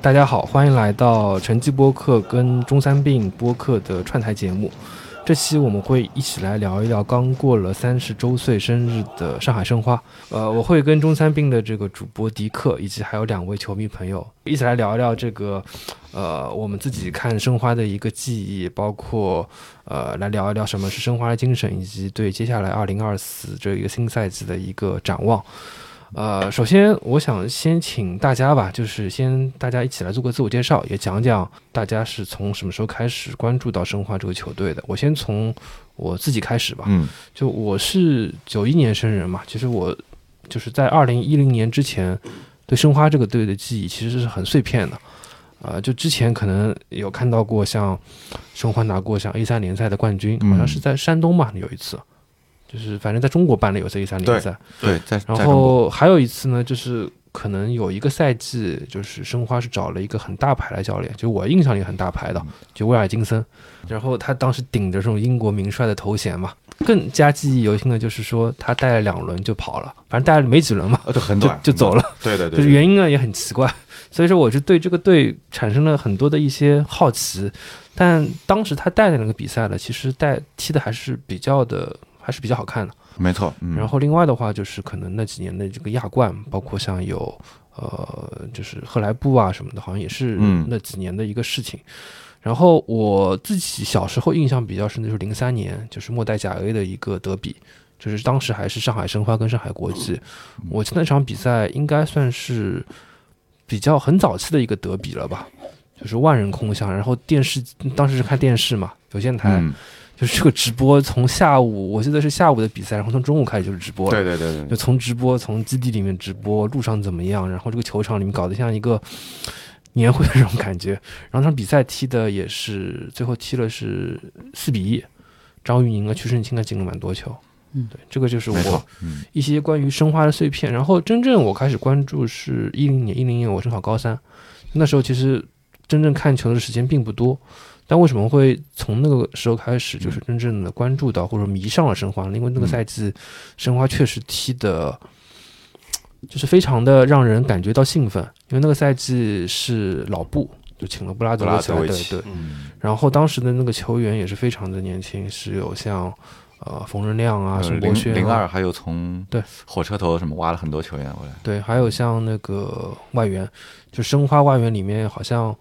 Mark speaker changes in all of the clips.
Speaker 1: 大家好，欢迎来到晨记播客跟中三病播客的串台节目。这期我们会一起来聊一聊刚过了三十周岁生日的上海申花。呃，我会跟中三病的这个主播迪克以及还有两位球迷朋友一起来聊一聊这个，呃，我们自己看申花的一个记忆，包括呃，来聊一聊什么是申花的精神，以及对接下来二零二四这一个新赛季的一个展望。呃，首先我想先请大家吧，就是先大家一起来做个自我介绍，也讲讲大家是从什么时候开始关注到申花这个球队的。我先从我自己开始吧，
Speaker 2: 嗯
Speaker 1: 就我是九一年生人嘛，其实我就是在二零一零年之前，对申花这个队的记忆其实是很碎片的。呃，就之前可能有看到过，像申花拿过像 A 三联赛的冠军，
Speaker 2: 嗯
Speaker 1: 好像是在山东吧，有一次，就是反正在中国办了有次 A 三联赛。，
Speaker 2: 对，在在
Speaker 1: 然
Speaker 2: 中国
Speaker 1: 后还有一次呢，就是可能有一个赛季，就是申花是找了一个很大牌的教练，就我印象里很大牌的，
Speaker 2: 嗯
Speaker 1: 就威尔金森。然后他当时顶着这种英国名帅的头衔嘛，更加记忆犹新的就是说他带了两轮就跑了，反正带了没几轮嘛，
Speaker 2: 呃，就很
Speaker 1: 就
Speaker 2: 短
Speaker 1: 就走了。
Speaker 2: 了，对对对，
Speaker 1: 就是
Speaker 2: 对
Speaker 1: 原因呢也很奇怪，所以说我是对这个队产生了很多的一些好奇，但当时他带的那个比赛呢，其实带踢的还是比较的，还是比较好看的。
Speaker 2: 没错，嗯，
Speaker 1: 然后另外的话就是可能那几年的这个亚冠，包括像有呃就是赫莱布啊什么的，好像也是
Speaker 2: 嗯
Speaker 1: 那几年的一个事情。然后我自己小时候印象比较深的就是零三年，就是末代甲 A 的一个德比，就是当时还是上海申花跟上海国际。
Speaker 2: 嗯
Speaker 1: 我记得那场比赛应该算是比较很早期的一个德比了吧，就是万人空巷。然后电视当时是看电视嘛，有线台，
Speaker 2: 嗯，
Speaker 1: 就是这个直播从下午，我记得是下午的比赛，然后从中午开始就是直播了，
Speaker 2: 对对对
Speaker 1: 就
Speaker 2: 对，
Speaker 1: 从直播从基地里面直播，路上怎么样，然后这个球场里面搞得像一个年会的这种感觉。然后这场比赛踢的也是最后踢了是四比一，张玉宁啊、屈胜清啊进了蛮多球。
Speaker 3: 嗯
Speaker 1: 对，这个就是
Speaker 2: 没
Speaker 1: 我
Speaker 2: 错，嗯
Speaker 1: 一些关于申花的碎片。然后真正我开始关注是一零年，一零年我正好高三，那时候其实真正看球的时间并不多。但为什么会从那个时候开始，就是真正的关注到或者迷上了申花呢？因为那个
Speaker 2: 嗯
Speaker 1: 赛季，申花确实踢的，就是非常的让人感觉到兴奋。因为那个赛季是老布就请了布拉德维奇来
Speaker 2: 布拉
Speaker 1: 带
Speaker 2: 德维奇
Speaker 1: 队，
Speaker 4: 嗯，
Speaker 1: 然后当时的那个球员也是非常的年轻，是有像呃冯仁亮啊、
Speaker 2: 呃
Speaker 1: 孙
Speaker 2: 零
Speaker 1: 博轩、啊、
Speaker 2: 零二还有从
Speaker 1: 对
Speaker 2: 火车头什么挖了很多球员过来，
Speaker 1: 对，还有像那个外援，就申花外援里面好像，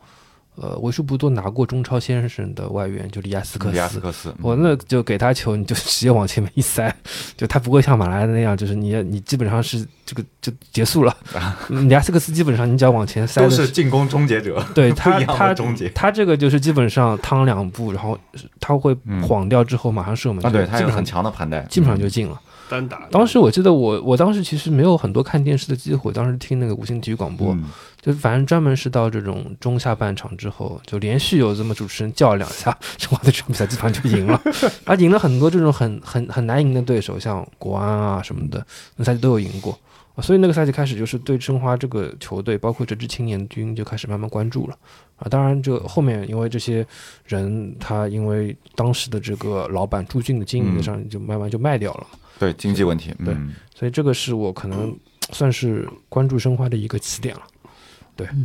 Speaker 1: 呃，为数不多拿过中超先生的外援，就里亚斯克
Speaker 2: 里亚斯
Speaker 1: 斯。
Speaker 2: 克斯，
Speaker 1: 我
Speaker 2: 嗯
Speaker 1: 那就给他球，你就直接往前面一塞， 就他不会像马来那样，就是你你基本上是这个就结束了。
Speaker 2: 啊
Speaker 1: 嗯里亚斯克斯基本上你只要往前塞
Speaker 4: 都
Speaker 1: 的
Speaker 4: 是进攻终结者，
Speaker 1: 对
Speaker 4: 不
Speaker 1: 他
Speaker 4: 一样
Speaker 1: 他
Speaker 4: 的终结。
Speaker 1: 他这个就是基本上趟两步，然后他会
Speaker 2: 嗯
Speaker 1: 晃掉之后马上射门，
Speaker 2: 啊，对，
Speaker 1: 就
Speaker 2: 他
Speaker 1: 基
Speaker 2: 有
Speaker 1: 本上
Speaker 2: 很强的盘带，
Speaker 1: 基本上就进了。
Speaker 4: 单打
Speaker 1: 当时我记得我我当时其实没有很多看电视的机会，当时听那个无线体育广播，
Speaker 2: 嗯
Speaker 1: 就反正专门是到这种中下半场之后，就连续有这么主持人叫两下， 申花的这场比赛基本上就赢了，而赢了很多这种很很很难赢的对手，像国安啊什么的，那赛季都有赢过。啊所以那个赛季开始，就是对申花这个球队，包括这支青年军，就开始慢慢关注了啊。当然，这后面因为这些人，他因为当时的这个老板朱俊的经营上，就慢慢就卖掉了。
Speaker 2: 对经济问题，
Speaker 1: 对
Speaker 2: 嗯，
Speaker 1: 所以这个是我可能算是关注申花的一个起点了。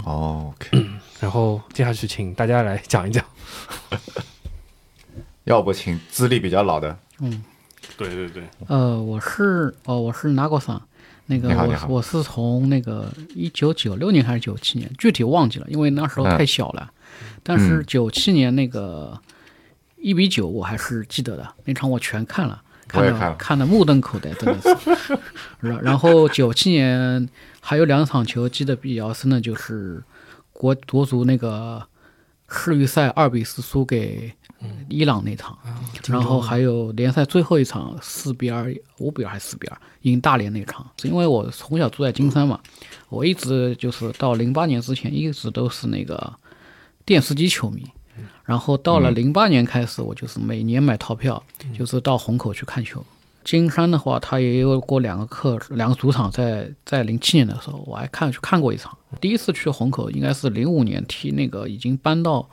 Speaker 2: 哦，OK，
Speaker 1: 然后接下去请大家来讲一讲，
Speaker 2: 要不请资历比较老的，
Speaker 3: 嗯，
Speaker 4: 对对对，
Speaker 3: 呃，我是哦，我是拿过桑，那
Speaker 2: 嗯
Speaker 3: 个
Speaker 2: 你好你
Speaker 3: 我
Speaker 2: 好
Speaker 3: 我是从那个一九九六年还是九七年，具体忘记了，因为那时候
Speaker 2: 嗯
Speaker 3: 太小了。但是
Speaker 2: 嗯
Speaker 3: 九七年那个一比九，我还是记得的，那场我全看了，
Speaker 2: 我
Speaker 3: 看
Speaker 2: 也
Speaker 3: 的
Speaker 2: 看了
Speaker 3: 看的目瞪口呆，真的是。 然然后九七年还有两场球记得比较深的就是国国足那个世预赛二比四输给伊朗那场。然后还有联赛最后一场四比二、五比二还是四比二赢大连那场，是因为我从小住在金山嘛，我一直就是到零八年之前一直都是那个电视机球迷，然后到了零八年开始，我就是每年买套票，就是到虹口去看球。金山的话，他也有过两个客两个主场在，在零七年的时候，我还看去看过一场。第一次去虹口应该是零五年踢那个已经搬到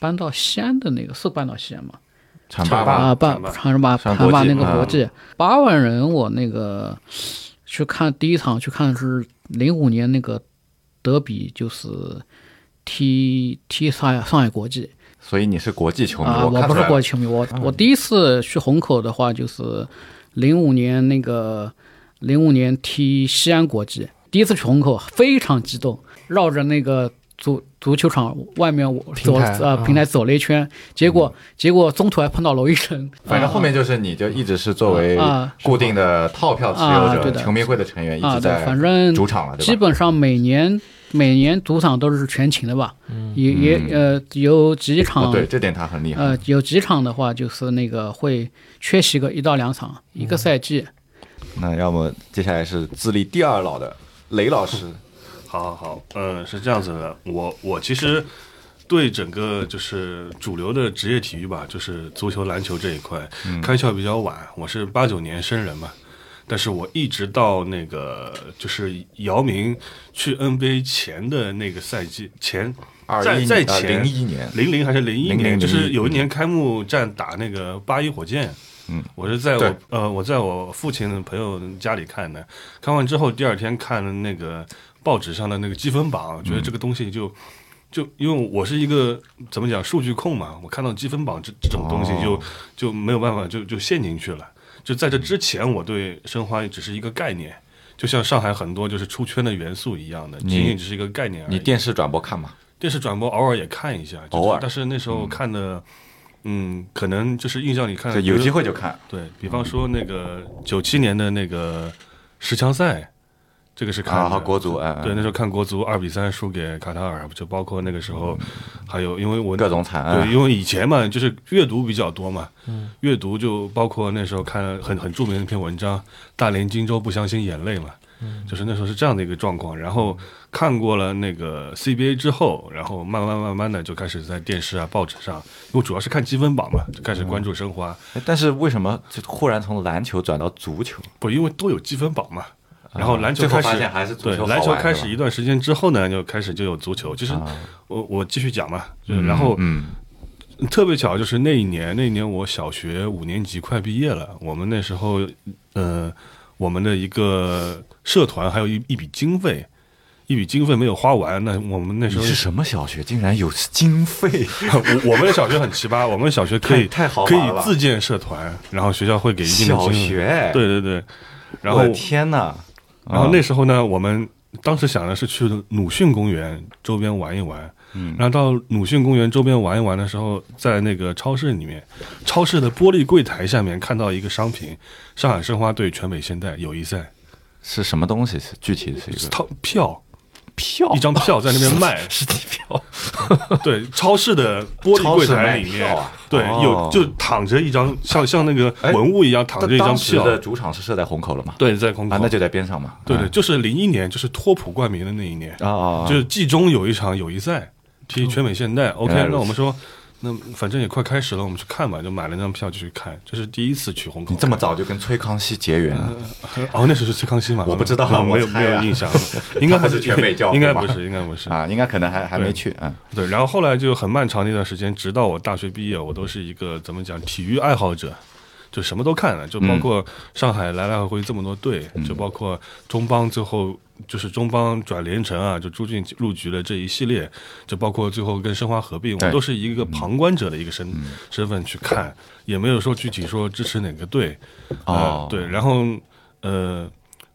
Speaker 3: 搬到西安的那个是搬到西安吗？
Speaker 2: 长
Speaker 4: 长
Speaker 2: 吧，
Speaker 4: 吧
Speaker 3: 啊，办
Speaker 4: 长吧
Speaker 3: 长什么
Speaker 2: 上
Speaker 3: 汉
Speaker 2: 国
Speaker 3: 坝
Speaker 2: 际
Speaker 3: 那个
Speaker 2: 啊
Speaker 3: 国际八万人，我那个去看第一场去看是零五年那个德比，就是踢踢上海上海国际
Speaker 2: 所以你是国际球迷，
Speaker 3: 啊、我
Speaker 2: 看
Speaker 3: 不
Speaker 2: 出
Speaker 3: 是
Speaker 2: 来
Speaker 3: 国
Speaker 2: 了。
Speaker 3: 际球迷，我我第一次去虹口的话就是零五年那个零五年踢西安国际，第一次去虹口非常激动，绕着那个足足球场外面我
Speaker 1: 平
Speaker 3: 走
Speaker 1: 台
Speaker 3: 呃
Speaker 1: 啊
Speaker 3: 平台走了一圈，结果结果中途还碰到娄艺晨，
Speaker 2: 反正后面就是你就一直是作为
Speaker 3: 啊
Speaker 2: 固定的套票持
Speaker 3: 啊
Speaker 2: 有者、
Speaker 3: 对的
Speaker 2: 球迷会的成员，一
Speaker 3: 啊
Speaker 2: 直
Speaker 3: 对，
Speaker 2: 在
Speaker 3: 反正
Speaker 2: 主场了，
Speaker 3: 基
Speaker 2: 对吧？
Speaker 3: 本上每年每年主场都是全勤的吧，
Speaker 4: 嗯
Speaker 3: 也也呃有几
Speaker 2: 嗯
Speaker 3: 场、
Speaker 2: 哦对，这点他很厉害。
Speaker 3: 嗯呃有几场的话就是那个会缺席个一到两场，一
Speaker 4: 嗯
Speaker 3: 个赛季。
Speaker 2: 那要么接下来是资历第二老的雷老师，
Speaker 4: 好好好，嗯，是这样子的，我我其实对整个就是主流的职业体育吧，就是足球、篮球这一块，
Speaker 2: 嗯
Speaker 4: 开窍比较晚，我是八九年生人嘛。但是我一直到那个就是姚明去 NBA 前的那个赛季前，
Speaker 2: 二
Speaker 4: 在
Speaker 2: 一啊
Speaker 4: 在前
Speaker 2: 零一年，
Speaker 4: 零零还是零一
Speaker 2: 00
Speaker 4: 年，就是
Speaker 2: 01
Speaker 4: 有一年开幕战打那个八一火箭，
Speaker 2: 嗯，
Speaker 4: 我是在
Speaker 2: 对
Speaker 4: 我呃我在我父亲的朋友家里看的，看完之后第二天看了那个报纸上的那个积分
Speaker 2: 嗯
Speaker 4: 榜，觉得这个东西就。就因为我是一个怎么讲数据控嘛，我看到积分榜这这种东西就、
Speaker 2: 哦
Speaker 4: 就没有办法就就陷进去了。就在这之前，我对申花只是一个概念，就像上海很多就是出圈的元素一样的，
Speaker 2: 你
Speaker 4: 仅仅只是一个概念而已。
Speaker 2: 你电视转播看吗？
Speaker 4: 电视转播偶尔也看一下，就是
Speaker 2: 偶尔
Speaker 4: 但是那时候看的，嗯可能就是印象里看
Speaker 2: 就有
Speaker 4: 比如
Speaker 2: 机会就看。
Speaker 4: 对比方说那个九七年的那个十强赛，这个是看
Speaker 2: 啊，
Speaker 4: 的
Speaker 2: 好国足，哎，
Speaker 4: 对，那时候看国足二比三输给卡塔尔，就包括那个时候，还有因为
Speaker 2: 嗯
Speaker 4: 我
Speaker 2: 各种惨嗯
Speaker 4: 对，
Speaker 2: 案，
Speaker 4: 因为以前嘛，就是阅读比较多嘛，
Speaker 2: 嗯
Speaker 4: 阅读就包括那时候看很很著名的一篇文章《大连荆州不相信眼泪》嘛，
Speaker 2: 嗯
Speaker 4: 就是那时候是这样的一个状况。然后看过了那个 CBA 之后，然后慢慢慢慢的就开始在电视啊、报纸上，因为主要是看积分榜嘛，就开始关注啊申花。
Speaker 2: 哎但是为什么就忽然从篮球转到足球？
Speaker 4: 不，因为都有积分榜嘛。然后篮球
Speaker 2: 最后
Speaker 4: 开始，
Speaker 2: 发现还是足
Speaker 4: 对
Speaker 2: 球好
Speaker 4: 篮球
Speaker 2: 玩
Speaker 4: 开
Speaker 2: 是
Speaker 4: 始
Speaker 2: 吧
Speaker 4: 一段时间之后呢，就开始就有足球。就是我我继续讲嘛，就是然后
Speaker 2: 啊嗯，
Speaker 4: 特别巧，就是那一年，那一年我小学五年级快毕业了，我们那时候，呃，我们的一个社团还有一一笔经费，一笔经费没有花完，那我们那时
Speaker 2: 你
Speaker 4: 候
Speaker 2: 是。什么小学竟然有经费？
Speaker 4: 我我们的小学很奇葩，我们小学可以
Speaker 2: 太太豪华
Speaker 4: 可以
Speaker 2: 了吧
Speaker 4: 自建社团，然后学校会给一定的
Speaker 2: 小
Speaker 4: 经费
Speaker 2: 学
Speaker 4: 对对对，然
Speaker 2: 我
Speaker 4: 后
Speaker 2: 的天哪！
Speaker 4: 然
Speaker 2: 啊
Speaker 4: 后那时候呢，我们当时想的是去鲁迅公园周边玩一玩。嗯，然后到鲁迅公园周边玩一玩的时候，在那个超市里面，超市的玻璃柜台下面看到一个商品，上海申花对全北现代友谊赛，
Speaker 2: 是什么东西？是具体是一个
Speaker 4: 套票
Speaker 2: 票哦，
Speaker 4: 一张票在那边卖
Speaker 2: 实体票，
Speaker 4: 对，超市的玻璃
Speaker 2: 超
Speaker 4: 柜台里
Speaker 2: 市卖
Speaker 4: 面，
Speaker 2: 票啊
Speaker 4: 对，
Speaker 2: 哦
Speaker 4: 有就躺着一张像像那个
Speaker 2: 哎
Speaker 4: 文物一样躺着啊一张
Speaker 2: 当时
Speaker 4: 票，
Speaker 2: 的主场是设在虹口了嘛？
Speaker 4: 对，在空
Speaker 2: 啊，
Speaker 4: 港
Speaker 2: 那，就在边上嘛。
Speaker 4: 对对，
Speaker 2: 嗯
Speaker 4: 就是零一年，就是托普冠名的那一年，
Speaker 2: 啊啊，啊哦
Speaker 4: 就是季中有一场友谊赛，踢全美现代。OK，
Speaker 2: 原来如此
Speaker 4: 那我们说，那反正也快开始了，我们去看吧，就买了张票就去看。这是第一次去虹口，
Speaker 2: 你这么早就跟崔康熙结缘啊？
Speaker 4: 哦，那时候是崔康熙嘛？
Speaker 2: 我不知道
Speaker 4: 嗯没
Speaker 2: 我
Speaker 4: 有
Speaker 2: 猜
Speaker 4: 没有
Speaker 2: 啊
Speaker 4: 印象，应该 还
Speaker 2: 他不是全美教父
Speaker 4: 应该
Speaker 2: 吧
Speaker 4: 不是，应该不是。
Speaker 2: 啊，应该可能还还没去啊。嗯
Speaker 4: 对，然后后来就很漫长的一段时间，直到我大学毕业，我都是一个怎么讲体育爱好者，就什么都看了，就包括上海来来回回这么多队，就包括中邦最后就是中邦转连城啊，就朱俊入局的这一系列，就包括最后跟申花合并，
Speaker 2: 对
Speaker 4: 我都是一个旁观者的一个身、身份去看，也没有说具体说支持哪个队，
Speaker 2: 哦
Speaker 4: 呃，对，然后呃。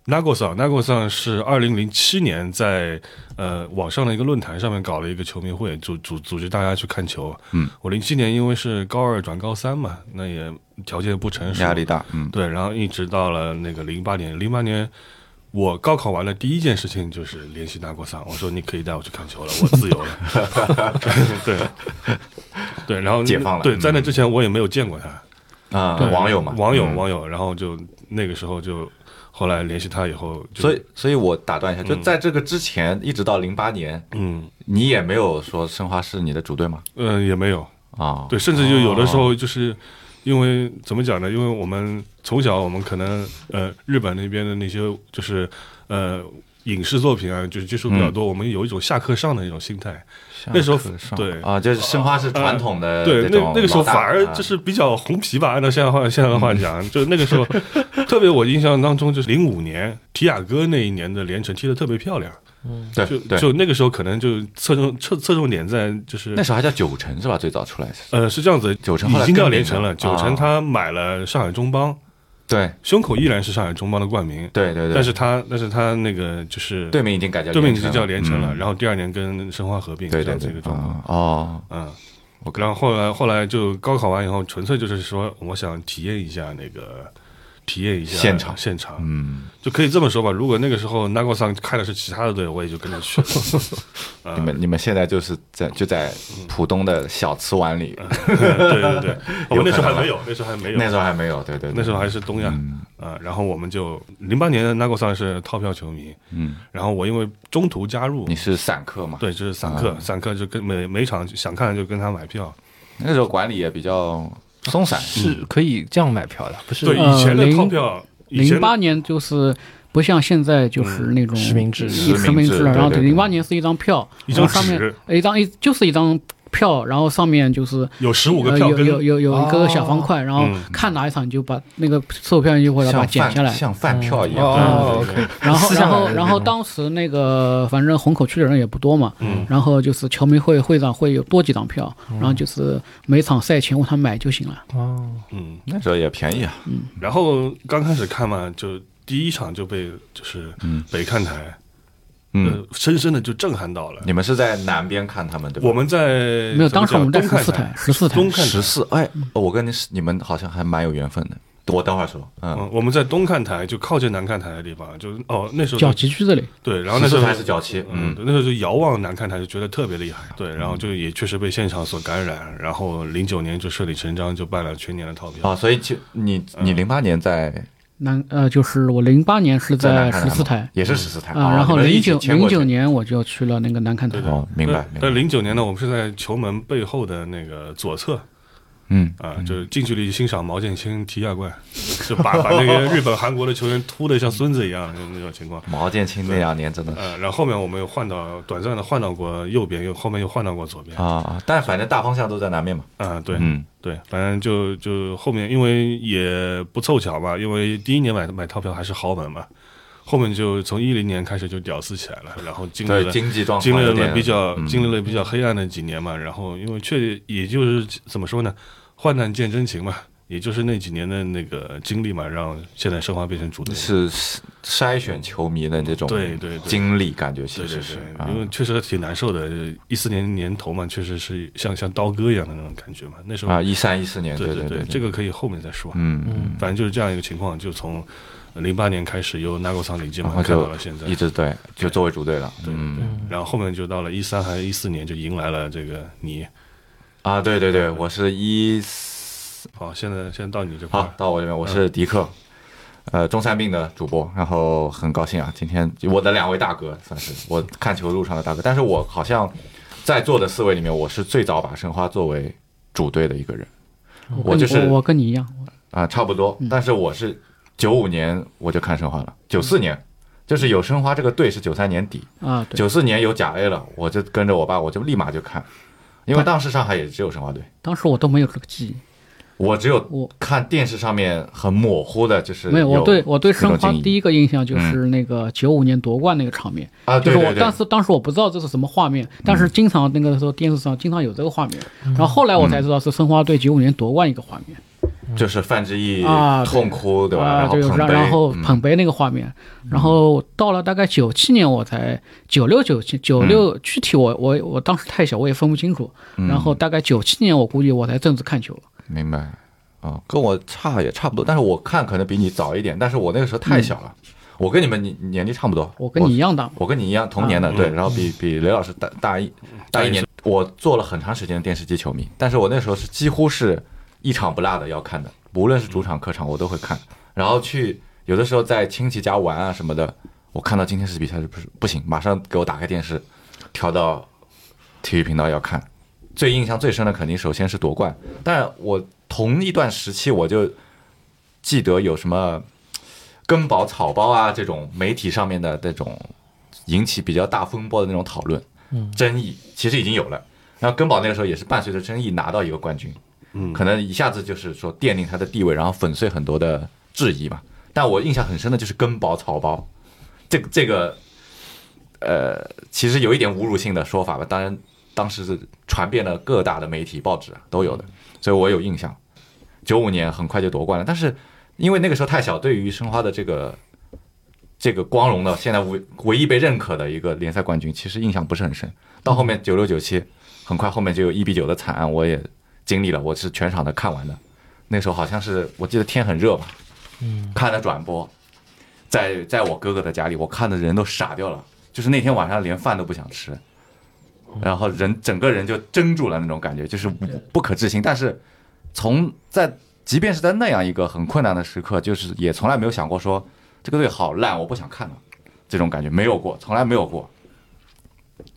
Speaker 4: Nago 桑，Nago 桑是二零零七年在呃网上的一个论坛上面搞了一个球迷会，组组组织大家去看球。
Speaker 2: 嗯，
Speaker 4: 我零七年因为是高二转高三嘛，那也条件不成熟，
Speaker 2: 压力大，嗯，
Speaker 4: 对，然后一直到了那个零八年，零八年我高考完了，第一件事情就是联系大国桑，我说你可以带我去看 球了，我自由了。对对，然后
Speaker 2: 解放了
Speaker 4: 对，
Speaker 2: 嗯
Speaker 4: 在那之前我也没有见过他，
Speaker 2: 啊，
Speaker 4: 对
Speaker 2: 网友嘛，
Speaker 4: 网友
Speaker 2: 嗯
Speaker 4: 网友，然后就那个时候就后来联系他以后就，
Speaker 2: 所以，所以我打断一下，就在这个之前，一直到零八年，
Speaker 4: 嗯
Speaker 2: 你也没有说申花是你的主队吗？
Speaker 4: 嗯、呃也没有，
Speaker 2: 啊，
Speaker 4: 对，甚至就有的时
Speaker 2: 哦
Speaker 4: 候就是因为怎么讲呢？因为我们从小我们可能呃日本那边的那些就是呃影视作品啊，就是接触比较
Speaker 2: 嗯
Speaker 4: 多，我们有一种下课上的一种心态。那时候对呃
Speaker 2: 啊，就是申花是传统的
Speaker 4: 对，那
Speaker 2: 这呃种
Speaker 4: 那个时候
Speaker 2: 老大啊嗯
Speaker 4: 反而就是比较红皮吧，按照现在话现在的话讲，就那个 时候，特别我印象当中就是零五年提亚哥那一年的连城踢得特别漂亮，
Speaker 2: 啊对
Speaker 4: 就
Speaker 2: 对，
Speaker 4: 就那个时候可能就侧重侧侧重点在就是
Speaker 2: 那时候还叫九城是吧？最早出来是，
Speaker 4: 呃是这样子，
Speaker 2: 九成后来
Speaker 4: 已经叫
Speaker 2: 更名
Speaker 4: 连城
Speaker 2: 了
Speaker 4: 了，九成
Speaker 2: 啊
Speaker 4: 他买了上海中邦，
Speaker 2: 对
Speaker 4: 胸口依然是上海中邦的冠名，
Speaker 2: 对对对，
Speaker 4: 但是他但是他那个就是
Speaker 2: 对面已经改叫
Speaker 4: 对面已经叫连城了，
Speaker 2: 嗯
Speaker 4: 然后第二年跟申花合并，
Speaker 2: 对
Speaker 4: 这
Speaker 2: 对
Speaker 4: 样子一
Speaker 2: 对
Speaker 4: 个，状况。
Speaker 2: 啊哦，
Speaker 4: 嗯，
Speaker 2: 我
Speaker 4: 然后后来后来就高考完以后，纯粹就是说，我想体验一下那个，体验一下
Speaker 2: 现场
Speaker 4: 现场、
Speaker 2: 嗯，
Speaker 4: 就可以这么说吧。如果那个时候 Nago 上开的是其他的队，我也就跟着去了。
Speaker 2: 你们你们现在就是在就在浦东的小瓷碗里，
Speaker 4: 对对对，我
Speaker 2: 有
Speaker 4: 们那
Speaker 2: 可
Speaker 4: 时候
Speaker 2: 能
Speaker 4: 还没有，那时候还嗯没有，
Speaker 2: 那时候还没有，对对，对
Speaker 4: 那时候还是东亚。
Speaker 2: 嗯
Speaker 4: 啊、然后我们就零八年的 Nago 上是套票球迷，
Speaker 2: 嗯，
Speaker 4: 然后我因为中途加入
Speaker 2: 你，啊是散客嘛？，
Speaker 4: 对，就是散客，散客就跟每每场想看就跟他买票，
Speaker 2: 那时候管理也比较松散，
Speaker 1: 是可以这样买票的，不是
Speaker 4: 对，以前的
Speaker 3: 呃零
Speaker 4: 套票，以前
Speaker 3: 零
Speaker 4: 的
Speaker 3: 八年就是不像现在就是
Speaker 2: 嗯
Speaker 3: 那种
Speaker 1: 实名制
Speaker 3: 一实名制了，然后
Speaker 2: 对对对
Speaker 3: 零八年是一张票，
Speaker 4: 一张
Speaker 3: 然后上面
Speaker 4: 纸
Speaker 3: 呃一张一就是一张票，然后上面就是
Speaker 4: 有十五个
Speaker 3: 呃
Speaker 4: 票
Speaker 3: 有
Speaker 4: 根，
Speaker 3: 有有有一个小方块，然后
Speaker 4: 嗯
Speaker 3: 看哪一场你就把那个售票你就或者把它
Speaker 2: 像
Speaker 3: 剪下
Speaker 2: 饭
Speaker 3: 来，嗯
Speaker 2: 像饭票一样，
Speaker 1: 哦
Speaker 4: 对
Speaker 1: ，OK，
Speaker 3: 然 后
Speaker 1: 撕下
Speaker 3: 然
Speaker 1: 来
Speaker 3: 后
Speaker 1: 的
Speaker 3: 然
Speaker 1: 那
Speaker 3: 后
Speaker 1: 种
Speaker 3: 当时那个反正虹口区的人也不多嘛，
Speaker 4: 嗯
Speaker 3: 然后就是球迷会会长会有多几张票，
Speaker 2: 嗯
Speaker 3: 然后就是每场赛前问他买就行了。
Speaker 1: 哦，
Speaker 4: 嗯，
Speaker 2: 那时候也便宜啊，
Speaker 4: 然后刚开始看嘛，就第一场就被就是北看台，
Speaker 2: 嗯，
Speaker 4: 呃，深深的就震撼到了。
Speaker 2: 你们是在南边看他们对吧？
Speaker 4: 我们在
Speaker 3: 没有，
Speaker 4: 怎
Speaker 3: 当
Speaker 4: 么
Speaker 3: 时我们在
Speaker 4: 讲
Speaker 3: 十四
Speaker 4: 东看
Speaker 3: 台，十四台
Speaker 4: 东看台
Speaker 2: 十四，哎，我跟你是你们好像还蛮有缘分的，我等会儿说，嗯，
Speaker 4: 嗯，我们在东看台，就靠近南看台的地方，就是哦，那时候
Speaker 3: 角
Speaker 4: 就
Speaker 3: 旗区这里，
Speaker 4: 对，然后那时
Speaker 2: 14
Speaker 4: 候
Speaker 2: 台是角旗
Speaker 4: 嗯，
Speaker 2: 嗯
Speaker 4: 对那时候就遥望南看台，就觉得特别厉害，对，然后就也确实被现场所感染，然后零九年就顺理成章就办了全年的套票，
Speaker 2: 啊，所以就你
Speaker 4: 嗯
Speaker 2: 你零八年在
Speaker 3: 南呃就是我零八年是
Speaker 2: 在
Speaker 3: 在
Speaker 2: 南看
Speaker 3: 十
Speaker 2: 台
Speaker 3: 四
Speaker 2: 吗
Speaker 3: 台。
Speaker 2: 也是十四台
Speaker 3: 啊，
Speaker 2: 啊
Speaker 3: 然后
Speaker 2: 你们一
Speaker 3: 零
Speaker 2: 起
Speaker 3: 九
Speaker 2: 迁过
Speaker 3: 零
Speaker 2: 去
Speaker 3: 九年我就去了那个南看台，
Speaker 2: 哦，明白，明
Speaker 4: 那
Speaker 2: 白，
Speaker 4: 零九年呢，我们是在球门背后的那个左侧，
Speaker 2: 嗯，
Speaker 4: 啊，就是近距离欣赏毛剑卿踢亚冠，就把把那个日本、韩国的球员突的像孙子一样，那种情况。
Speaker 2: 毛剑卿那两年真的
Speaker 4: 呃，然后后面我们又换到短暂的换到过右边，又后面又换到过左边。
Speaker 2: 啊，啊但反正大方向都在南面嘛，
Speaker 4: 啊，对
Speaker 2: 嗯，
Speaker 4: 对，反正就就后面，因为也不凑巧吧，因为第一年买买套票还是豪门嘛，后面就从一零年开始就屌丝起来了，然后经历
Speaker 2: 对，
Speaker 4: 了。
Speaker 2: 经济状
Speaker 4: 经
Speaker 2: 况
Speaker 4: 历
Speaker 2: 有
Speaker 4: 了
Speaker 2: 点
Speaker 4: 比较
Speaker 2: 嗯
Speaker 4: 经历了比较黑暗的几年嘛，然后因为确也就是怎么说呢，患难见真情嘛，也就是那几年的那个经历嘛，让现在申花变成主队。
Speaker 2: 是是筛选球迷的这种
Speaker 4: 对对对
Speaker 2: 经历，感觉其
Speaker 4: 对对
Speaker 2: 实是
Speaker 4: 对，
Speaker 2: 啊
Speaker 4: 因为确实挺难受的。一四年年头嘛，确实是像像刀割一样的那种感觉嘛。那时候，
Speaker 2: 啊，一三一四年，
Speaker 4: 对
Speaker 2: 对
Speaker 4: 对，这个可以后面再说。
Speaker 2: 嗯嗯。
Speaker 1: 嗯，
Speaker 4: 反正就是这样一个情况，就从零八年开始由 Nago 桑领进
Speaker 2: 然
Speaker 4: 嘛，
Speaker 2: 后
Speaker 4: 看到
Speaker 2: 啊就
Speaker 4: 了现在。
Speaker 2: 一直对，就作为主队了。
Speaker 4: 对
Speaker 2: 嗯
Speaker 4: 对，然后后面就到了一三还是一四年，就迎来了这个你。
Speaker 2: 啊，对对对，我是一
Speaker 4: 好，现在现在到你这块
Speaker 2: 好
Speaker 4: 儿，
Speaker 2: 到我这边，我
Speaker 4: 嗯
Speaker 2: 是迪克，呃，中三病的主播，然后很高兴啊，今天我的两位大哥算是我看球路上的大哥，但是我好像在座的四位里面，我是最早把申花作为主队的一个人我
Speaker 3: 跟
Speaker 2: 就
Speaker 3: 你
Speaker 2: 是
Speaker 3: 我我跟你一样，
Speaker 2: 啊、差不
Speaker 3: 嗯
Speaker 2: 多，但是我是九五年我就看申花了，九四年就是有申花这个队是九三年底，
Speaker 3: 啊，对，
Speaker 2: 九四年有甲 A 了，我就跟着我爸，我就立马就看，因为当时上海也只有申花队。
Speaker 3: 当时我都没有这个记忆，
Speaker 2: 我只有
Speaker 3: 我
Speaker 2: 看电视上面很模糊的，就是
Speaker 3: 没有，我对我对
Speaker 2: 呃这种
Speaker 3: 申花
Speaker 2: 经历嗯
Speaker 3: 第一个印象就是那个九五年夺冠那个场面，
Speaker 2: 啊，
Speaker 3: 就
Speaker 2: 对
Speaker 3: 是
Speaker 2: 对
Speaker 3: 我，
Speaker 2: 对，嗯
Speaker 3: 但是当时我不知道这是什么画面，但是经常那个时候电视上经常有这个画面，然后后来我
Speaker 2: 嗯
Speaker 3: 才知道是申花队九五年夺冠一个画面
Speaker 2: 就是范志毅
Speaker 3: 啊对
Speaker 2: 痛哭对吧？
Speaker 3: 啊，
Speaker 2: 然后
Speaker 3: 对，
Speaker 2: 捧
Speaker 3: 然
Speaker 2: 杯
Speaker 3: 然后
Speaker 2: 嗯
Speaker 3: 捧杯那个画面，然后到了大概九七年我才九六九七九
Speaker 2: 嗯
Speaker 3: 六具体我我我当时太小我也分不清楚，然后大概九七年我估计我才正式看球，
Speaker 2: 明白啊，跟我差也差不多，但是我看可能比你早一点，但是我那个时候太小了，我跟你们年年纪差不多，
Speaker 3: 嗯我跟你一样大嘛，
Speaker 2: 啊我跟你一样同年的，对，然后比比雷老师大大一嗯大一年。我做了很长时间的电视机球迷，但是我那时候是几乎是一场不落的要看的，无论是主场客场我都会看。然后去有的时候在亲戚家玩啊什么的，我看到今天是比赛是不是不行，马上给我打开电视，调到体育频道要看。最印象最深的肯定首先是夺冠，但我同一段时期我就记得有什么根宝草包啊这种媒体上面的这种引起比较大风波的那种讨论、争议，其实已经有了。然后根宝那个时候也是伴随着争议拿到一个冠军，
Speaker 4: 嗯
Speaker 2: 可能一下子就是说奠定他的地位，然后粉碎很多的质疑嘛。但我印象很深的就是根宝草包，这个这个，呃，其实有一点侮辱性的说法吧。当然，当时是传遍了各大的媒体、报纸啊都有的，所以我有印象。九五年很快就夺冠了，但是因为那个时候太小，对于申花的这个这个光荣的现在唯唯一被认可的一个联赛冠军，其实印象不是很深。到后面九六九七，很快后面就有一比九的惨案，我也经历了，我是全场的看完的。那时候好像是我记得天很热吧，嗯，看了转播，在在我哥哥的家里，我看的人都傻掉了，就是那天晚上连饭都不想吃，然后人整个人就怔住了那种感觉，就是不不可置信。但是从在即便是在那样一个很困难的时刻，就是也从来没有想过说这个队好烂，我不想看了，这种感觉没有过，从来没有过，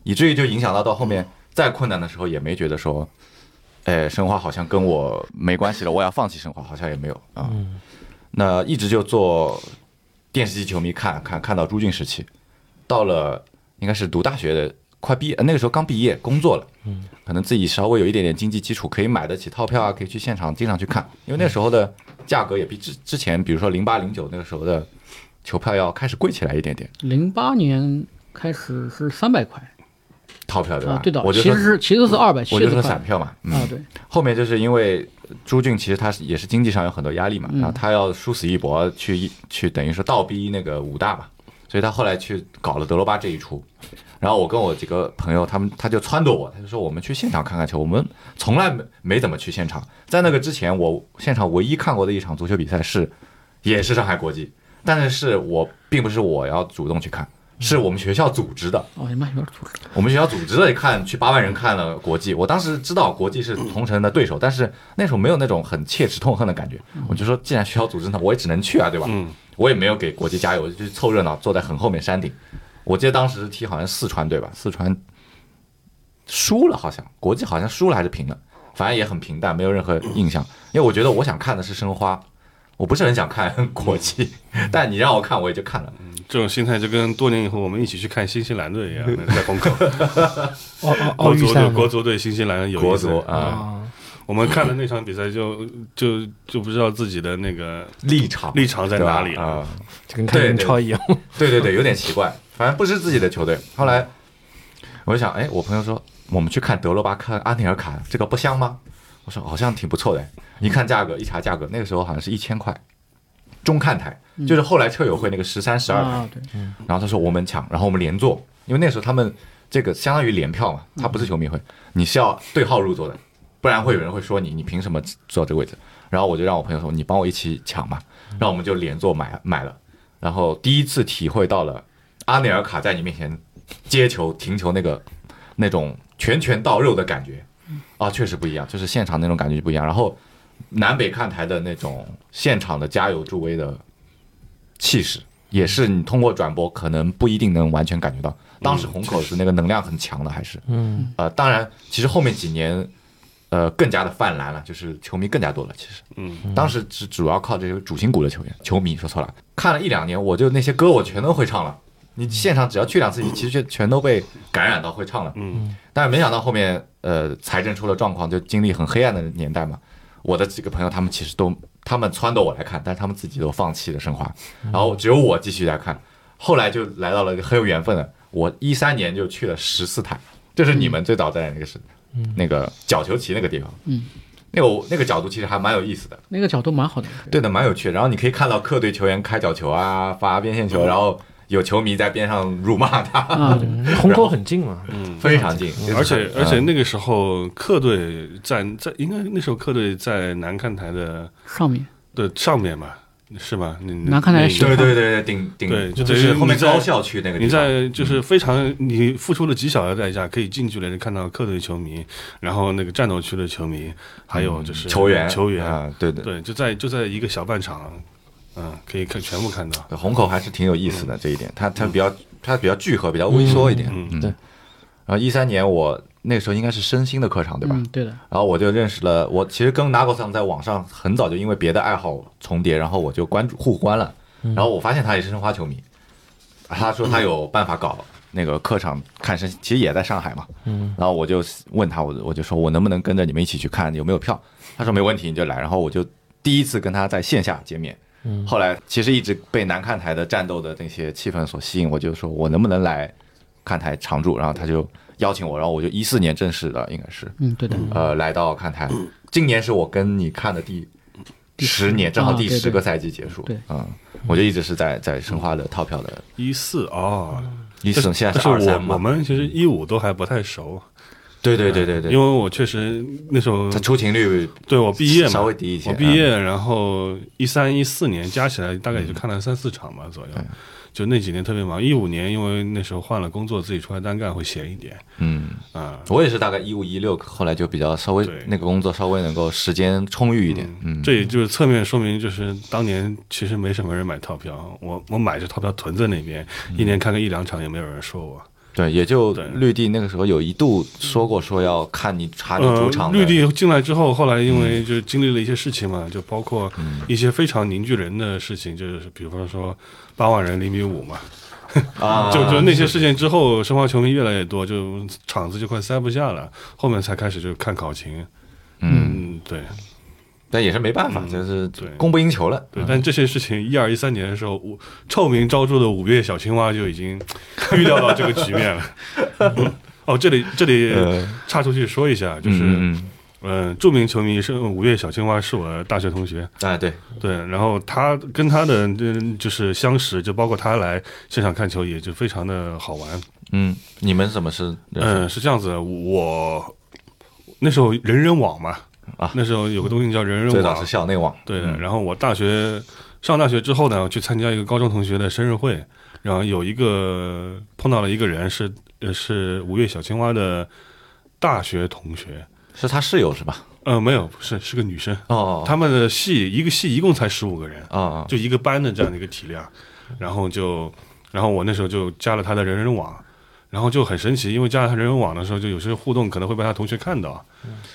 Speaker 2: 以至于就影响到到后面再困难的时候也没觉得说，哎，申花好像跟我没关系了，我要放弃申花，好像也没有啊。那一直就做电视机球迷看看看到朱俊时期，到了应该是读大学的快毕业，呃那个时候刚毕业工作了，可能自己稍微有一点点经济基础，可以买得起套票啊，可以去现场经常去看，因为那时候的价格也比之之前，比如说零八零九那个时候的球票要开始贵起来一点点，
Speaker 3: 零八年开始是三百块
Speaker 2: 套票对吧？
Speaker 3: 啊，对的
Speaker 2: 我，就
Speaker 3: 其
Speaker 2: 说
Speaker 3: 实是其实是二百七
Speaker 2: 我就
Speaker 3: 十
Speaker 2: 说
Speaker 3: 块
Speaker 2: 散票嘛，嗯，
Speaker 3: 啊，对，
Speaker 2: 后面就是因为朱俊其实他是也是经济上有很多压力嘛，
Speaker 3: 嗯
Speaker 2: 然后他要殊死一搏去去等于说倒逼那个武大嘛，所以他后来去搞了德罗巴这一出。然后我跟我几个朋友，他们他就撺掇我，他就说我们去现场看看球。我们从来没没怎么去现场，在那个之前，我现场唯一看过的一场足球比赛是，也是上海国际，但是是我并不是我要主动去看，是我们学校组织的。
Speaker 3: 哦，你妈有点土了，
Speaker 2: 我们学校组织的看去八万人看了国际，我当时知道国际是同城的对手，但是那时候没有那种很切齿痛恨的感觉。我就说，既然学校组织那我也只能去啊，对吧？
Speaker 4: 嗯
Speaker 2: 我也没有给国际加油，就去凑热闹，坐在很后面山顶。我记得当时踢好像四川对吧？四川输了，好像国际好像输了还是平了，反正也很平淡，没有任何印象。因为我觉得我想看的是申花，我不是很想看 国际，但你让我看我也就看了。
Speaker 4: 这种心态就跟多年以后我们一起去看新西兰 队一样，在虹口
Speaker 1: 奥奥哦奥
Speaker 4: 国
Speaker 1: 运
Speaker 4: 足
Speaker 1: 赛
Speaker 4: 对
Speaker 1: 吗
Speaker 4: 国足对新西兰有
Speaker 2: 哦
Speaker 4: 意思
Speaker 2: 国足啊，
Speaker 1: 啊，
Speaker 4: 我们看了那场比赛就就就不知道自己的那个
Speaker 2: 立场
Speaker 4: 嗯立场在哪里嗯
Speaker 2: 对吧啊？
Speaker 1: 就跟看
Speaker 2: 对
Speaker 1: 英
Speaker 2: 对
Speaker 1: 超一样。
Speaker 2: 对对对，有点奇怪，反正不是自己的球队。后来我就想，哎，我朋友说我们去看德罗巴看阿内尔卡，这个不香吗？我说好像挺不错的。一看价格，一查价格，那个时候好像是一千块，中看台，就是后来车友会那个十三、十二台。
Speaker 3: 啊，对，
Speaker 2: 然后他说我们抢，然后我们连坐，因为那时候他们这个相当于联票嘛，他不是球迷会，你是要对号入座的，不然会有人会说你你凭什么坐这个位置？然后我就让我朋友说你帮我一起抢嘛，然后我们就连坐买买了，然后第一次体会到了阿内尔卡在你面前接球停球那个那种拳拳到肉的感觉，啊，确实不一样，就是现场那种感觉就不一样。然后南北看台的那种现场的加油助威的气势，也是
Speaker 4: 嗯
Speaker 2: 你通过转播可能不一定能完全感觉到。当时虹口是那个能量很强的，还是
Speaker 1: 嗯，
Speaker 2: 呃，当然，其实后面几年。呃，更加的泛滥了，就是球迷更加多了。其实，
Speaker 4: 嗯，
Speaker 2: 当时只主要靠这些主心骨的球员、球迷，说错了。看了一两年，我就那些歌我全都会唱了。
Speaker 4: 嗯
Speaker 2: 你现场只要去两次，你其实就全都被感染到会唱了。
Speaker 4: 嗯，
Speaker 2: 但是没想到后面呃财政出了状况，就经历很黑暗的年代嘛。我的几个朋友他们其实都他们撺掇我来看，但是他们自己都放弃了申花，然后只有我继续在看。后来就来到了一个很有缘分的，我一三年就去了十四台，就是你们最早在那个是、那个角球旗那个地方，
Speaker 3: 嗯，
Speaker 2: 那个我那个角度其实还蛮有意思的，
Speaker 3: 那个角度蛮好的，
Speaker 2: 对的，蛮有趣的。然后你可以看到客队球员开角球啊，发边线球，然后有球迷在边上辱骂他，
Speaker 3: 啊，对
Speaker 1: 虹口嗯很近嘛，
Speaker 2: 非常近，
Speaker 4: 而且
Speaker 2: 嗯
Speaker 4: 而且那个时候客队在在应该那时候客队在南看台的
Speaker 3: 上面
Speaker 4: 的上面吧，是吧？你
Speaker 3: 南看台
Speaker 4: 你
Speaker 3: 是
Speaker 2: 对对对对，顶顶
Speaker 4: 对就
Speaker 2: 就
Speaker 4: 等于
Speaker 2: 是后面
Speaker 4: 你在
Speaker 2: 高校区那个地
Speaker 4: 你
Speaker 2: 方，
Speaker 4: 在就是非常你付出了极小的代价，可以近距离的看到客队球迷，然后那个战斗区的球迷，还有就是
Speaker 2: 嗯球员
Speaker 4: 球员，
Speaker 2: 啊，对对，
Speaker 4: 对，就在就在一个小半场，嗯，可以看全部看到，
Speaker 2: 虹口还是挺有意思的这一点，它它比较它比较聚合，比较微缩一点，
Speaker 4: 嗯
Speaker 2: 嗯。
Speaker 1: 对
Speaker 2: 然后一三年我那时候应该是申鑫的客场对吧
Speaker 3: 嗯？，对的，
Speaker 2: 然后我就认识了，我其实跟 Nago 桑在网上很早就因为别的爱好重叠，然后
Speaker 1: 嗯
Speaker 2: 我就关注互关了，然后我发现他也是申花球迷，他说他有办法搞那个客场看申，其实也在上海嘛。
Speaker 1: 嗯，
Speaker 2: 然后我就问他，我我就说我能不能跟着你们一起去看有没有票？他说没问题，你就来。然后我就第一次跟他在线下见面。
Speaker 1: 嗯
Speaker 2: 后来其实一直被南看台的战斗的那些气氛所吸引，我就说我能不能来看台常驻？然后他就邀请我，然后我就一四年正式的应该是
Speaker 3: 嗯，对的，
Speaker 2: 呃来到看台。今年是我跟你看的第十年，正好第
Speaker 3: 啊对对
Speaker 2: 十个赛季结束。
Speaker 3: 对
Speaker 2: 嗯，我就一直是在在申花的套票的
Speaker 4: 一四哦，
Speaker 2: 一四，现在
Speaker 4: 但是
Speaker 2: 是二三
Speaker 4: 我
Speaker 2: 嘛。
Speaker 4: 我们其实一五都还不太熟，
Speaker 2: 对对对对
Speaker 4: 因
Speaker 2: 对，
Speaker 4: 为我确实那时候
Speaker 2: 他出勤率
Speaker 4: 对我毕业嘛
Speaker 2: 稍，微低一些。啊嗯
Speaker 4: 我毕业，然后一三一四年加起来大概也就看了三四场吧左右，
Speaker 2: 嗯
Speaker 4: 就那几年特别忙。一五年因为那时候换了工作，自己出来单干会闲一点
Speaker 2: 嗯，嗯，
Speaker 4: 啊。
Speaker 2: 我也是大概一五一六，后来就比较稍微
Speaker 4: 对
Speaker 2: 那个工作稍微能够时间充裕一点。嗯，
Speaker 4: 这也就是侧面说明，就是当年其实没什么人买套票，我我买着套票囤在那边，
Speaker 2: 嗯
Speaker 4: 一年看个一两场也没有人说我。
Speaker 2: 对，也就
Speaker 4: 对
Speaker 2: 绿地那个时候有一度说过说要看你查你主
Speaker 4: 呃
Speaker 2: 场，的嗯
Speaker 4: 绿地进来之后，后来因为就经历了一些事情嘛，就包括一些非常凝聚人的事情，就是比方说八万人零比五嘛，
Speaker 2: 啊，
Speaker 4: 就就那些事情之后，申花球迷越来越多，就场子就快塞不下了，后面才开始就看考勤。
Speaker 2: 嗯，
Speaker 4: 嗯，对
Speaker 2: 但也是没办法，
Speaker 4: 嗯
Speaker 2: 就是
Speaker 4: 对
Speaker 2: 供不应求了。
Speaker 4: 对，但这些事情一二一三年的时候，五臭名昭著的五月小青蛙就 已经预料到这个局面了。 哦，这里这里
Speaker 2: 呃，
Speaker 4: 插出去说一下，就是嗯、
Speaker 2: 嗯嗯
Speaker 4: 呃著名球迷是五月小青蛙是我大学同学，
Speaker 2: 嗯啊，对，
Speaker 4: 对，然后他跟他的嗯就是相识，就包括他来现场看球，也就非常的好玩。
Speaker 2: 嗯，你们怎么是呃
Speaker 4: 嗯，是这样子的，我那时候人人网嘛，
Speaker 2: 啊
Speaker 4: 那时候有个东西叫人
Speaker 2: 最
Speaker 4: 人
Speaker 2: 早
Speaker 4: 网
Speaker 2: 是，校内网，
Speaker 4: 对的。
Speaker 2: 嗯
Speaker 4: 然后我大学上大学之后呢，我去参加一个高中同学的生日会，然后有一个碰到了一个人是呃是五月小青蛙的大学同学，
Speaker 2: 是他室友是吧？
Speaker 4: 呃，没有，不是是个女生，
Speaker 2: 哦，
Speaker 4: 他们的系一个系一共才十五个人，
Speaker 2: 啊，
Speaker 4: 就一个班的这样的一个体量，然后就，然后我那时候就加了他的人人网，然后就很神奇，因为加了他人人网的时候，就有些互动可能会被他同学看到，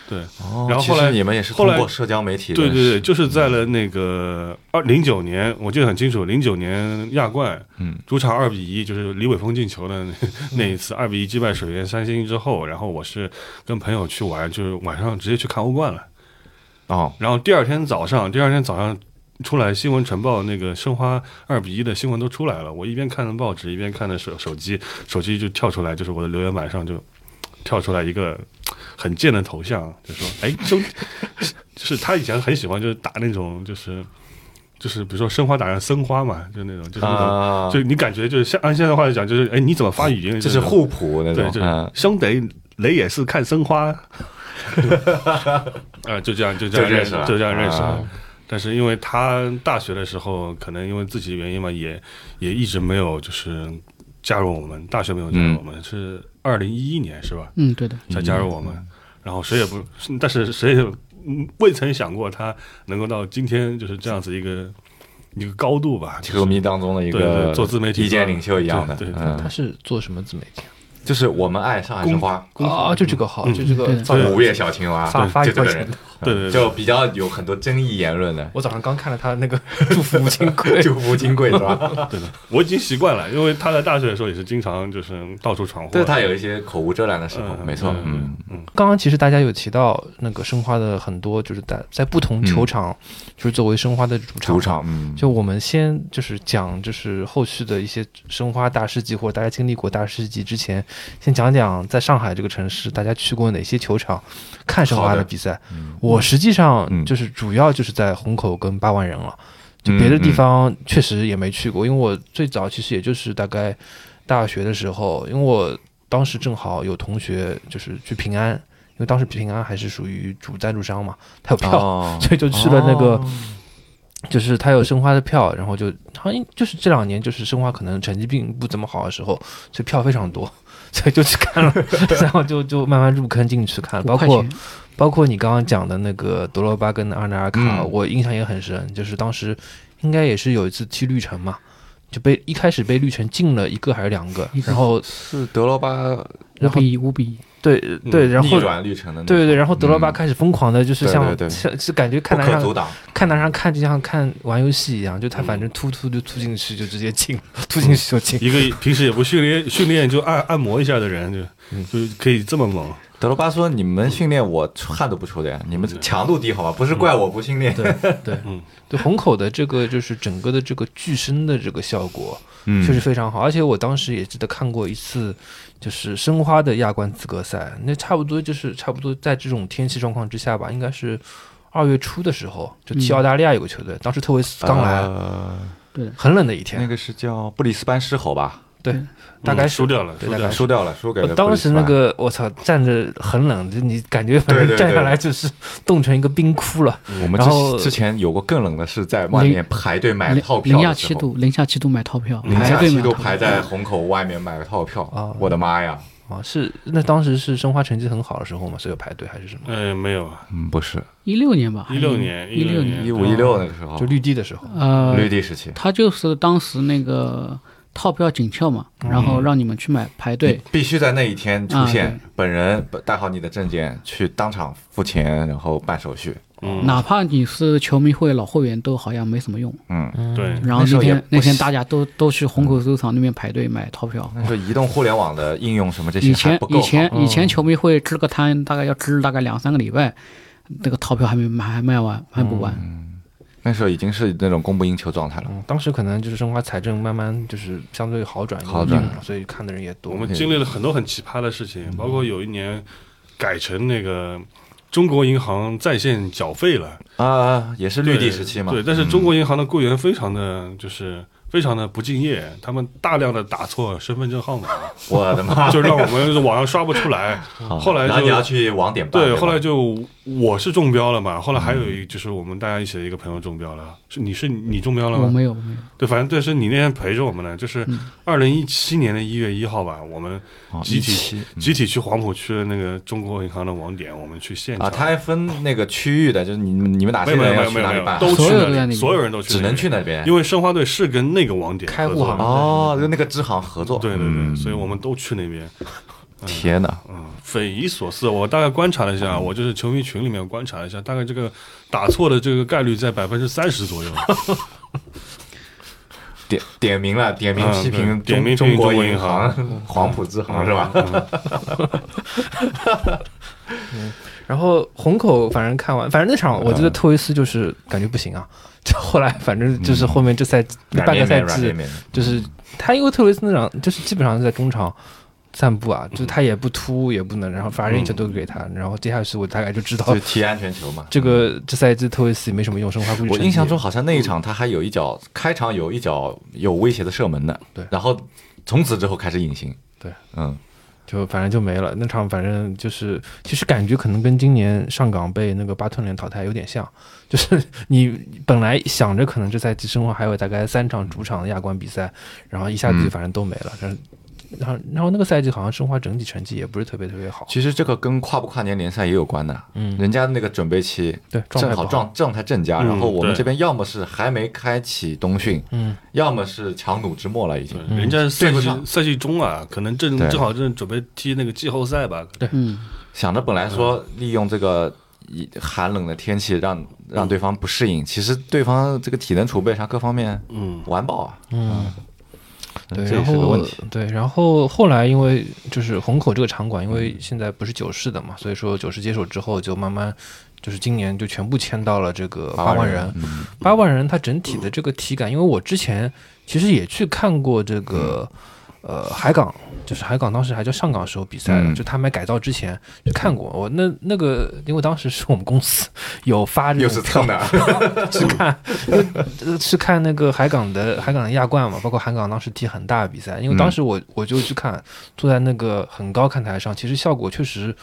Speaker 4: 对
Speaker 2: 哦
Speaker 4: 然后
Speaker 2: 其实
Speaker 4: 后来
Speaker 2: 你们也是
Speaker 4: 后
Speaker 2: 通
Speaker 4: 来
Speaker 2: 过社交媒体
Speaker 4: 对
Speaker 2: 认
Speaker 4: 对
Speaker 2: 识
Speaker 4: 对，就是在了那个二零九年，我记得很清楚，零九年亚冠，
Speaker 2: 嗯，
Speaker 4: 主场二比一，就是李玮峰进球的那那一次，二比一击败水原三星之后，然后我是跟朋友去玩，就是晚上直接去看欧冠了。
Speaker 2: 哦，
Speaker 4: 然后第二天早上，第二天早上出来新闻晨报那个申花二比一的新闻都出来了。我一边看的报纸，一边看的手手机，手机就跳出来，就是我的留言板上就跳出来一个很贱的头像，就说：“哎，兄， 就是他以前很喜欢就是打那种就是就是比如说申花打上申花嘛，就那种就是那种、
Speaker 2: 啊，
Speaker 4: 就你感觉就是像按现在话来讲就是哎你怎么发语音？
Speaker 2: 这是
Speaker 4: 那种
Speaker 2: 互补那
Speaker 4: 对，
Speaker 2: 种，
Speaker 4: 就是、
Speaker 2: 嗯，
Speaker 4: 兄弟，雷也是看申 花，啊，就这样，就这
Speaker 2: 就
Speaker 4: 样认
Speaker 2: 认
Speaker 4: 识
Speaker 2: 识，了
Speaker 4: 就这样认识了
Speaker 2: 啊。
Speaker 4: 但是因为他大学的时候，可能因为自己的原因嘛，也也一直没有就是加入我们，大学没有加入我们，是二零一一年是吧？
Speaker 3: 嗯，对的，
Speaker 2: 啊
Speaker 4: 才加入我们，然后谁也不，但是谁也嗯未曾想过他能够到今天就是这样子一个一个高度吧。就是
Speaker 2: 球迷当中的一
Speaker 4: 对对
Speaker 2: 个
Speaker 4: 对做自媒体
Speaker 2: 意见领袖一样的，
Speaker 4: 对对对
Speaker 2: 嗯
Speaker 1: 他是做什么自媒体啊
Speaker 2: 就是我们爱上海申花，
Speaker 1: 啊？啊，就这个好，就这
Speaker 3: 对
Speaker 1: 个
Speaker 3: 的
Speaker 1: 造谣
Speaker 2: 午夜小青蛙，
Speaker 1: 发发一
Speaker 2: 就这
Speaker 1: 块
Speaker 2: 个
Speaker 1: 钱
Speaker 2: 人
Speaker 1: 的。
Speaker 4: 对对对，
Speaker 2: 就比较有很多争议言论的，
Speaker 1: 我早上刚看了他那个 祝福金龟，
Speaker 2: 就不金贵是 吧？
Speaker 4: 对的，我已经习惯了，因为他在大学的时候也是经常就是到处闯祸。
Speaker 2: 对他有一些口无遮拦的时候，
Speaker 4: 嗯
Speaker 2: 没错，嗯
Speaker 4: 嗯，嗯，
Speaker 1: 刚刚其实大家有提到那个申花的很多，就是在在不同球场，就是作为申花的主场。
Speaker 2: 嗯主场，嗯，
Speaker 1: 就我们先就是讲，就是后续的一些申花大事记或者大家经历过大事记之前，先讲讲在上海这个城市大家去过哪些球场看申花
Speaker 2: 好
Speaker 1: 的
Speaker 2: 的
Speaker 1: 比赛。
Speaker 2: 嗯
Speaker 1: 我实际上
Speaker 2: 嗯
Speaker 1: 就是主要就是在虹口跟八万人了，就
Speaker 2: 嗯
Speaker 1: 别的地方确实也没去过，因为我最早其实也就是大概大学的时候，因为我当时正好有同学就是去平安，因为当时平安还是属于主赞助商嘛，他有票，
Speaker 2: 哦
Speaker 1: 所以就去了那个。
Speaker 2: 哦
Speaker 1: 就是他有申花的票，然后就好像就是这两年就是申花可能成绩并不怎么好的时候，所以票非常多， 所以就去看了， 然后就就慢慢入坑进嗯去看，包
Speaker 3: 五块
Speaker 1: 括
Speaker 3: 钱，
Speaker 1: 包括你刚刚讲的那个德罗巴跟阿纳尔卡，
Speaker 2: 嗯
Speaker 1: 我印象也很深，就是当时应该也是有一次踢绿城嘛，就被一开始被绿城进了一个还是两个
Speaker 3: 一，个
Speaker 1: 然后
Speaker 2: 是德罗巴，
Speaker 1: 然
Speaker 3: 五
Speaker 1: 后
Speaker 3: 比一，五比一，
Speaker 1: 对对，
Speaker 2: 嗯
Speaker 1: 然后
Speaker 2: 逆转历程的那
Speaker 1: 对对对，
Speaker 2: 种嗯
Speaker 1: 然后德罗巴开始疯狂的，就是像
Speaker 2: 对对对
Speaker 1: 像是感觉看
Speaker 2: 不
Speaker 1: 台
Speaker 2: 可
Speaker 1: 上
Speaker 2: 阻挡，
Speaker 1: 看台上看就像看玩游戏一样，就他反正突突就突进去就直接进，突进去就进。
Speaker 4: 一个平时也不训练训练就按按摩一下的人，
Speaker 2: 嗯
Speaker 4: 就就可以这么猛。
Speaker 2: 德罗巴说：“你们训练我汗都不出的呀，你们强度低好吧？不是怪我不训练。
Speaker 1: 对对， 对虹口的这个就是整个的这个具身的这个效果
Speaker 2: 嗯
Speaker 1: 确实非常好，而且我当时也记得看过一次，就是申花的亚冠资格赛，那差不多就是差不多在这种天气状况之下吧，应该是二月初的时候，就踢
Speaker 3: 嗯
Speaker 1: 澳大利亚有个球队，当时特维斯刚
Speaker 4: 啊
Speaker 1: 来，
Speaker 2: 呃
Speaker 1: 很冷的一天
Speaker 2: 那，个是叫布里斯班狮吼吧？
Speaker 1: 对
Speaker 3: 嗯，
Speaker 1: 大概
Speaker 4: 嗯
Speaker 1: 是
Speaker 4: 输掉了，
Speaker 1: 对
Speaker 4: 输
Speaker 1: 大
Speaker 4: 掉
Speaker 1: 概
Speaker 4: 了
Speaker 1: 是。
Speaker 2: 输掉了，输给了
Speaker 1: 呃
Speaker 2: 布里斯班。
Speaker 1: 当时那个我操，站着很冷，就你感觉反
Speaker 2: 对对
Speaker 1: 正
Speaker 2: 对
Speaker 1: 站下来就是冻成一个冰窟了。
Speaker 2: 我们
Speaker 1: 然后
Speaker 2: 之之前有过更冷的是在外面排队买
Speaker 3: 零
Speaker 2: 套票
Speaker 3: 零下
Speaker 2: 的
Speaker 3: 七
Speaker 2: 时候，
Speaker 3: 度，零下七度买套票，
Speaker 2: 零
Speaker 3: 排
Speaker 2: 下
Speaker 3: 队
Speaker 2: 七
Speaker 3: 买
Speaker 2: 度
Speaker 3: 套
Speaker 2: 排
Speaker 3: 票
Speaker 2: 在虹口外面买套票
Speaker 1: 啊，
Speaker 2: 我的妈呀！
Speaker 1: 啊，是那当时是申花成绩很好的时候嘛，所以有排队还是什么？
Speaker 4: 哎，没有，
Speaker 2: 嗯，不是
Speaker 3: 一六年吧，
Speaker 4: 一六年，
Speaker 3: 一六
Speaker 4: 年
Speaker 2: 一五一六那个时候
Speaker 1: 就，绿地的时候，
Speaker 3: 呃，
Speaker 2: 绿地时期，
Speaker 3: 他就是当时那个套票紧俏嘛，然
Speaker 2: 嗯
Speaker 3: 后让你们去买排队，
Speaker 2: 必须在那一天出
Speaker 3: 啊
Speaker 2: 现，本人带好你的证件去当场付钱，然后办手续。
Speaker 4: 嗯
Speaker 3: 哪怕你是球迷会老会员，都好像没什么用。
Speaker 2: 嗯，
Speaker 4: 对，
Speaker 3: 然后
Speaker 2: 那时
Speaker 3: 那
Speaker 2: 候也
Speaker 3: 天
Speaker 2: 不
Speaker 3: 那天
Speaker 2: 行
Speaker 3: 大家都都去虹口球场那边排队买套票。
Speaker 2: 那时候移动互联网的应用什么这些
Speaker 3: 以
Speaker 2: 还
Speaker 3: 前
Speaker 2: 不够嗯
Speaker 3: 以
Speaker 2: 好。
Speaker 3: 前以前球迷会支个摊，大概要支大概两三个礼拜，那个套票还没买还卖完还不完。
Speaker 2: 嗯那时候已经是那种供不应求状态了。
Speaker 1: 嗯，当时可能就是申花财政慢慢就是相对好转一
Speaker 2: 好转
Speaker 1: 点嘛，所以看的人也多。
Speaker 4: 我们经历了很多很奇葩的事
Speaker 2: 嗯
Speaker 4: 情，包括有一年改成那个中国银行在线缴费了，
Speaker 2: 啊，也是绿地
Speaker 4: 对
Speaker 2: 时期嘛。嗯
Speaker 4: 对，但是中国银行的柜员非常的就是非常的不敬业，他们大量的打错身份证号码，
Speaker 2: 我的妈！
Speaker 4: 就让我们网上刷不出来。后来
Speaker 2: 然后
Speaker 4: 就
Speaker 2: 你要去网点办，
Speaker 4: 对，
Speaker 2: 吧嗯
Speaker 4: 后来就我是中标了嘛，后来还有一就是我们大家一起的一个朋友中标了，是你是你中标了
Speaker 3: 我嗯
Speaker 4: 吗？
Speaker 3: 没有我没有，
Speaker 4: 对，反正对，是你那天陪着我们呢，就是二零一七年的一月一号吧，我们
Speaker 2: 哦
Speaker 4: 集体
Speaker 2: 17
Speaker 4: 集体去黄埔区的那个中国银行的网点，我们去现
Speaker 2: 啊，
Speaker 4: 场
Speaker 2: 它还分那个区域的，就是你你们哪些
Speaker 4: 没有没有
Speaker 2: 人
Speaker 4: 没
Speaker 2: 要
Speaker 4: 有
Speaker 2: 去
Speaker 4: 没有
Speaker 2: 哪
Speaker 4: 没
Speaker 2: 里
Speaker 4: 有，
Speaker 2: 办，
Speaker 4: 都去
Speaker 3: 所有都在那
Speaker 4: 那里，
Speaker 3: 边
Speaker 4: 所有人都去，
Speaker 2: 只能去那边。
Speaker 4: 因为申花队是跟那个网点
Speaker 1: 开
Speaker 4: 合
Speaker 1: 户
Speaker 4: 作
Speaker 1: 好
Speaker 4: 的
Speaker 1: 像
Speaker 2: 哦，就那个支行合作。
Speaker 4: 对对对，
Speaker 2: 嗯
Speaker 4: 所以我们都去那边，
Speaker 2: 天哪！
Speaker 4: 嗯，匪夷所思。我大概观察了一下，我就是球迷群里面观察了一下，大概这个打错的这个概率在百分之三十左右。
Speaker 2: 点点名了，点名
Speaker 4: 嗯
Speaker 2: 批
Speaker 4: 对
Speaker 2: 评中
Speaker 4: 点名批
Speaker 2: 中
Speaker 4: 评
Speaker 2: 国
Speaker 4: 中国银嗯
Speaker 2: 行黄埔支行是吧？
Speaker 1: 然后虹口反正看完，反正那场我觉
Speaker 2: 嗯
Speaker 1: 得特维斯就是感觉不行啊， 就后来反正
Speaker 2: 嗯
Speaker 1: 就是后面这赛季
Speaker 2: 软
Speaker 1: 半个
Speaker 2: 绵
Speaker 1: 赛
Speaker 2: 绵软
Speaker 1: 季
Speaker 2: 绵，绵
Speaker 1: 就是他因为特维斯那场就是基本上在中场散步啊，就是他也不突也不能，然后反正一切都给
Speaker 2: 嗯
Speaker 1: 他，然后接下去我大概就知道
Speaker 2: 就踢安全 球嘛。
Speaker 1: 这个这赛季特维斯也没什么用，申花估计
Speaker 2: 我
Speaker 1: 成绩
Speaker 2: 印象中好像那一场他还有一脚开场有一脚有威胁的射门的，
Speaker 1: 嗯对
Speaker 2: 然后从此之后开始隐形，
Speaker 1: 对，
Speaker 2: 嗯，
Speaker 1: 就反正就没了。那场反正就是，其实感觉可能跟今年上港被那个巴吞联淘汰有点像，就是 你本来想着可能这赛季申花还有大概三场主场的亚冠比赛，然后一下子就
Speaker 2: 嗯
Speaker 1: 反正都没了。然后然后然后那个赛季好像申花整体成绩也不是特别特别好，
Speaker 2: 其实这个跟跨不跨年联赛也有关的，
Speaker 1: 嗯
Speaker 2: 人家那个准备期
Speaker 1: 对，状
Speaker 2: 正
Speaker 1: 态不
Speaker 2: 好状状态正佳，然后
Speaker 4: 嗯
Speaker 2: 我们
Speaker 4: 对
Speaker 2: 这边要么是还没开启冬训，
Speaker 1: 嗯，
Speaker 2: 要么是强弩之末了已经，
Speaker 4: 人家赛
Speaker 2: 对不
Speaker 4: 季
Speaker 2: 上
Speaker 4: 赛季中啊，可能正
Speaker 2: 对
Speaker 4: 正好正准备踢那个季后赛吧。
Speaker 3: 嗯，
Speaker 2: 想着本来说利用这个一寒冷的天气让
Speaker 1: 嗯
Speaker 2: 让对方不适应，其实对方这个体能储备上各方面
Speaker 4: 嗯，
Speaker 2: 完爆啊，
Speaker 1: 嗯，对，
Speaker 2: 这也
Speaker 1: 然
Speaker 2: 是个
Speaker 1: 后
Speaker 2: 问题，
Speaker 1: 对，然后后来因为就是虹口这个场馆，因
Speaker 2: 嗯
Speaker 1: 为现在不是九世的嘛，所以说九世接手之后就慢慢。就是今年就全部签到了这个八万人，
Speaker 2: 嗯
Speaker 1: 八万人它整体的这个体感，因为我之前其实也去看过这个。
Speaker 2: 嗯
Speaker 1: 呃，海港就是海港，当时还叫上港时候比赛的，
Speaker 2: 嗯
Speaker 1: 就他们改造之前就看过。我那那个，因为当时是我们公司 有发这
Speaker 2: 嗯又
Speaker 1: 种
Speaker 2: 是
Speaker 1: 票
Speaker 2: 蹭的，
Speaker 1: 去 看，呃去看那个海港的海港的亚冠嘛，包括海港当时踢很大的比赛，因为当时我我就去看，坐在那个很高看台上，其实效果确实，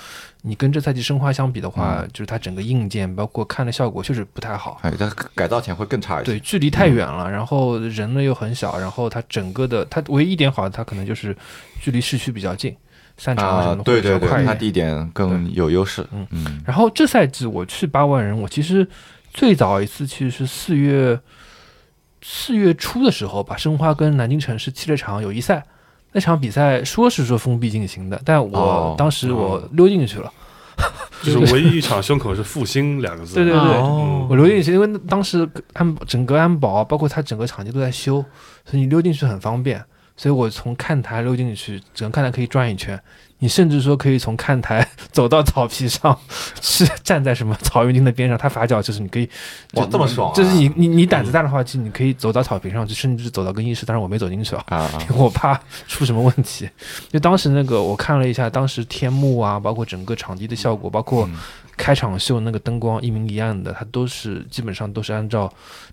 Speaker 1: 你跟这赛季申花相比的话，
Speaker 2: 嗯
Speaker 1: 就是它整个硬件包括看的效果确实不太好。
Speaker 2: 哎，这改造前会更差一些。
Speaker 1: 对，距离太远了，然后人呢又很小，然后它整个的它唯一一点好的，它可能就是距离市区比较近，散场什
Speaker 2: 啊
Speaker 1: 么，的
Speaker 2: 对
Speaker 1: 会比
Speaker 2: 对
Speaker 1: 较
Speaker 2: 对，
Speaker 1: 快一
Speaker 2: 它
Speaker 1: 点。
Speaker 2: 地点更有优势。
Speaker 1: 嗯
Speaker 2: 嗯，
Speaker 1: 然后这赛季我去八万人，我其实最早一次去是四月四月初的时候吧，申花跟南京城是踢了场友谊赛。那场比赛说是说封闭进行的，但我、
Speaker 2: 哦
Speaker 1: 当时我溜进去了，
Speaker 4: 就是唯一一场胸口是复兴两个字。
Speaker 1: 对对对
Speaker 4: 嗯
Speaker 1: 我溜进去，因为当时安整个安保包括它整个场地都在修，所以你溜进去很方便。所以我从看台溜进去，整个看台可以转一圈。你甚至说可以从看台 走到草皮上，是站在什么草原町的边上，它罚脚就是你可以，
Speaker 2: 哇
Speaker 1: 就嗯
Speaker 2: 这么爽啊
Speaker 1: 就是你你你胆子大的话，其实你可以走到草坪上去，甚至走到更衣室。当然我没走进去啊，
Speaker 2: 啊啊
Speaker 1: 我怕出什么问题。就当时那个，我看了一下当时天幕啊，包括整个场地的效果，包括
Speaker 2: 嗯
Speaker 1: 开场秀那个灯光一明一暗的，它都是基本上都是按照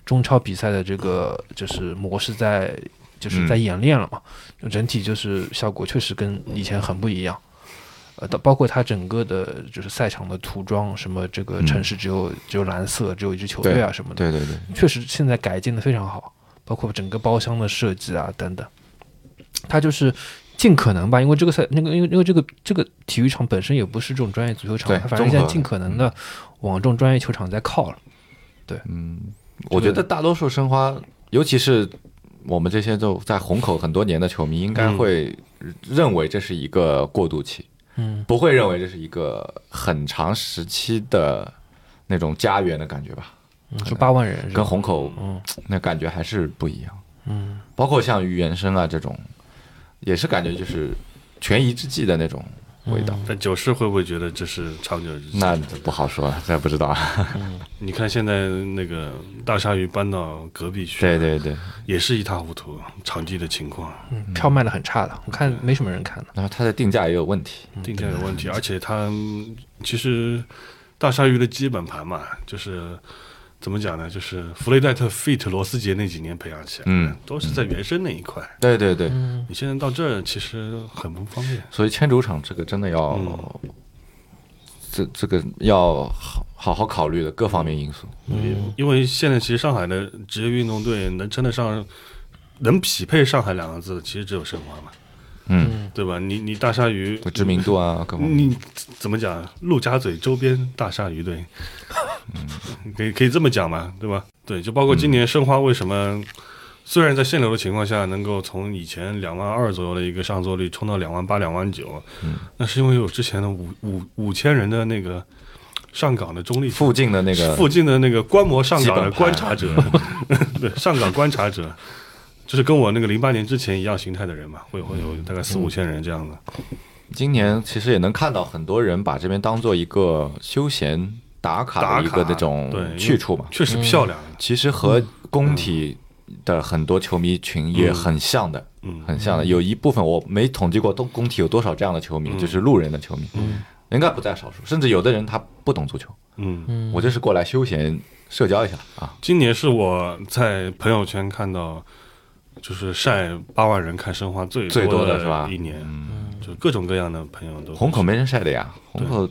Speaker 1: 中超比赛的这个就是模式在就是
Speaker 2: 嗯
Speaker 1: 在演练了嘛。就整体就是效果确实跟以前很不一样。呃，到包括它整个的就是赛场的涂装，什么这个城市只有、只有蓝色，只有一支球队啊什么的，
Speaker 2: 嗯对对对，
Speaker 1: 确实现在改进的非常好，包括整个包厢的设计啊等等，它就是尽可能吧，因为这个赛那个因为因为这个这个体育场本身也不是这种专业足球场
Speaker 2: 对，
Speaker 1: 它反正现在
Speaker 2: 综合嗯
Speaker 1: 尽可能的往这种专业球场在靠了。
Speaker 2: 我觉得大多数申花，尤其是我们这些就在虹口很多年的球迷，应该会认为这是一个过渡期，
Speaker 1: 嗯，
Speaker 2: 不会认为这是一个很长时期的那种家园的感觉吧？
Speaker 1: 嗯，说八万人是
Speaker 2: 跟
Speaker 1: 吧？
Speaker 2: 虹口
Speaker 1: 嗯
Speaker 2: 那感觉还是不一样。
Speaker 1: 嗯，
Speaker 2: 包括像于延生啊这种，也是感觉就是权宜之计的那种味道。
Speaker 4: 但九世会不会觉得这是长久之计？
Speaker 2: 那不好说了，这不知道啊。
Speaker 4: 你看现在那个大鲨鱼搬到隔壁去，
Speaker 2: 对对对，
Speaker 4: 也是一塌糊涂，场地的情况、
Speaker 1: 嗯，票卖的很差的，我看没什么人看的。
Speaker 2: 然后它的定价也有问题。
Speaker 4: 定价有问题，而且它嗯其实大鲨鱼的基本盘嘛，就是怎么讲呢？就是弗雷戴特、Fit、罗斯杰那几年培养起来的，
Speaker 2: 嗯
Speaker 4: 都是在原生那一块。
Speaker 2: 对对对，
Speaker 1: 嗯，
Speaker 4: 你现在到这儿其实很不方便，
Speaker 2: 所以千主场这个真的要，
Speaker 4: 嗯
Speaker 2: 这这个要好好好考虑的各方面因素。
Speaker 4: 因为现在其实上海的职业运动队能称得上。能匹配“上海”两个字的，其实只有申花嘛，
Speaker 2: 嗯，
Speaker 4: 对吧？你你大鲨鱼
Speaker 2: 知名度啊，各方面。
Speaker 4: 你怎么讲？陆家嘴周边大鲨鱼队，可以可以这么讲嘛，对吧？对，就包括今年申花为什么，虽然在限流的情况下能够从以前两万二左右的一个上座率冲到两万八、两万九，那是因为有之前的五五五千人的那个上港的中立
Speaker 2: 附近的那个
Speaker 4: 附近的那个观摩上港
Speaker 2: 基本
Speaker 4: 的
Speaker 2: 盘
Speaker 4: 观察者， 对上港观察者，就是跟我那个零八年之前一样形态的人嘛，会会有大概四五千人这样的。
Speaker 2: 今年其实也能看到很多人把这边当做一个休闲打卡
Speaker 4: 打
Speaker 2: 的一
Speaker 4: 卡
Speaker 2: 个那种
Speaker 4: 对因为
Speaker 2: 去处嘛。
Speaker 4: 确实漂亮。
Speaker 2: 其实和工体的很多球迷群也很像的，
Speaker 4: 嗯嗯
Speaker 2: 很像的。有一部分我没统计过，都工体有多少这样的球迷，就是路人的球迷，应该不在少数。甚至有的人他不懂足球，
Speaker 4: 嗯，
Speaker 2: 我就是过来休闲社交一下啊。
Speaker 4: 今年是我在朋友圈看到，就是晒八万人看申花最
Speaker 2: 最多的
Speaker 4: 的
Speaker 2: 是吧嗯
Speaker 4: 一年，就各种各样的朋友都
Speaker 2: 虹口没人晒的呀，虹口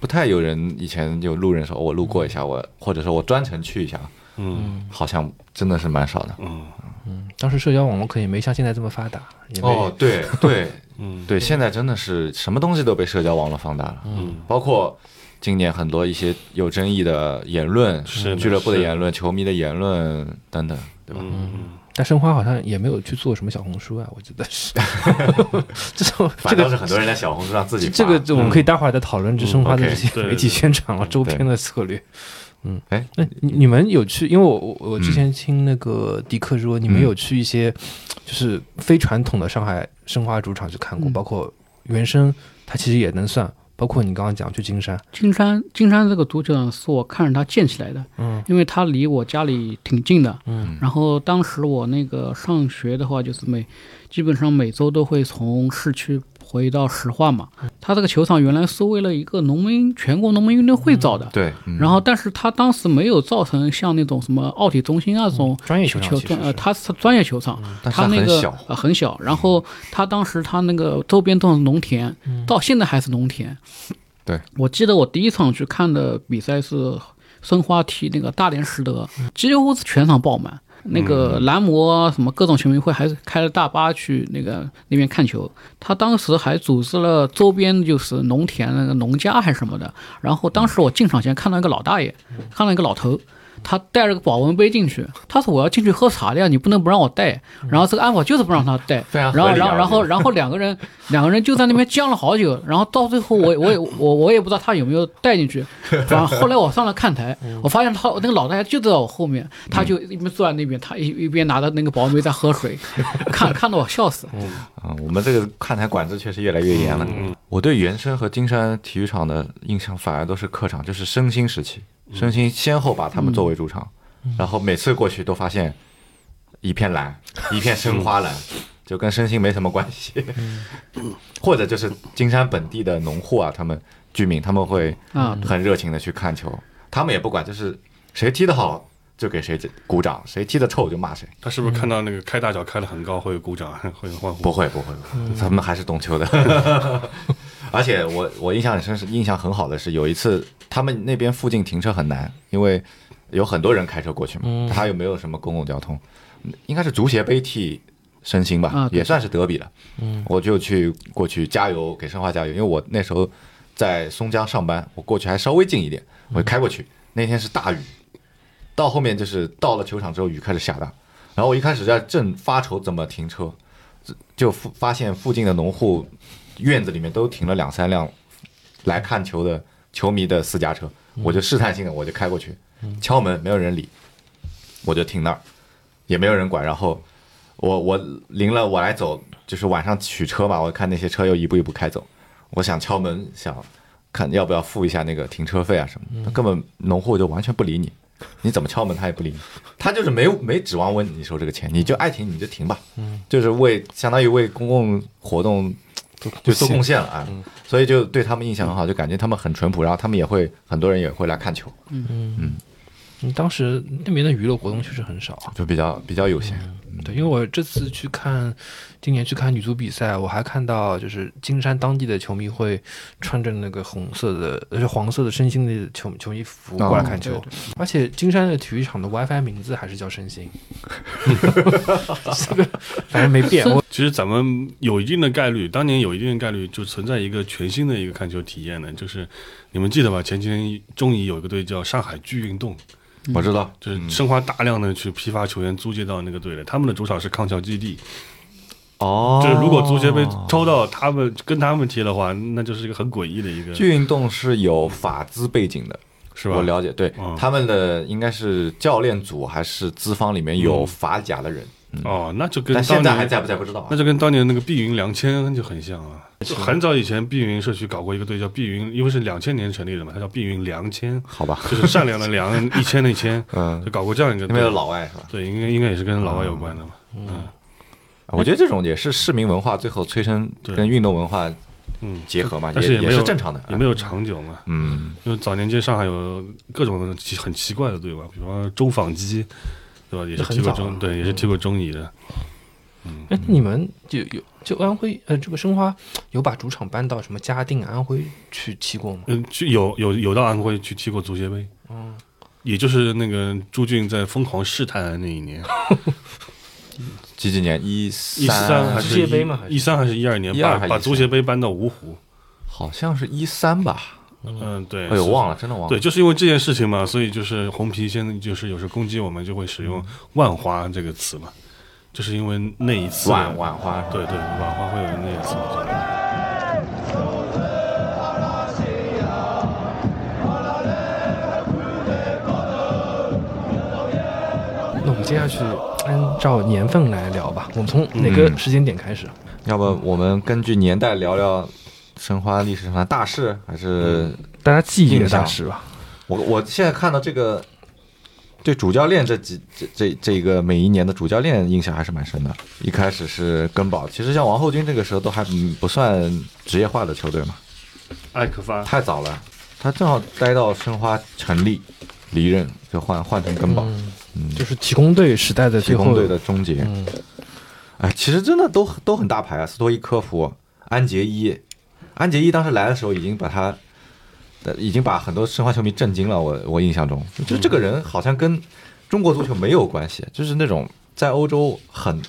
Speaker 2: 不太有人。以前有路人说，哦我路过一下，我或者说我专程去一下，
Speaker 4: 嗯
Speaker 2: 好像真的是蛮少的。
Speaker 4: 嗯
Speaker 1: 当时社交网络可也没像现在这么发达，也没、
Speaker 2: 哦， 对对
Speaker 4: 嗯
Speaker 2: 对，现在真的是什么东西都被社交网络放大了，
Speaker 4: 嗯，
Speaker 2: 包括今年很多一些有争议的言论，
Speaker 4: 是的
Speaker 2: 俱乐部的
Speaker 4: 是的
Speaker 2: 言论、球迷的言论等等，对吧？
Speaker 4: 嗯
Speaker 1: 但申花好像也没有去做什么小红书啊，我记得 是。这种这
Speaker 2: 反
Speaker 1: 个
Speaker 2: 倒是很多人在小红书上自己发嗯
Speaker 1: 这个这我们可以待会儿再讨论，这申花的这些
Speaker 4: 嗯，OK，
Speaker 1: 媒体宣传啊，周边的策略。嗯
Speaker 2: 哎，
Speaker 1: 那你你们有去？因为我我我之前听那个迪克说，你们
Speaker 2: 嗯
Speaker 1: 有去一些就是非传统的上海申花主场去看过，
Speaker 3: 嗯
Speaker 1: 包括原生，它其实也能算，包括你刚刚讲去金山，
Speaker 3: 金山金山这个足球场是我看着它建起来的，
Speaker 1: 嗯，
Speaker 3: 因为它离我家里挺近的，
Speaker 1: 嗯，
Speaker 3: 然后当时我那个上学的话，就是每基本上每周都会从市区回到石化嘛。它这个球场原来是为了一个农民全国农民运动会造的，
Speaker 2: 对，嗯
Speaker 3: 然后但是它当时没有造成像那种什么奥体中心啊这种
Speaker 1: 专业球
Speaker 3: 球
Speaker 1: 场
Speaker 3: 球
Speaker 1: 其实
Speaker 3: 专呃，
Speaker 1: 是。嗯
Speaker 3: 它是专业球场，
Speaker 2: 但是
Speaker 3: 它那
Speaker 2: 很
Speaker 3: 个
Speaker 2: 小
Speaker 3: 呃很小，然后它当时它那个周边都是农田，
Speaker 1: 嗯
Speaker 3: 到现在还是农田。
Speaker 2: 对，
Speaker 3: 我记得我第一场去看的比赛是申花踢那个大连实德，
Speaker 1: 嗯
Speaker 3: 几乎是全场爆满。那个
Speaker 2: 嗯
Speaker 3: 蓝魔啊什么各种球迷会还是开了大巴去那个那边看球，他当时还组织了周边就是农
Speaker 2: 嗯
Speaker 3: 田那个农家还是什么的，然后当时我进场前看到一个老大爷，看到一个老头，他带着个保温杯进去，他说我要进去喝茶的呀，你不能不让我带。然后这个安保就是不让他带，
Speaker 2: 嗯非常
Speaker 3: 然后
Speaker 2: 合理
Speaker 3: 然
Speaker 2: 啊
Speaker 3: 后然后然后两个人两个人就在那边僵了好久，然后到最后我我也我我也不知道他有没有带进去，反正后来我上了 看台，
Speaker 2: 嗯
Speaker 3: 我发现他那个老太太就在我后面，他就一边坐在那边，他一一边拿着那个保温杯在喝 水，看看得我笑死。
Speaker 2: 啊，我们这个看台管制确实越来越严了。我对原生和金山体育场的印象反而都是客场，就是升星时期，升星先后把他们作为主场，然后每次过去都发现一片蓝，一片申花蓝， 就跟升星没什么关系。 或者就是金山本地的农户啊，他们居民他们会
Speaker 3: 啊
Speaker 2: 很热情的去看球，他们也不管就是谁踢得好就给谁鼓掌，谁踢得臭就骂谁。
Speaker 4: 他是不是看到那个开大脚开得很高会鼓掌， 会欢呼？
Speaker 2: 不会不会，他们还是懂球的。而且我我印象很深是印象很好的是有一次他们那边附近停车很难，因为有很多人开车过去嘛，
Speaker 3: 嗯
Speaker 2: 他又没有什么公共交通，应该是足协杯替申鑫吧，
Speaker 3: 啊对嗯
Speaker 2: 也算是德比了。我就去过去加油给申花加油，因为我那时候在松江上班，我过去还稍微近一点，
Speaker 3: 嗯
Speaker 2: 我开过去。那天是大雨，到后面就是到了球场之后雨开始下大，然后我一开始在正发愁怎么停车，就附发现附近的农户院子里面都停了两三辆来看球的球迷的私家车，
Speaker 3: 嗯
Speaker 2: 我就试探性的我就开过去，敲门没有人理，我就停那儿，也没有人管，然后我我临了我来走，就是晚上取车嘛，我看那些车又一步一步开走，我想敲门想看要不要付一下那个停车费啊什么的，根本农户就完全不理你。你怎么敲门他也不理你，他就是没没指望问你收这个钱，你就爱停你就停吧，就是为相当于为公共活动就做贡献了啊，所以就对他们印象很好，就感觉他们很淳朴，然后他们也会很多人也会来看球，
Speaker 1: 嗯当时那边的娱乐活动确实很少啊。
Speaker 2: 就比较比较有闲。
Speaker 1: 对，因为我这次去看，今年去看女足比赛，我还看到就是金山当地的球迷会穿着那个红色的，呃，黄色的身心的球球衣服过来看球，而且金山的体育场的 WiFi 名字还是叫身 心， 这个反正没变。我
Speaker 4: 其实咱们有一定的概率，当年有一定的概率就存在一个全新的一个看球体验呢，就是你们记得吧？前几天终于有一个队叫上海巨运动，
Speaker 2: 我知道，
Speaker 4: 就是申花大量的去批发球员租借到那个队了，他们的主场是康桥基地，
Speaker 2: 哦
Speaker 4: 就是如果足协杯抽到他们跟他们踢的话，那就是一个很诡异的一个，
Speaker 2: 剧运动是有法资背景的，
Speaker 4: 是吧？
Speaker 2: 我了解，对
Speaker 4: 嗯
Speaker 2: 他们的应该是教练组还是资方里面有法甲的人，
Speaker 4: 哦，那嗯就跟
Speaker 2: 但现
Speaker 4: 当
Speaker 2: 在还
Speaker 4: 年
Speaker 2: 在不在不知道啊
Speaker 4: 那。就跟当年那个碧云两千就很像啊。就很早以前，碧云社区搞过一个队叫碧云，因为是两千年成立的嘛，它叫碧云两千，
Speaker 2: 好吧，
Speaker 4: 就是善良的良，一千的千，
Speaker 2: 嗯，
Speaker 4: 就搞过这样一个
Speaker 2: 那
Speaker 4: 队
Speaker 2: 边有老啊外是吧？
Speaker 4: 对，应该应该也是跟老外有关的嘛。
Speaker 2: 我觉得这种也是市民文化最后催生
Speaker 4: 哎对
Speaker 2: 跟运动文化
Speaker 4: 嗯，
Speaker 2: 结合嘛，
Speaker 4: 但是
Speaker 2: 也
Speaker 4: 也没有
Speaker 2: 是正常的。
Speaker 4: 也没有长久嘛。
Speaker 2: 嗯，
Speaker 4: 因为早年间上海有各种奇很奇怪的队吧，比方说中纺基，对吧？也是
Speaker 1: 这很
Speaker 4: 踢过
Speaker 1: 早啊嗯
Speaker 4: 中，
Speaker 1: 了
Speaker 4: 对，也是踢过中乙的。
Speaker 1: 哎，你们就有就安徽呃这个申花有把主场搬到什么嘉定、安徽去踢过吗？
Speaker 4: 嗯，去有有有到安徽去踢过足协杯，嗯，
Speaker 1: 哦
Speaker 4: 也就是那个朱俊在疯狂试探的那一年，
Speaker 2: 几几年？一
Speaker 4: 一三还
Speaker 2: 还
Speaker 4: 是
Speaker 1: 世界
Speaker 4: 一
Speaker 1: 杯吗还是
Speaker 4: 一三还是一二年，
Speaker 2: 12
Speaker 4: 把
Speaker 2: 还是
Speaker 4: 把
Speaker 2: 13
Speaker 4: 足协杯搬到芜湖。
Speaker 2: 好像是一三吧？
Speaker 4: 嗯，对，
Speaker 2: 哎呦，
Speaker 4: 是
Speaker 2: 忘了，真的忘了。
Speaker 4: 对，就是因为这件事情嘛，所以就是红皮现在就是有时候攻击我们就会使
Speaker 2: 嗯
Speaker 4: 用“万花”这个词嘛，就是因为那一次
Speaker 2: 晚晚花
Speaker 4: 对对，晚花会有那一次。
Speaker 1: 那我们接下去按照年份来聊吧，我们从哪个时间点开始？
Speaker 2: 要不我们根据年代聊聊申花历史上的大事，还是
Speaker 1: 大家记忆力的
Speaker 2: 印象
Speaker 1: 大师吧。
Speaker 2: 我我现在看到这个对主教练这几这这这个每一年的主教练印象还是蛮深的。一开始是根宝，其实像王厚军这个时候都还嗯不算职业化的球队嘛，
Speaker 4: 艾克发，
Speaker 2: 太早了。他正好待到申花成立离任，就换换成根宝，
Speaker 1: 嗯就是提供队时代的
Speaker 2: 提
Speaker 1: 最
Speaker 2: 供
Speaker 1: 后
Speaker 2: 队的终结。
Speaker 1: 嗯，
Speaker 2: 哎，其实真的都都很大牌啊，斯托伊科夫、安杰伊，安杰伊当时来的时候已经把他，呃已经把很多申花球迷震惊了。我我印象中，就这个人好像跟中国足球没有关系，就是那种在欧洲很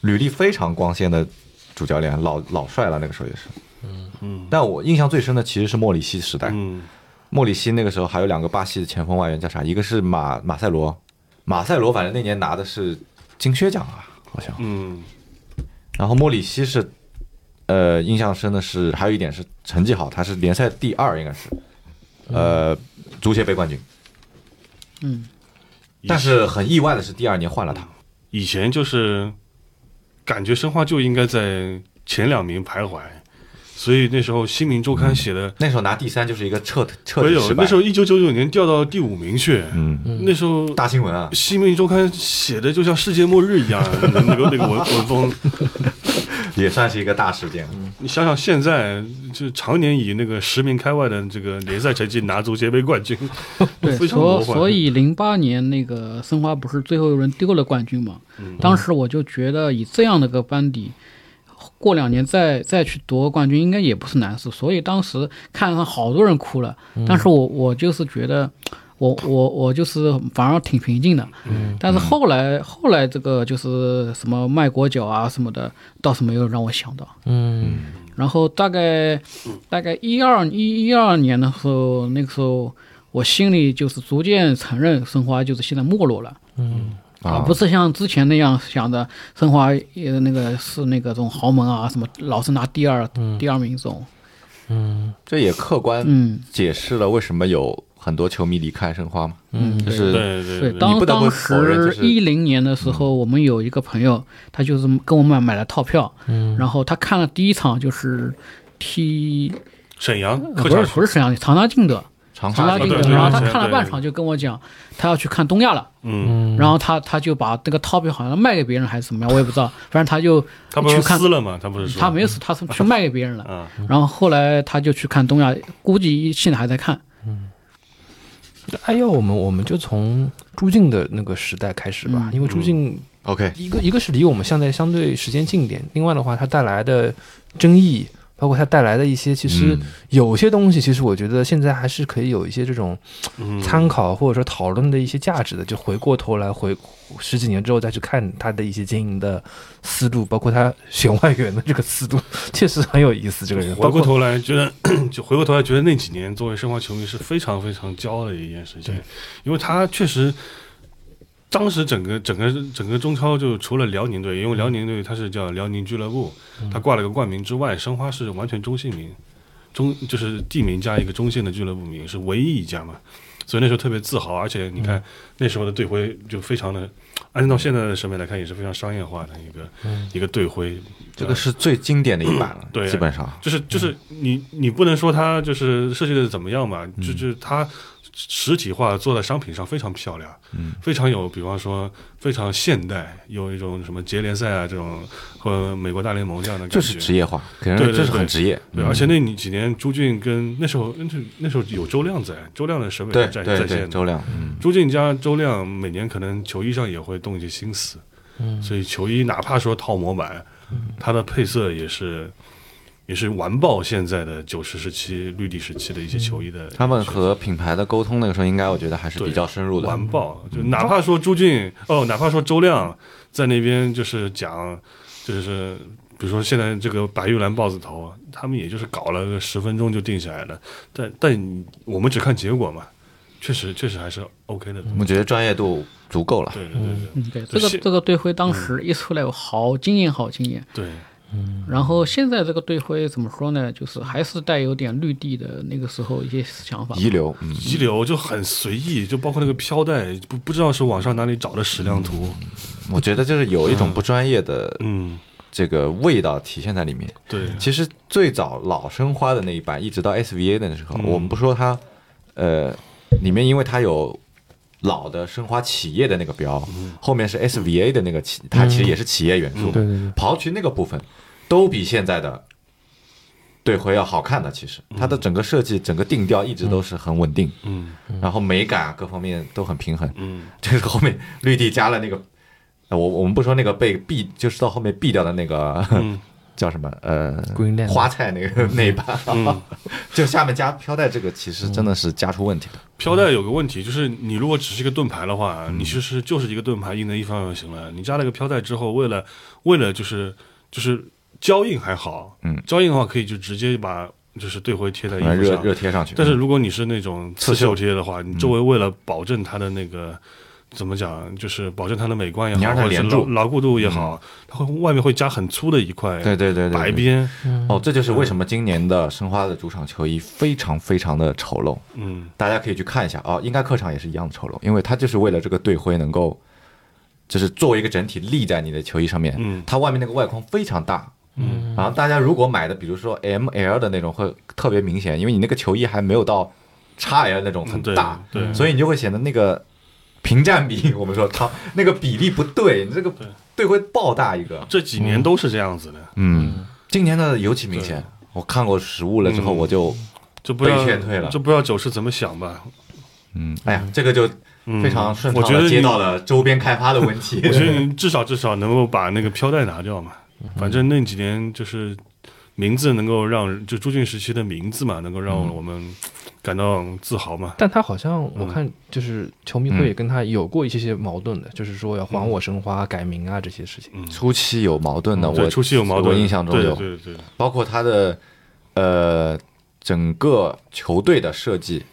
Speaker 2: 履历非常光鲜的主教练，老老帅了，那个时候也是。嗯嗯。但我印象最深的其实是莫里西时代，
Speaker 4: 嗯，
Speaker 2: 莫里西那个时候还有两个巴西的前锋外援叫啥？一个是马马塞罗，马塞罗反正那年拿的是金靴奖啊，好像。
Speaker 4: 嗯，
Speaker 2: 然后莫里西是，呃，印象深的是还有一点是成绩好，他是联赛第二，应该是，呃，足协杯冠军。
Speaker 3: 嗯，
Speaker 2: 但是很意外的是，第二年换了他。
Speaker 4: 以前就是感觉申花就应该在前两名徘徊，所以那时候《新民周刊》写的、
Speaker 2: 那时候拿第三就是一个彻嗯彻
Speaker 4: 没
Speaker 2: 底
Speaker 4: 有
Speaker 2: 失，败。
Speaker 4: 哎那时候一九九九年掉到第五名去，
Speaker 2: 嗯，
Speaker 4: 那时候
Speaker 2: 大新闻啊，
Speaker 4: 《新民周刊》写的就像世界末日一 样，那个那个文文风，
Speaker 2: 也算是一个大事件。
Speaker 4: 你想想现在就常年以那个十名开外的这个联赛成绩拿足协杯冠军，
Speaker 3: 对，
Speaker 4: 非常
Speaker 3: 所
Speaker 4: 魔幻。
Speaker 3: 所以零八年那个申花不是最后一轮丢了冠军嘛？
Speaker 4: 嗯
Speaker 3: 当时我就觉得以这样的个班底，过两年再再去夺冠军应该也不是难事。所以当时看上好多人哭了，但是我我就是觉得。我我我就是反而挺平静的，
Speaker 4: 嗯
Speaker 3: 但是后来后来这个就是什么卖国脚啊什么的，倒是没有让我想到。
Speaker 1: 嗯
Speaker 3: 然后大概大概一二一一二年的时候，那个时候我心里就是逐渐承认申花就是现在没落了啊，不是像之前那样想着申花也那个是那个这种豪门啊，什么老是拿第二、第二名这种，
Speaker 2: 这也客观
Speaker 3: 嗯，
Speaker 2: 解释了为什么有很多球迷离开申花嘛，
Speaker 1: 嗯
Speaker 2: 就
Speaker 4: 对
Speaker 2: 是
Speaker 4: 对
Speaker 3: 对，
Speaker 4: 对
Speaker 3: 当
Speaker 2: 不得不
Speaker 3: 当
Speaker 2: 否认就
Speaker 3: 时
Speaker 2: 是
Speaker 3: 一零年的时候，我们有一个朋友，他就是跟我们买了套票，然后他看了第一场就是踢
Speaker 4: 沈阳
Speaker 3: 呃
Speaker 4: 客
Speaker 3: 不
Speaker 4: 场
Speaker 3: 是不是沈阳，长沙靖的。
Speaker 2: 长
Speaker 3: 长
Speaker 2: 沙
Speaker 3: 沙
Speaker 2: 这个
Speaker 3: 竞
Speaker 4: 竞对
Speaker 3: 争，
Speaker 4: 对
Speaker 3: 然后他
Speaker 4: 对
Speaker 3: 看了
Speaker 4: 对
Speaker 3: 半场就跟我讲，他要去看东亚了，
Speaker 4: 嗯，
Speaker 1: 嗯，
Speaker 3: 然后他他就把这个套票好像卖给别人还是怎么样，我也不知道，反正他就
Speaker 4: 他不是
Speaker 3: 去看
Speaker 4: 撕了吗？他不是说
Speaker 3: 他没有死，他是去卖给别人了。
Speaker 4: 啊，
Speaker 3: 然后后来他就去看东亚，估计现在还在看。
Speaker 1: 哎呦，我们我们就从朱静的那个时代开始吧，
Speaker 3: 嗯
Speaker 1: 因为朱静
Speaker 2: OK，
Speaker 1: 一个一个是离我们现在相对时间近一点，另外的话，它带来的争议，包括它带来的一些，其实
Speaker 2: 嗯
Speaker 1: 有些东西，其实我觉得现在还是可以有一些这种
Speaker 4: 嗯，
Speaker 1: 参考或者说讨论的一些价值的。就回过头来回十几年之后再去看它的一些经营的思路，包括他选外援的这个思路，确实很有意思。这个人，
Speaker 4: 回
Speaker 1: 包
Speaker 4: 过
Speaker 1: 括
Speaker 4: 头来觉得， 就回过头来觉得那几年作为申花球迷是非常非常骄傲的一件事情，因为他确实当时整个整个整个中超就除了辽宁队，因为辽宁队它是叫辽宁俱乐部，
Speaker 1: 嗯
Speaker 4: 它挂了个冠名之外，申花是完全中性名，中就是地名加一个中性的俱乐部名，是唯一一家嘛，所以那时候特别自豪，而且你看、
Speaker 1: 嗯
Speaker 4: 那时候的队徽就非常的。按照现在的审美来看，也是非常商业化的一个、
Speaker 1: 嗯
Speaker 4: 一个队徽，
Speaker 2: 这个是最经典的一版了，
Speaker 4: 对
Speaker 2: 基本上
Speaker 4: 就是就是你你不能说它就是设计的怎么样吧，
Speaker 2: 嗯
Speaker 4: 就就是它实体化做在商品上非常漂亮，
Speaker 2: 嗯
Speaker 4: 非常有，比方说非常现代，有一种什么杰联赛啊这种和美国大联盟这样的感觉，
Speaker 2: 就是职业嗯化，给人
Speaker 4: 对对
Speaker 2: 这是很
Speaker 4: 对
Speaker 2: 职业。
Speaker 4: 对，而且那你几年朱俊跟那时候那时候那时候有周亮在，周亮的审美
Speaker 2: 对
Speaker 4: 是在
Speaker 2: 对
Speaker 4: 在
Speaker 2: 对，
Speaker 4: 线的，
Speaker 2: 周亮，嗯，
Speaker 4: 朱俊加周亮每年可能球衣上也会动一些心思，
Speaker 1: 嗯
Speaker 4: 所以球衣哪怕说套模板，它的配色也是也是完爆现在的九十时期绿地时期的一些球衣的，
Speaker 2: 他们和品牌的沟通那个时候应该我觉得还是比较深入的。
Speaker 4: 完爆，就哪怕说朱俊哦，哪怕说周亮在那边就是讲，就是比如说现在这个白玉兰豹子头，他们也就是搞了十分钟就定下来了，但但我们只看结果嘛，确实确实还是 OK 的，
Speaker 2: 我觉得专业度足够了。
Speaker 4: 对对对对
Speaker 3: 嗯，对，这个
Speaker 4: 是
Speaker 3: 这个队徽当时一出来，我好惊艳，好惊艳。
Speaker 4: 对。
Speaker 3: 然后现在这个队徽怎么说呢？就是还是带有点绿地的那个时候一些想法。
Speaker 2: 遗留，嗯，
Speaker 4: 遗留就很随意，就包括那个飘带，不不知道是网上哪里找的矢量图。
Speaker 2: 我觉得就是有一种不专业的
Speaker 4: 嗯，
Speaker 2: 这个味道体现在里面。
Speaker 4: 对，
Speaker 2: 其实最早老申花的那一版，一直到 SVA 的那时候，
Speaker 4: 嗯
Speaker 2: 我们不说它，呃，里面因为它有老的申花企业的那个标，
Speaker 4: 嗯
Speaker 2: 后面是 SVA 的那个企，它其实也是企业元素，
Speaker 1: 嗯对对对，
Speaker 2: 刨去那个部分，都比现在的队徽要好看的。其实它的整个设计、整个定调一直都是很稳定，
Speaker 4: 嗯
Speaker 2: 然后美感啊各方面都很平衡。
Speaker 4: 嗯，
Speaker 2: 这是后面绿地加了那个，呃我我们不说那个被毙，就是到后面毙掉的那个、 叫什么呃
Speaker 1: Greenland
Speaker 2: 花菜那个那一把，
Speaker 4: 嗯
Speaker 2: 就下面加飘带这个，其实真的是加出问题的。
Speaker 4: 飘带有个问题，就是你如果只是一个盾牌的话，你其实就是一个盾牌印在衣服上就行了。你加了个飘带之后，为了为了就是就是胶印还好，
Speaker 2: 嗯
Speaker 4: 胶印的话可以就直接把就是队徽贴在衣
Speaker 2: 把
Speaker 4: 服
Speaker 2: 热
Speaker 4: 上，
Speaker 2: 热贴上去。嗯
Speaker 4: 但是如果你是那种刺
Speaker 2: 刺绣
Speaker 4: 绣贴的话，你周围为了保证它的那个。怎么讲？就是保证它的美观也
Speaker 2: 你让它
Speaker 4: 好，或者是
Speaker 2: 连
Speaker 4: 牢
Speaker 2: 住嗯
Speaker 4: 牢固度也好，它会外面会加很粗的一块
Speaker 2: 对对对对，对
Speaker 4: 白边，
Speaker 2: 哦，这就是为什么今年的申花的主场球衣非常非常的丑陋，
Speaker 4: 嗯，
Speaker 2: 大家可以去看一下啊、应该客场也是一样的丑陋，因为它就是为了这个队徽能够，就是作为一个整体立在你的球衣上面，
Speaker 4: 嗯
Speaker 2: 它外面那个外框非常大，嗯，然后大家如果买的比如说 M L 的那种会特别明显，因为你那个球衣还没有到 x L 那种很
Speaker 4: 对
Speaker 2: 大，
Speaker 4: 嗯对
Speaker 2: 所以你就会显得那个屏占比，我们说 它那个比例不对，你这个队徽爆大一个，
Speaker 4: 这几年都是这样子的，
Speaker 2: 嗯，今年的尤其明显
Speaker 4: 对。
Speaker 2: 我看过实物了之后，
Speaker 4: 嗯
Speaker 2: 我就
Speaker 4: 就不知道
Speaker 2: 被劝退了
Speaker 4: 就不知道九是怎么想吧。
Speaker 2: 嗯，哎呀，这个就
Speaker 4: 嗯
Speaker 2: 非常顺
Speaker 4: 我
Speaker 2: 畅
Speaker 4: 觉得
Speaker 2: 的
Speaker 4: 你
Speaker 2: 接到，了周边开发的问题。
Speaker 4: 我觉得你至少至少能够把那个飘带拿掉嘛。
Speaker 2: 嗯
Speaker 4: 反正那几年就是名字能够让就朱俊时期的名字嘛，能够让
Speaker 2: 嗯
Speaker 4: 我们感到自豪嘛。
Speaker 1: 但他好像我看
Speaker 4: 嗯
Speaker 1: 就是球迷会也跟他有过一些些矛盾的，就是说要还我申花、改名啊这些事情。
Speaker 4: 嗯，
Speaker 2: 初期有矛盾的，
Speaker 4: 对，
Speaker 2: 我
Speaker 4: 初期有矛盾，
Speaker 2: 我印象中有，
Speaker 4: 对对对，
Speaker 2: 包括他的呃整个球队的设计，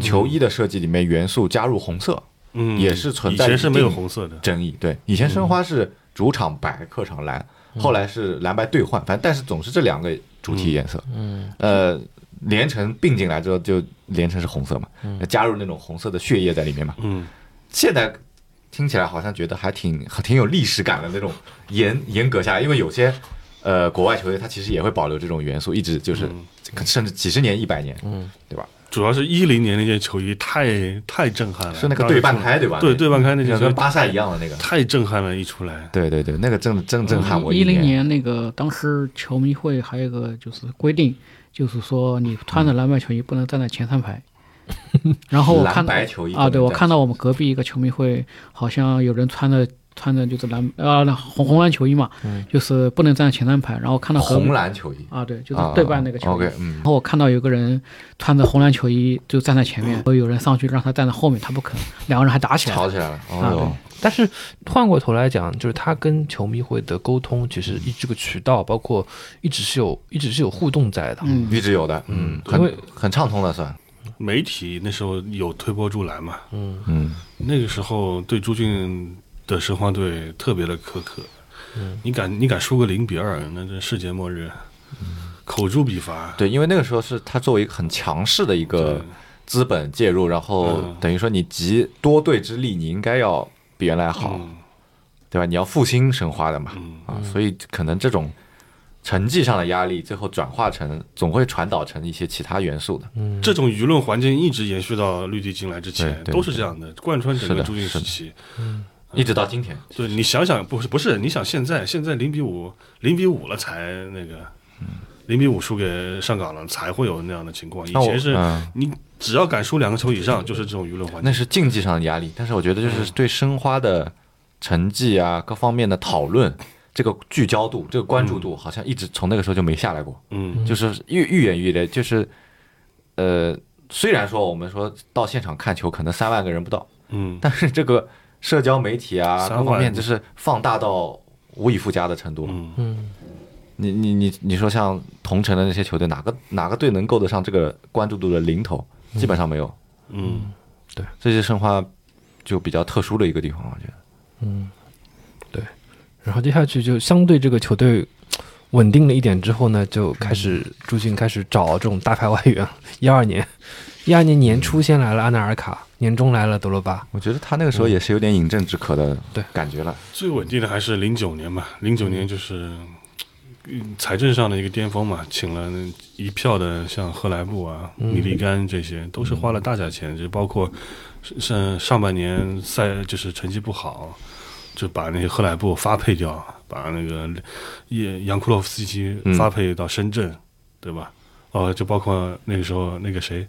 Speaker 2: 球衣的设计里面元素加入红色
Speaker 4: 嗯，
Speaker 2: 也是存在
Speaker 4: 以前是
Speaker 2: 一定
Speaker 4: 没有红色的，
Speaker 2: 争议。对，以前申花是主场白，客场蓝，
Speaker 4: 嗯
Speaker 2: 后来是蓝白兑换，反正但是总是这两个主题颜色。
Speaker 1: 嗯，
Speaker 2: 呃，连城并进来之后就连城是红色嘛，加入那种红色的血液在里面嘛。
Speaker 4: 嗯，
Speaker 2: 现在听起来好像觉得还挺挺有历史感的那种严严格下来，因为有些呃国外球队它其实也会保留这种元素，一直就是、甚至几十年、一百年，嗯，对吧？
Speaker 4: 主要是一零年那件球衣太太震撼了，
Speaker 2: 是那个
Speaker 4: 当时
Speaker 2: 对半
Speaker 4: 出来
Speaker 2: 开对吧？
Speaker 4: 对对半开那件
Speaker 2: 就
Speaker 4: 球
Speaker 2: 跟
Speaker 4: 衣
Speaker 2: 巴萨一样的那个。
Speaker 4: 太震撼了，一出来，
Speaker 2: 对对对，那个震震震撼我
Speaker 3: 呃一零
Speaker 2: 年，
Speaker 3: 年那个当时球迷会还有一个就是规定，就是说你穿着蓝白球衣不能站在前 三排。然后我看
Speaker 2: 蓝白球衣不能
Speaker 3: 啊，对我
Speaker 2: 站
Speaker 3: 看到我们隔壁一个球迷会，好像有人穿着穿着就是蓝呃红红蓝球衣嘛，就是不能站在前三排。然后看到隔壁
Speaker 2: 嗯红蓝球衣
Speaker 3: 啊，对，就是
Speaker 2: 啊
Speaker 3: 对半那个球衣。
Speaker 2: OK，嗯
Speaker 3: 然，后我看到有个人穿着红蓝球衣就站在前 面，有人上去让他站在后面，他不肯，两个人还打起来了。
Speaker 2: 吵起来了。
Speaker 3: 啊
Speaker 2: 哦
Speaker 1: 但是换过头来讲，就是他跟球迷会的沟通，其实一这个渠道，包括一直是有一直是有互动在的。
Speaker 3: 嗯
Speaker 2: 哟，一直有的，嗯，
Speaker 1: 因为
Speaker 2: 很很畅通的算，
Speaker 4: 媒体那时候有推波助澜嘛，
Speaker 2: 嗯，
Speaker 4: 那个时候对朱俊的申花队特别的苛刻，
Speaker 2: 嗯
Speaker 4: 你敢你敢输个零比二，那这世界末日，口诛笔伐，
Speaker 2: 嗯对，因为那个时候是他作为一个很强势的一个资本介入，然后
Speaker 4: 嗯
Speaker 2: 等于说你集多队之力，你应该要比原来好，
Speaker 4: 嗯
Speaker 2: 对吧？你要复兴申花的嘛，
Speaker 4: 嗯
Speaker 2: 啊，所以可能这种成绩上的压力，最后转化成总会传导成一些其他元素的。
Speaker 4: 这种舆论环境一直延续到绿地进来之前，
Speaker 2: 对对
Speaker 4: 都是这样的，贯穿整
Speaker 2: 是
Speaker 4: 个
Speaker 2: 的
Speaker 4: 朱俊时
Speaker 2: 是的
Speaker 4: 期。
Speaker 2: 一直到今天，
Speaker 4: 对你想想，不是不是，你想现在现在零比五零比五了才那个，零比五输给上港了才会有那样的情况。以
Speaker 2: 那我
Speaker 4: 前是
Speaker 2: 嗯
Speaker 4: 你只要敢输两个球以上，就是这种舆论环
Speaker 2: 那
Speaker 4: 境。
Speaker 2: 是竞技上的压力，但是我觉得
Speaker 4: 嗯
Speaker 2: 就是对申花的成绩啊各方面的讨论，这个聚焦度、这个关注度，好像一直从那个时候就没下来过。
Speaker 4: 嗯
Speaker 2: 就是愈愈演愈烈，就是呃，虽然说我们说到现场看球可能三万个人不到，
Speaker 4: 嗯，
Speaker 2: 但是这个社交媒体啊
Speaker 4: 三
Speaker 2: 各方
Speaker 4: 万
Speaker 2: 面就是放大到无以复加的程度。
Speaker 4: 嗯
Speaker 1: 嗯，
Speaker 2: 你你你你说像同城的那些球队，哪个哪个队能够得上这个关注度的零头？基本上没有。
Speaker 4: 嗯，
Speaker 2: 这些申花就比较特殊的一个地方，我觉得。
Speaker 1: 然后接下去就相对这个球队稳定了一点之后呢，就开始
Speaker 4: 嗯
Speaker 1: 朱俊开始找这种大牌外援。 一二年，一二年年初先来了阿纳尔卡，年中来了德罗巴。
Speaker 2: 我觉得他那个时候也是有点饮鸩止渴的
Speaker 1: 对
Speaker 2: 感觉了。
Speaker 4: 最稳定的还是零九年吧，零九年就是。嗯财政上的一个巅峰嘛，请了一票的像赫莱布啊、米利甘这些，都是花了大价钱，就包括上上半年赛就是成绩不好，就把那些赫莱布发配掉，把那个也杨库洛夫斯基发配到深圳，对吧？哦，就包括那个时候那个谁，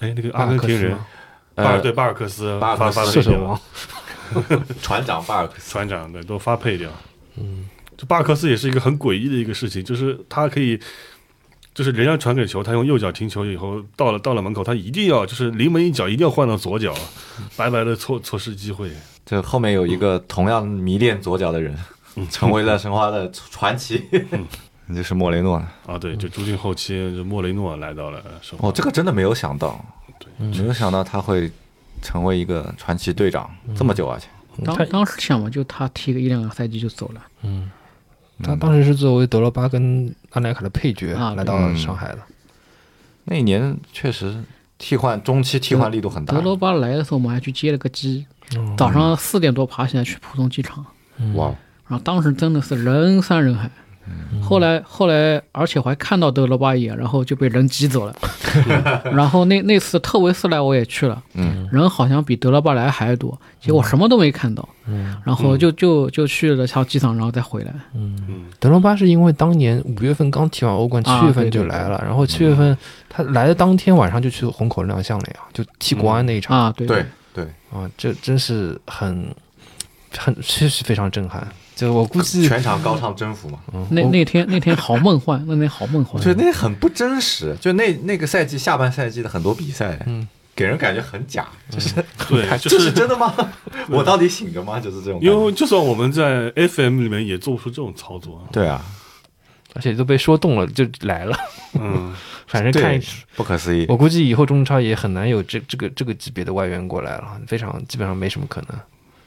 Speaker 4: 哎，那个阿根廷人
Speaker 1: 啊
Speaker 4: 巴尔
Speaker 2: 呃
Speaker 4: 对巴尔克斯
Speaker 2: 巴尔克
Speaker 4: 发
Speaker 2: 斯
Speaker 4: 发配
Speaker 1: 射手
Speaker 4: 掉
Speaker 1: 王，
Speaker 2: 船长巴尔克斯，
Speaker 4: 船长对都发配掉。嗯，这巴尔克斯也是一个很诡异的一个事情，就是他可以，就是人家传给球，他用右脚停球以后，到了到了门口，他一定要就是临门一脚一定要换到左脚， 白白的错错失机会。
Speaker 2: 这后面有一个同样迷恋左脚的人，成为了申花的传奇。那就是莫雷诺了。
Speaker 4: 啊，对，就朱军后期就莫雷诺来到了啊申花
Speaker 2: 哦，这个真的没有想到，
Speaker 1: 嗯
Speaker 2: 没有想到他会成为一个传奇队长，这么久啊而且，
Speaker 3: 当
Speaker 1: 他
Speaker 3: 当时想嘛，就他踢个一两个赛季就走了，
Speaker 1: 嗯，他当时是作为德罗巴跟阿莱卡的配角
Speaker 3: 啊对
Speaker 1: 来
Speaker 2: 嗯
Speaker 1: 到上海的。
Speaker 2: 那一年确实替换中期替换力度很大
Speaker 3: 德，罗巴来的时候，我们还去接了个机，
Speaker 1: 哦
Speaker 3: 早上四点多爬起来去浦东机场，
Speaker 2: 哇，
Speaker 3: 然后当时真的是人山人海。后来，后来，而且我还看到德罗巴一眼，然后就被人挤走 了。然后那那次特维斯来我也去了，
Speaker 2: 嗯，
Speaker 3: 人好像比德罗巴来还多，结果什么都没看到。嗯，然后就就就去了趟机场，然后再回来。
Speaker 4: 嗯
Speaker 2: 嗯
Speaker 1: 德罗巴是因为当年五月份刚踢完欧冠，七
Speaker 3: 啊
Speaker 1: 月份
Speaker 3: 对对
Speaker 1: 就
Speaker 3: 对
Speaker 1: 来了，然后七月份他来的当天晚上就去虹口亮相了呀，就踢国安那一场
Speaker 3: 啊，对
Speaker 2: 对对，
Speaker 1: 啊，这真是很很确实非常震撼。就我估计，
Speaker 2: 全场高唱征服嘛，
Speaker 3: 那那天那天好梦幻，那天好梦
Speaker 2: 我
Speaker 3: 幻。
Speaker 2: 觉得那很不真实，就那那个赛季下半赛季的很多比赛，
Speaker 1: 嗯，
Speaker 2: 给人感觉很假，就是
Speaker 4: 对，就
Speaker 2: 这是
Speaker 4: 是
Speaker 2: 真的吗？我到底醒着吗？就是这种感觉，
Speaker 4: 因为就算我们在 FM 里面也做不出这种操作，
Speaker 2: 对啊，
Speaker 1: 而且都被说动了就来了，
Speaker 4: 嗯，
Speaker 1: 反正看
Speaker 2: 对，不可思议，
Speaker 1: 我估计以后中超也很难有这这个这个级别的外援过来了，非常基本上没什么可能。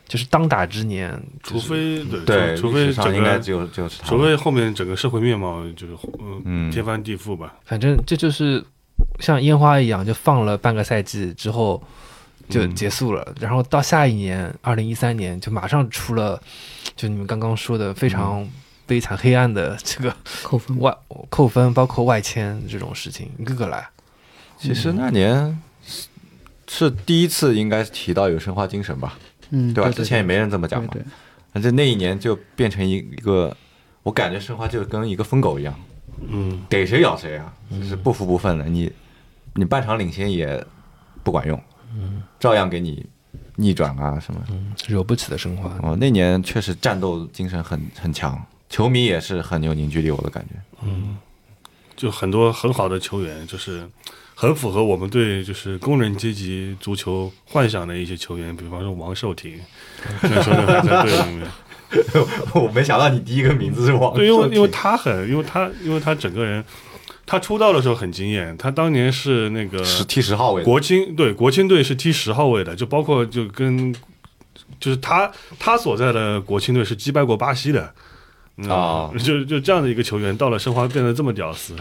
Speaker 1: 就是当打之年，
Speaker 4: 除非对，
Speaker 2: 对，
Speaker 4: 除除
Speaker 2: 历
Speaker 4: 非
Speaker 2: 史上
Speaker 4: 整
Speaker 2: 应该
Speaker 4: 个，
Speaker 2: 只有只有是他
Speaker 4: 除
Speaker 2: 们，
Speaker 4: 非后面整个社会面貌就是
Speaker 2: 嗯
Speaker 4: 嗯天翻地覆吧，
Speaker 1: 反正这就是像烟花一样，就放了半个赛季之后
Speaker 2: 嗯
Speaker 1: 就结束了。然后到下一年，二零一三年就马上出了，就你们刚刚说的非常悲惨黑暗的这个
Speaker 3: 扣
Speaker 2: 嗯
Speaker 3: 分，
Speaker 1: 外扣分，包括外签这种事情，一个个来。
Speaker 2: 其实那年是是第一次应该提到有申花精神吧，
Speaker 3: 嗯，
Speaker 2: 对吧？
Speaker 3: 对
Speaker 2: 之前也没人这么讲
Speaker 3: 对
Speaker 2: 嘛，
Speaker 3: 对，
Speaker 2: 但是那一年就变成一一个，我感觉申花就跟一个疯狗一样，
Speaker 4: 嗯，
Speaker 2: 逮谁咬谁啊，就是不服不忿的。你你半场领先也不管用，
Speaker 4: 嗯
Speaker 2: 照样给你逆转啊什么。
Speaker 1: 惹不起的申花，
Speaker 2: 哦，那年确实战斗精神很很强，球迷也是很有凝聚力，我的感觉。
Speaker 4: 就很多很好的球员，就是很符合我们对就是工人阶级足球幻想的一些球员，比方说王寿 廷，那时候还在队里面，
Speaker 2: 我没想到你第一个名字是王
Speaker 4: 对，因为因为
Speaker 2: 寿廷
Speaker 4: 他很，因为他因为他整个人，他出道的时候很惊艳，他当年是那个
Speaker 2: 十踢十号位的，
Speaker 4: 国青对国青队是踢十号位的，就包括就跟就是他他所在的国青队是击败过巴西的。嗯
Speaker 2: 啊
Speaker 4: 就就这样的一个球员，到了申花变得这么屌丝，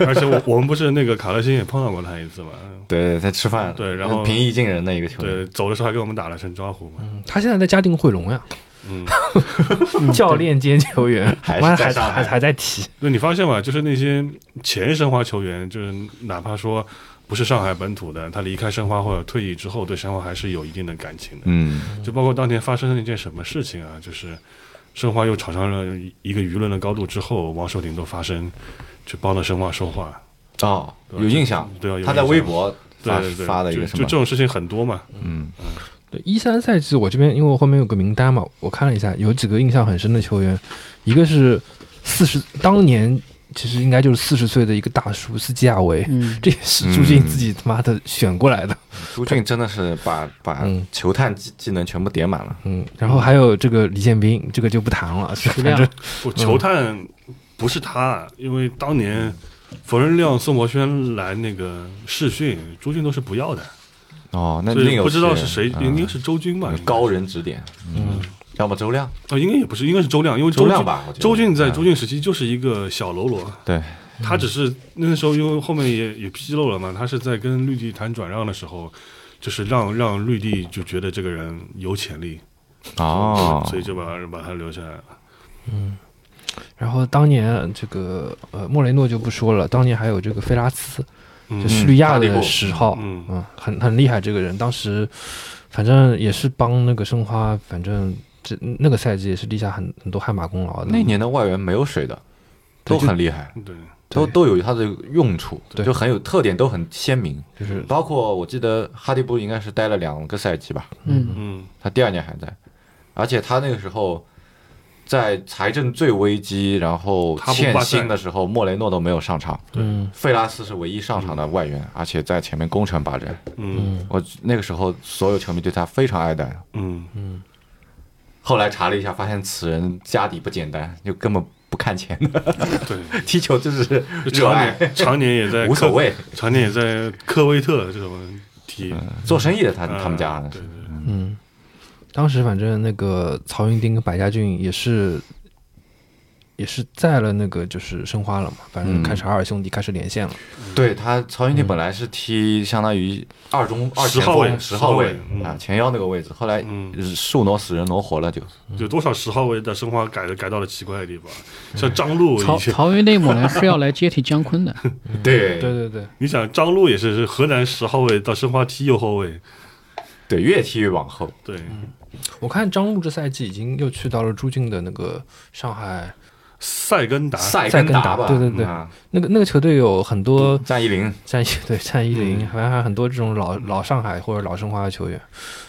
Speaker 4: 而且我 我们不是那个卡勒辛也碰到过他一次嘛，
Speaker 2: 对，在吃饭，
Speaker 4: 对然后
Speaker 2: 平易近人的一个球员，
Speaker 4: 对，走的时候还跟我们打了声招呼嘛，
Speaker 2: 嗯
Speaker 1: 他现在在嘉定汇龙呀，
Speaker 4: 嗯，
Speaker 1: 教练兼球员，
Speaker 2: 还是
Speaker 1: 妈
Speaker 2: 在
Speaker 1: 还
Speaker 2: 上海
Speaker 1: 还还在踢，
Speaker 4: 那你发现吗？就是那些前申花球员，就是哪怕说不是上海本土的，他离开申花或者退役之后，对申花还是有一定的感情的。
Speaker 2: 嗯，
Speaker 4: 就包括当年发生的那件什么事情啊，就是申花又炒上了一个舆论的高度之后，王寿廷都发声去帮着申花说话。
Speaker 2: 哦，有印象，
Speaker 4: 对啊有印
Speaker 2: 他
Speaker 4: 象
Speaker 2: 在微博
Speaker 4: 对
Speaker 2: 发
Speaker 4: 对对，
Speaker 2: 发的一
Speaker 4: 就
Speaker 2: 个什
Speaker 4: 就
Speaker 2: 么
Speaker 4: 这，种事情很多嘛。
Speaker 2: 嗯，
Speaker 1: 对，一三赛季我这边因为我后面有个名单嘛，我看了一下，有几个印象很深的球员，一个是四十，当年其实应该就是四十岁的一个大叔斯基亚维，
Speaker 3: 嗯，
Speaker 1: 这也是朱军自己他妈的选过来的，
Speaker 2: 朱俊真的是把把
Speaker 1: 嗯
Speaker 2: 球探技技能全部点满了，
Speaker 1: 嗯，然后还有这个李建斌，这个就不谈了，是
Speaker 3: 徐
Speaker 1: 反
Speaker 3: 亮
Speaker 1: 正
Speaker 4: 不，
Speaker 2: 嗯
Speaker 4: 球探不是他，啊因为当年冯仁亮、宋博轩来那个试训，朱俊都是不要的。
Speaker 2: 哦，那
Speaker 4: 所
Speaker 2: 另
Speaker 4: 以
Speaker 2: 有
Speaker 4: 不知道是谁，
Speaker 2: 嗯
Speaker 4: 应该是周军吧？应该
Speaker 2: 高人指点，嗯，要么周亮，
Speaker 4: 啊，应该也不是，应该是周亮，因为
Speaker 2: 周
Speaker 4: 军
Speaker 2: 亮吧，我觉得
Speaker 4: 周俊在
Speaker 2: 嗯
Speaker 4: 周俊时期就是一个小喽啰，
Speaker 2: 对，
Speaker 4: 他只是那时候因为后面也也披露了嘛，他是在跟绿地谈转让的时候，就是让让绿地就觉得这个人有潜力，
Speaker 2: 哦，
Speaker 4: 所以就把把他留下来了。
Speaker 1: 然后当年这个呃莫雷诺就不说了，当年还有这个菲拉茨，就
Speaker 4: 嗯
Speaker 1: 叙利亚
Speaker 2: 大力
Speaker 1: 的
Speaker 2: 布
Speaker 1: 十号，
Speaker 4: 嗯
Speaker 1: 嗯，很很厉害这个人，当时反正也是帮那个申花，反正这那个赛季也是立下很很多汗马功劳的。
Speaker 2: 那年的外援没有水的，
Speaker 1: 对
Speaker 2: 都
Speaker 1: 就
Speaker 2: 很厉害，
Speaker 4: 嗯对，
Speaker 2: 都都有它的用处，
Speaker 1: 对
Speaker 2: 就很有特点，都很鲜明，
Speaker 1: 就是
Speaker 2: 包括我记得哈迪布应该是待了两个赛季吧，
Speaker 3: 嗯，
Speaker 4: 嗯，
Speaker 2: 他第二年还在，而且他那个时候在财政最危机，然后
Speaker 4: 他不
Speaker 2: 欠
Speaker 4: 罢赛
Speaker 2: 薪的时候，莫雷诺都没有上场，
Speaker 1: 嗯
Speaker 2: 费拉斯是唯一上场的外援，而且在前面攻城拔寨。
Speaker 4: 嗯
Speaker 2: 我那个时候所有球迷对他非常爱戴。
Speaker 4: 嗯
Speaker 2: 后来查了一下，发现此人家底不简单，就根本不看钱 的，
Speaker 4: 对，
Speaker 2: 踢球就是
Speaker 4: 就
Speaker 2: 热
Speaker 4: 常
Speaker 2: 爱，
Speaker 4: 年常年也在
Speaker 2: 无所谓。
Speaker 4: 科，常年也在科威特这种踢，
Speaker 2: 做生意的他
Speaker 4: 嗯
Speaker 2: 他们家呢
Speaker 4: 对，对对
Speaker 1: 嗯，当时反正那个曹云丁跟百家俊也是，也是在了那个就是申花了嘛，反正
Speaker 2: 嗯
Speaker 1: 开始二兄弟开始连线了。
Speaker 2: 对他曹云金本来是踢相当于二中二
Speaker 4: 嗯十
Speaker 2: 前
Speaker 4: 号位
Speaker 2: 锋十号位
Speaker 4: 十号位嗯
Speaker 2: 啊前腰那个位置，后来
Speaker 4: 嗯
Speaker 2: 树挪死人挪活了就，
Speaker 4: 有多少十号位的申花改的改到了奇怪的地方，
Speaker 2: 嗯
Speaker 4: 像张璐
Speaker 3: 嗯曹
Speaker 4: 以前，
Speaker 3: 曹云内某人是要来接替姜昆的，
Speaker 2: 对
Speaker 1: 对对对，
Speaker 4: 你想张璐也是是河南十号位到申花踢右后卫，
Speaker 2: 对，越踢越往后。
Speaker 4: 对，
Speaker 1: 我看张璐这赛季已经又去到了朱俊的那个上海
Speaker 4: 塞根达，
Speaker 2: 塞
Speaker 1: 根
Speaker 2: 根
Speaker 1: 达
Speaker 2: 吧，
Speaker 1: 对对对
Speaker 2: 嗯啊
Speaker 1: 那个那个球队有很多
Speaker 2: 战一零，
Speaker 1: 战一 对战一零，
Speaker 2: 嗯
Speaker 1: 反正还有很多这种老老上海或者老申花的球员，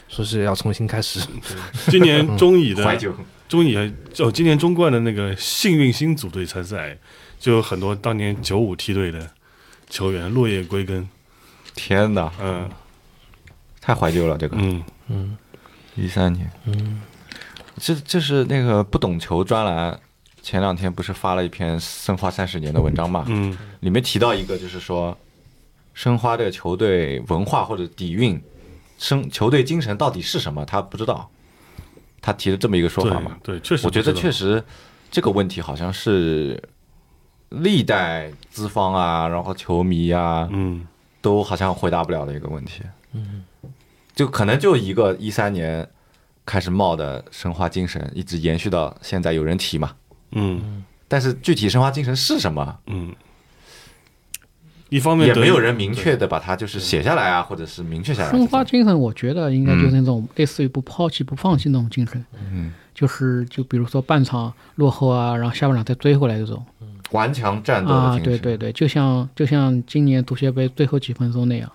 Speaker 1: 说是要重新开始。
Speaker 4: 今年中乙的
Speaker 2: 嗯怀旧，
Speaker 4: 中乙哦，今年中冠的那个幸运星组队参赛，就有很多当年九五梯队的球员落叶归根。
Speaker 2: 天哪，
Speaker 4: 嗯
Speaker 2: 太怀旧了这个。
Speaker 4: 嗯，
Speaker 2: 一三年，嗯，这这是那个不懂球专栏前两天不是发了一篇申花三十年的文章嘛？
Speaker 4: 嗯，
Speaker 2: 里面提到一个就是说，申花这个球队文化或者底蕴，生球队精神到底是什么，他不知道。他提了这么一个说法嘛？
Speaker 4: 对对，确实
Speaker 2: 我
Speaker 4: 不知
Speaker 2: 觉
Speaker 4: 道，
Speaker 2: 得确实这个问题好像是历代资方啊，然后球迷啊，
Speaker 4: 嗯，
Speaker 2: 都好像回答不了的一个问题。嗯，就可能就一个一三年开始冒的申花精神，一直延续到现在，有人提嘛。
Speaker 4: 嗯
Speaker 2: 但是具体申花精神是什么，
Speaker 4: 嗯，一方面
Speaker 2: 也
Speaker 4: 得
Speaker 2: 没有人明确的把它就是写下来啊，或者是明确下来。
Speaker 3: 申花精神，我觉得应该就是那种类似于不抛弃、不放弃那种精神。
Speaker 2: 嗯，
Speaker 3: 就是就比如说半场落后啊，然后下半场再追回来这种
Speaker 2: 顽强战斗的
Speaker 3: 啊，
Speaker 2: 精神。
Speaker 3: 对对对，就像就像今年足协杯最后几分钟那样，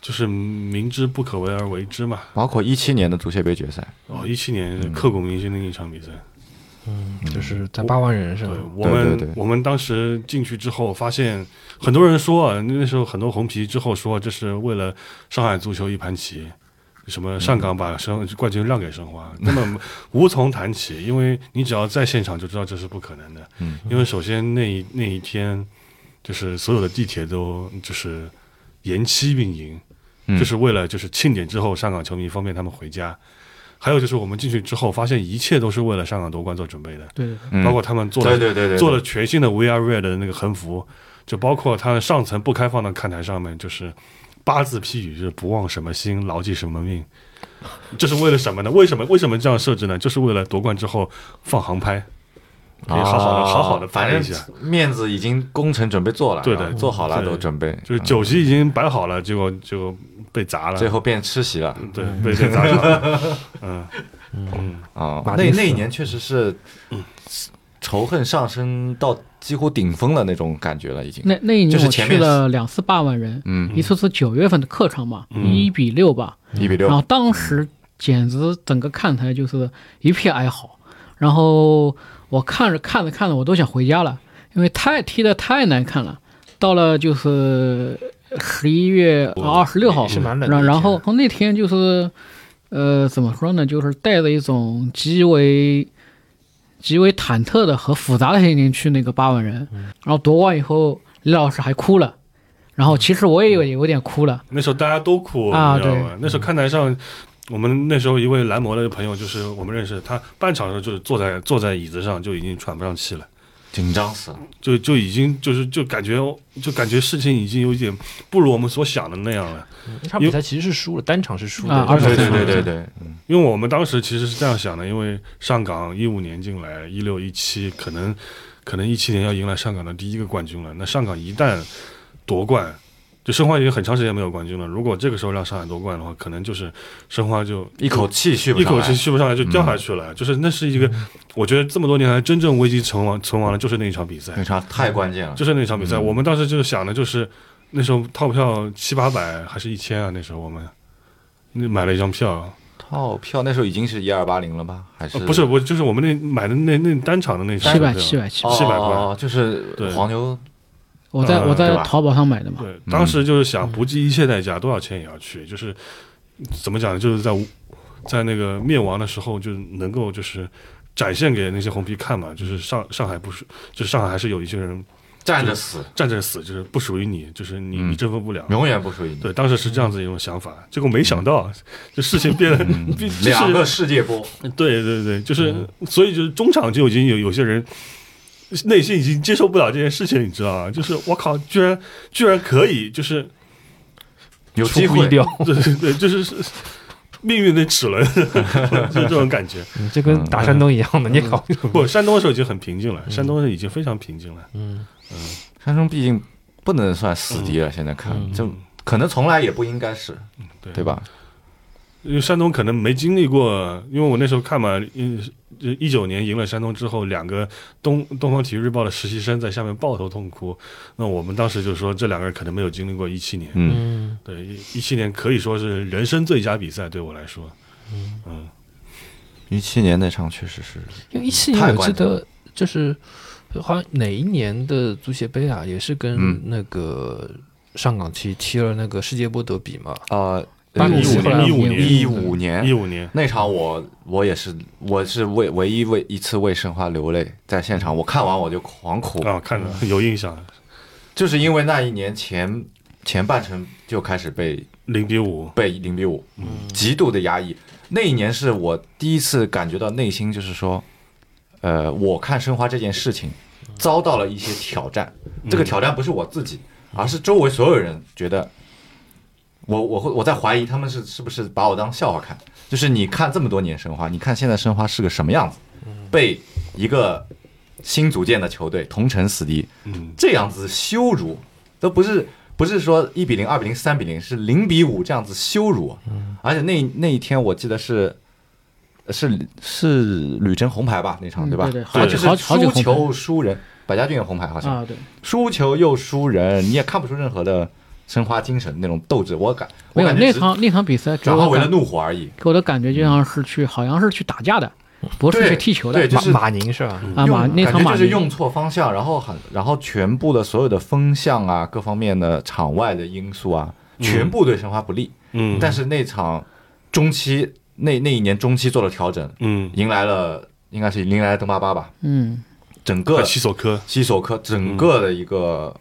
Speaker 4: 就是明知不可为而为之嘛。
Speaker 2: 包括一七年的足协杯决赛，
Speaker 4: 哦，一七
Speaker 2: 嗯
Speaker 4: 年刻骨铭心的一场比赛，
Speaker 1: 嗯， 就是在八万人上
Speaker 4: 对，我们
Speaker 2: 对对
Speaker 4: 我们当时进去之后，发现很多人说啊，那时候很多红皮之后说这是为了上海足球一盘棋，什么上港把申冠军让给申花，
Speaker 2: 嗯
Speaker 4: 根本无从谈起，因为你只要在现场就知道这是不可能的。
Speaker 2: 嗯，
Speaker 4: 因为首先那一那一天就是所有的地铁都就是延期运营，
Speaker 2: 嗯
Speaker 4: 就是为了就是庆典之后上港球迷方便他们回家。还有就是我们进去之后，发现一切都是为了上港夺冠做准备的，
Speaker 3: 对对
Speaker 2: 嗯
Speaker 4: 包括他们做了
Speaker 2: 对对对对对
Speaker 4: 做了全新的 VR Red 的那个横幅，就包括它的上层不开放的看台上面，就是八字批语，就是不忘什么心，牢记什么命。这是为了什么呢？为什么为什么这样设置呢？就是为了夺冠之后放航拍，可以好好的、
Speaker 2: 啊
Speaker 4: 好好的
Speaker 2: 反
Speaker 4: 拍一下。
Speaker 2: 正面子已经工程准备做了，
Speaker 4: 对的
Speaker 2: 啊做好了
Speaker 4: 对
Speaker 2: 都准备，嗯
Speaker 4: 就是酒席已经摆好了，结果就被砸了
Speaker 2: 最。后变吃席了
Speaker 4: 对，被被砸场了。嗯嗯，
Speaker 2: 啊
Speaker 1: 马。
Speaker 2: 那
Speaker 1: 丁斯
Speaker 2: 那一年确实是仇恨上升到几乎顶峰的那种感觉了，已经。
Speaker 3: 那那一
Speaker 2: 就
Speaker 3: 年
Speaker 2: 是
Speaker 3: 我
Speaker 2: 前
Speaker 3: 去
Speaker 2: 面
Speaker 3: 了两次八万人，
Speaker 2: 嗯，
Speaker 3: 一次是九月份的客场嘛，一比六吧，
Speaker 2: 一比
Speaker 3: 然后
Speaker 2: 六，
Speaker 3: 当时简直整个看台就是一片哀嚎，然后我看着看着看着我都想回家了，因为太踢的太难看了。到了就是十一月啊二十六号，
Speaker 1: 也是蛮冷的一
Speaker 3: 然
Speaker 1: 天
Speaker 3: 然后从那天就是，呃，怎么说呢，就是带着一种极为。极为忐忑的和复杂的心情去那个八万人，
Speaker 1: 嗯
Speaker 3: 然后夺冠以后，李老师还哭了，然后其实我也有
Speaker 1: 嗯
Speaker 3: 有点哭了，
Speaker 4: 那时候大家都哭，
Speaker 3: 啊
Speaker 4: 你知道吗
Speaker 3: 对？
Speaker 4: 那时候看台上，我们那时候一位蓝魔的朋友，就是我们认识，他半场的时候就是坐在坐在椅子上就已经喘不上气了。
Speaker 2: 紧张死了。
Speaker 4: 就就已经就是就感觉就感觉事情已经有点不如我们所想的那样了，
Speaker 1: 那场比赛其实是输了，单场是输的
Speaker 3: 啊，二
Speaker 1: 对
Speaker 3: 场
Speaker 2: 对
Speaker 1: 对
Speaker 2: 对对
Speaker 1: 对
Speaker 2: 对对，
Speaker 4: 因为我们当时其实是这样想的，因为上港一五年进来，一六一七可能可能一七年要迎来上港的第一个冠军了，那上港一旦夺冠。就申花已经很长时间没有冠军了，如果这个时候让上海夺冠的话，可能就是申花就
Speaker 2: 一口气续不
Speaker 4: 一
Speaker 2: 上
Speaker 4: 口
Speaker 2: 来嗯
Speaker 4: 气续不上来就掉下去了。就是那是一个，我觉得这么多年来真正危机存亡存亡的就是那一场比赛。
Speaker 2: 那场太关键了
Speaker 4: 就。是那场比赛，
Speaker 2: 嗯
Speaker 4: 我们当时就是想的就是，那时候套票七八百还是一千啊？那时候我们那买了一张票，
Speaker 2: 套票那时候已经是一二八零了吧？还是
Speaker 4: 呃不是我就是我们那买的那那单场的那张
Speaker 3: 七百
Speaker 4: 票
Speaker 3: 七百七百，
Speaker 2: 哦
Speaker 4: 700块
Speaker 2: 哦就是
Speaker 4: 对
Speaker 2: 黄牛
Speaker 3: 我在我
Speaker 2: 呃对
Speaker 3: 在
Speaker 2: 吧
Speaker 3: 淘宝上买的嘛，啊
Speaker 4: 对，当
Speaker 2: 嗯
Speaker 4: 时就是想不
Speaker 3: 嗯
Speaker 4: 计一切代价，多少钱也要去，就是怎么讲呢？就是在无在那个灭亡的时候，就能够就是展现给那些红皮看嘛，就是上上海不是，就是上海还是有一些人
Speaker 2: 站着死，
Speaker 4: 站着死，就是不属于你，就是你
Speaker 2: 嗯
Speaker 4: 你征服不了。
Speaker 2: 永远不属于你。
Speaker 4: 对，当时是这样子一种想法，结果没想
Speaker 2: 嗯
Speaker 4: 到这事情变得， 变就是
Speaker 2: 两个世界波，
Speaker 4: 对对对，就是、所以就是中场就已经有有些人内心已经接受不了这件事情，你知道吗？就是我靠，居然居然可以，就是
Speaker 2: 有
Speaker 1: 出
Speaker 2: 机
Speaker 1: 乎意
Speaker 2: 会。
Speaker 1: 料，
Speaker 4: 对对对，就是是 命运的齿轮， 就是这种感觉。
Speaker 1: 嗯这跟打山东一样的，
Speaker 2: 嗯
Speaker 1: 你搞
Speaker 4: 不，山东的时候已经很平静了，山东已经非常平静了。
Speaker 2: 山东毕竟不能算死敌了，现在看
Speaker 1: 嗯
Speaker 2: 就可能从来也不应该是，
Speaker 4: 对
Speaker 2: 对吧？
Speaker 4: 因为山东可能没经历过，因为我那时候看嘛，嗯，一九年赢了山东之后，两个东东方体育日报的实习生在下面抱头痛哭。那我们当时就说，这两个人可能没有经历过一七年。
Speaker 2: 嗯，
Speaker 1: 嗯，
Speaker 4: 对，一七年可以说是人生最佳比赛，对我来说，嗯，
Speaker 2: 一七年那场确实是，
Speaker 1: 因为一七
Speaker 2: 太
Speaker 1: 年我
Speaker 2: 关
Speaker 1: 记
Speaker 2: 键
Speaker 1: 得就是好像哪一年的足协杯啊，也是
Speaker 2: 嗯
Speaker 1: 跟那个上港踢踢了那个世界波德比嘛，
Speaker 2: 呃，
Speaker 1: 八
Speaker 4: 一
Speaker 1: 五
Speaker 4: 五
Speaker 1: 后来
Speaker 4: 啊年，一五
Speaker 1: 年
Speaker 2: 一
Speaker 4: 年，
Speaker 2: 五年
Speaker 4: 一五年，
Speaker 2: 那场我我也是我是为唯一为一次为申花流泪，在现场我看完我就狂哭，
Speaker 4: 啊，看着
Speaker 2: 嗯
Speaker 4: 有印象，
Speaker 2: 就是因为那一年前前半程就开始被
Speaker 4: 零比五，
Speaker 2: 被零比五，极度的压抑。那一年是我第一次感觉到内心就是说，呃，我看申花这件事情遭到了一些挑战，这个挑战不是我自己，而是周围所有人觉得。我我会我在怀疑他们是是不是把我当笑话看，就是你看这么多年申花，你看现在申花是个什么样子，被一个新组建的球队同城死敌，
Speaker 4: 嗯，
Speaker 2: 这样子羞辱，都不是不是说一比零、二比零、三比零，是零比五这样子羞辱。而且那那一天我记得是是是吕晨红牌吧那场
Speaker 3: 嗯
Speaker 2: 对吧？
Speaker 3: 对对
Speaker 2: 反正
Speaker 3: 好
Speaker 2: 就是
Speaker 3: 好几
Speaker 2: 输
Speaker 3: 个红牌
Speaker 2: 球输人，百家俊也红牌好像，
Speaker 3: 啊，对，
Speaker 2: 输球又输人，你也看不出任何的申花精神那种斗志。我感我
Speaker 3: 没有
Speaker 2: 感
Speaker 3: 那
Speaker 2: 觉只
Speaker 3: 场那场比赛给
Speaker 2: 转化
Speaker 3: 我
Speaker 2: 为了
Speaker 3: 感
Speaker 2: 怒火而已。
Speaker 3: 给我的感觉就像是去好像是去打架的，不
Speaker 2: 嗯
Speaker 3: 是
Speaker 2: 对
Speaker 3: 去踢球的
Speaker 2: 对就是嗯
Speaker 1: 马马宁是吧？
Speaker 3: 啊马
Speaker 2: 用
Speaker 3: 那
Speaker 2: 感
Speaker 3: 场
Speaker 2: 觉
Speaker 3: 马
Speaker 2: 就是
Speaker 3: 宁
Speaker 2: 用错方向，然后很，然后全部的所有的风向啊，各方面的场外的因素啊，
Speaker 3: 嗯
Speaker 2: 全部对申花不利。
Speaker 4: 嗯，
Speaker 2: 但是那场中期那那一年中期做了调整，
Speaker 4: 嗯，
Speaker 2: 迎来了应该是迎来了邓巴巴吧，
Speaker 3: 嗯，
Speaker 2: 整个
Speaker 4: 西索科，
Speaker 2: 西索科整个的一个、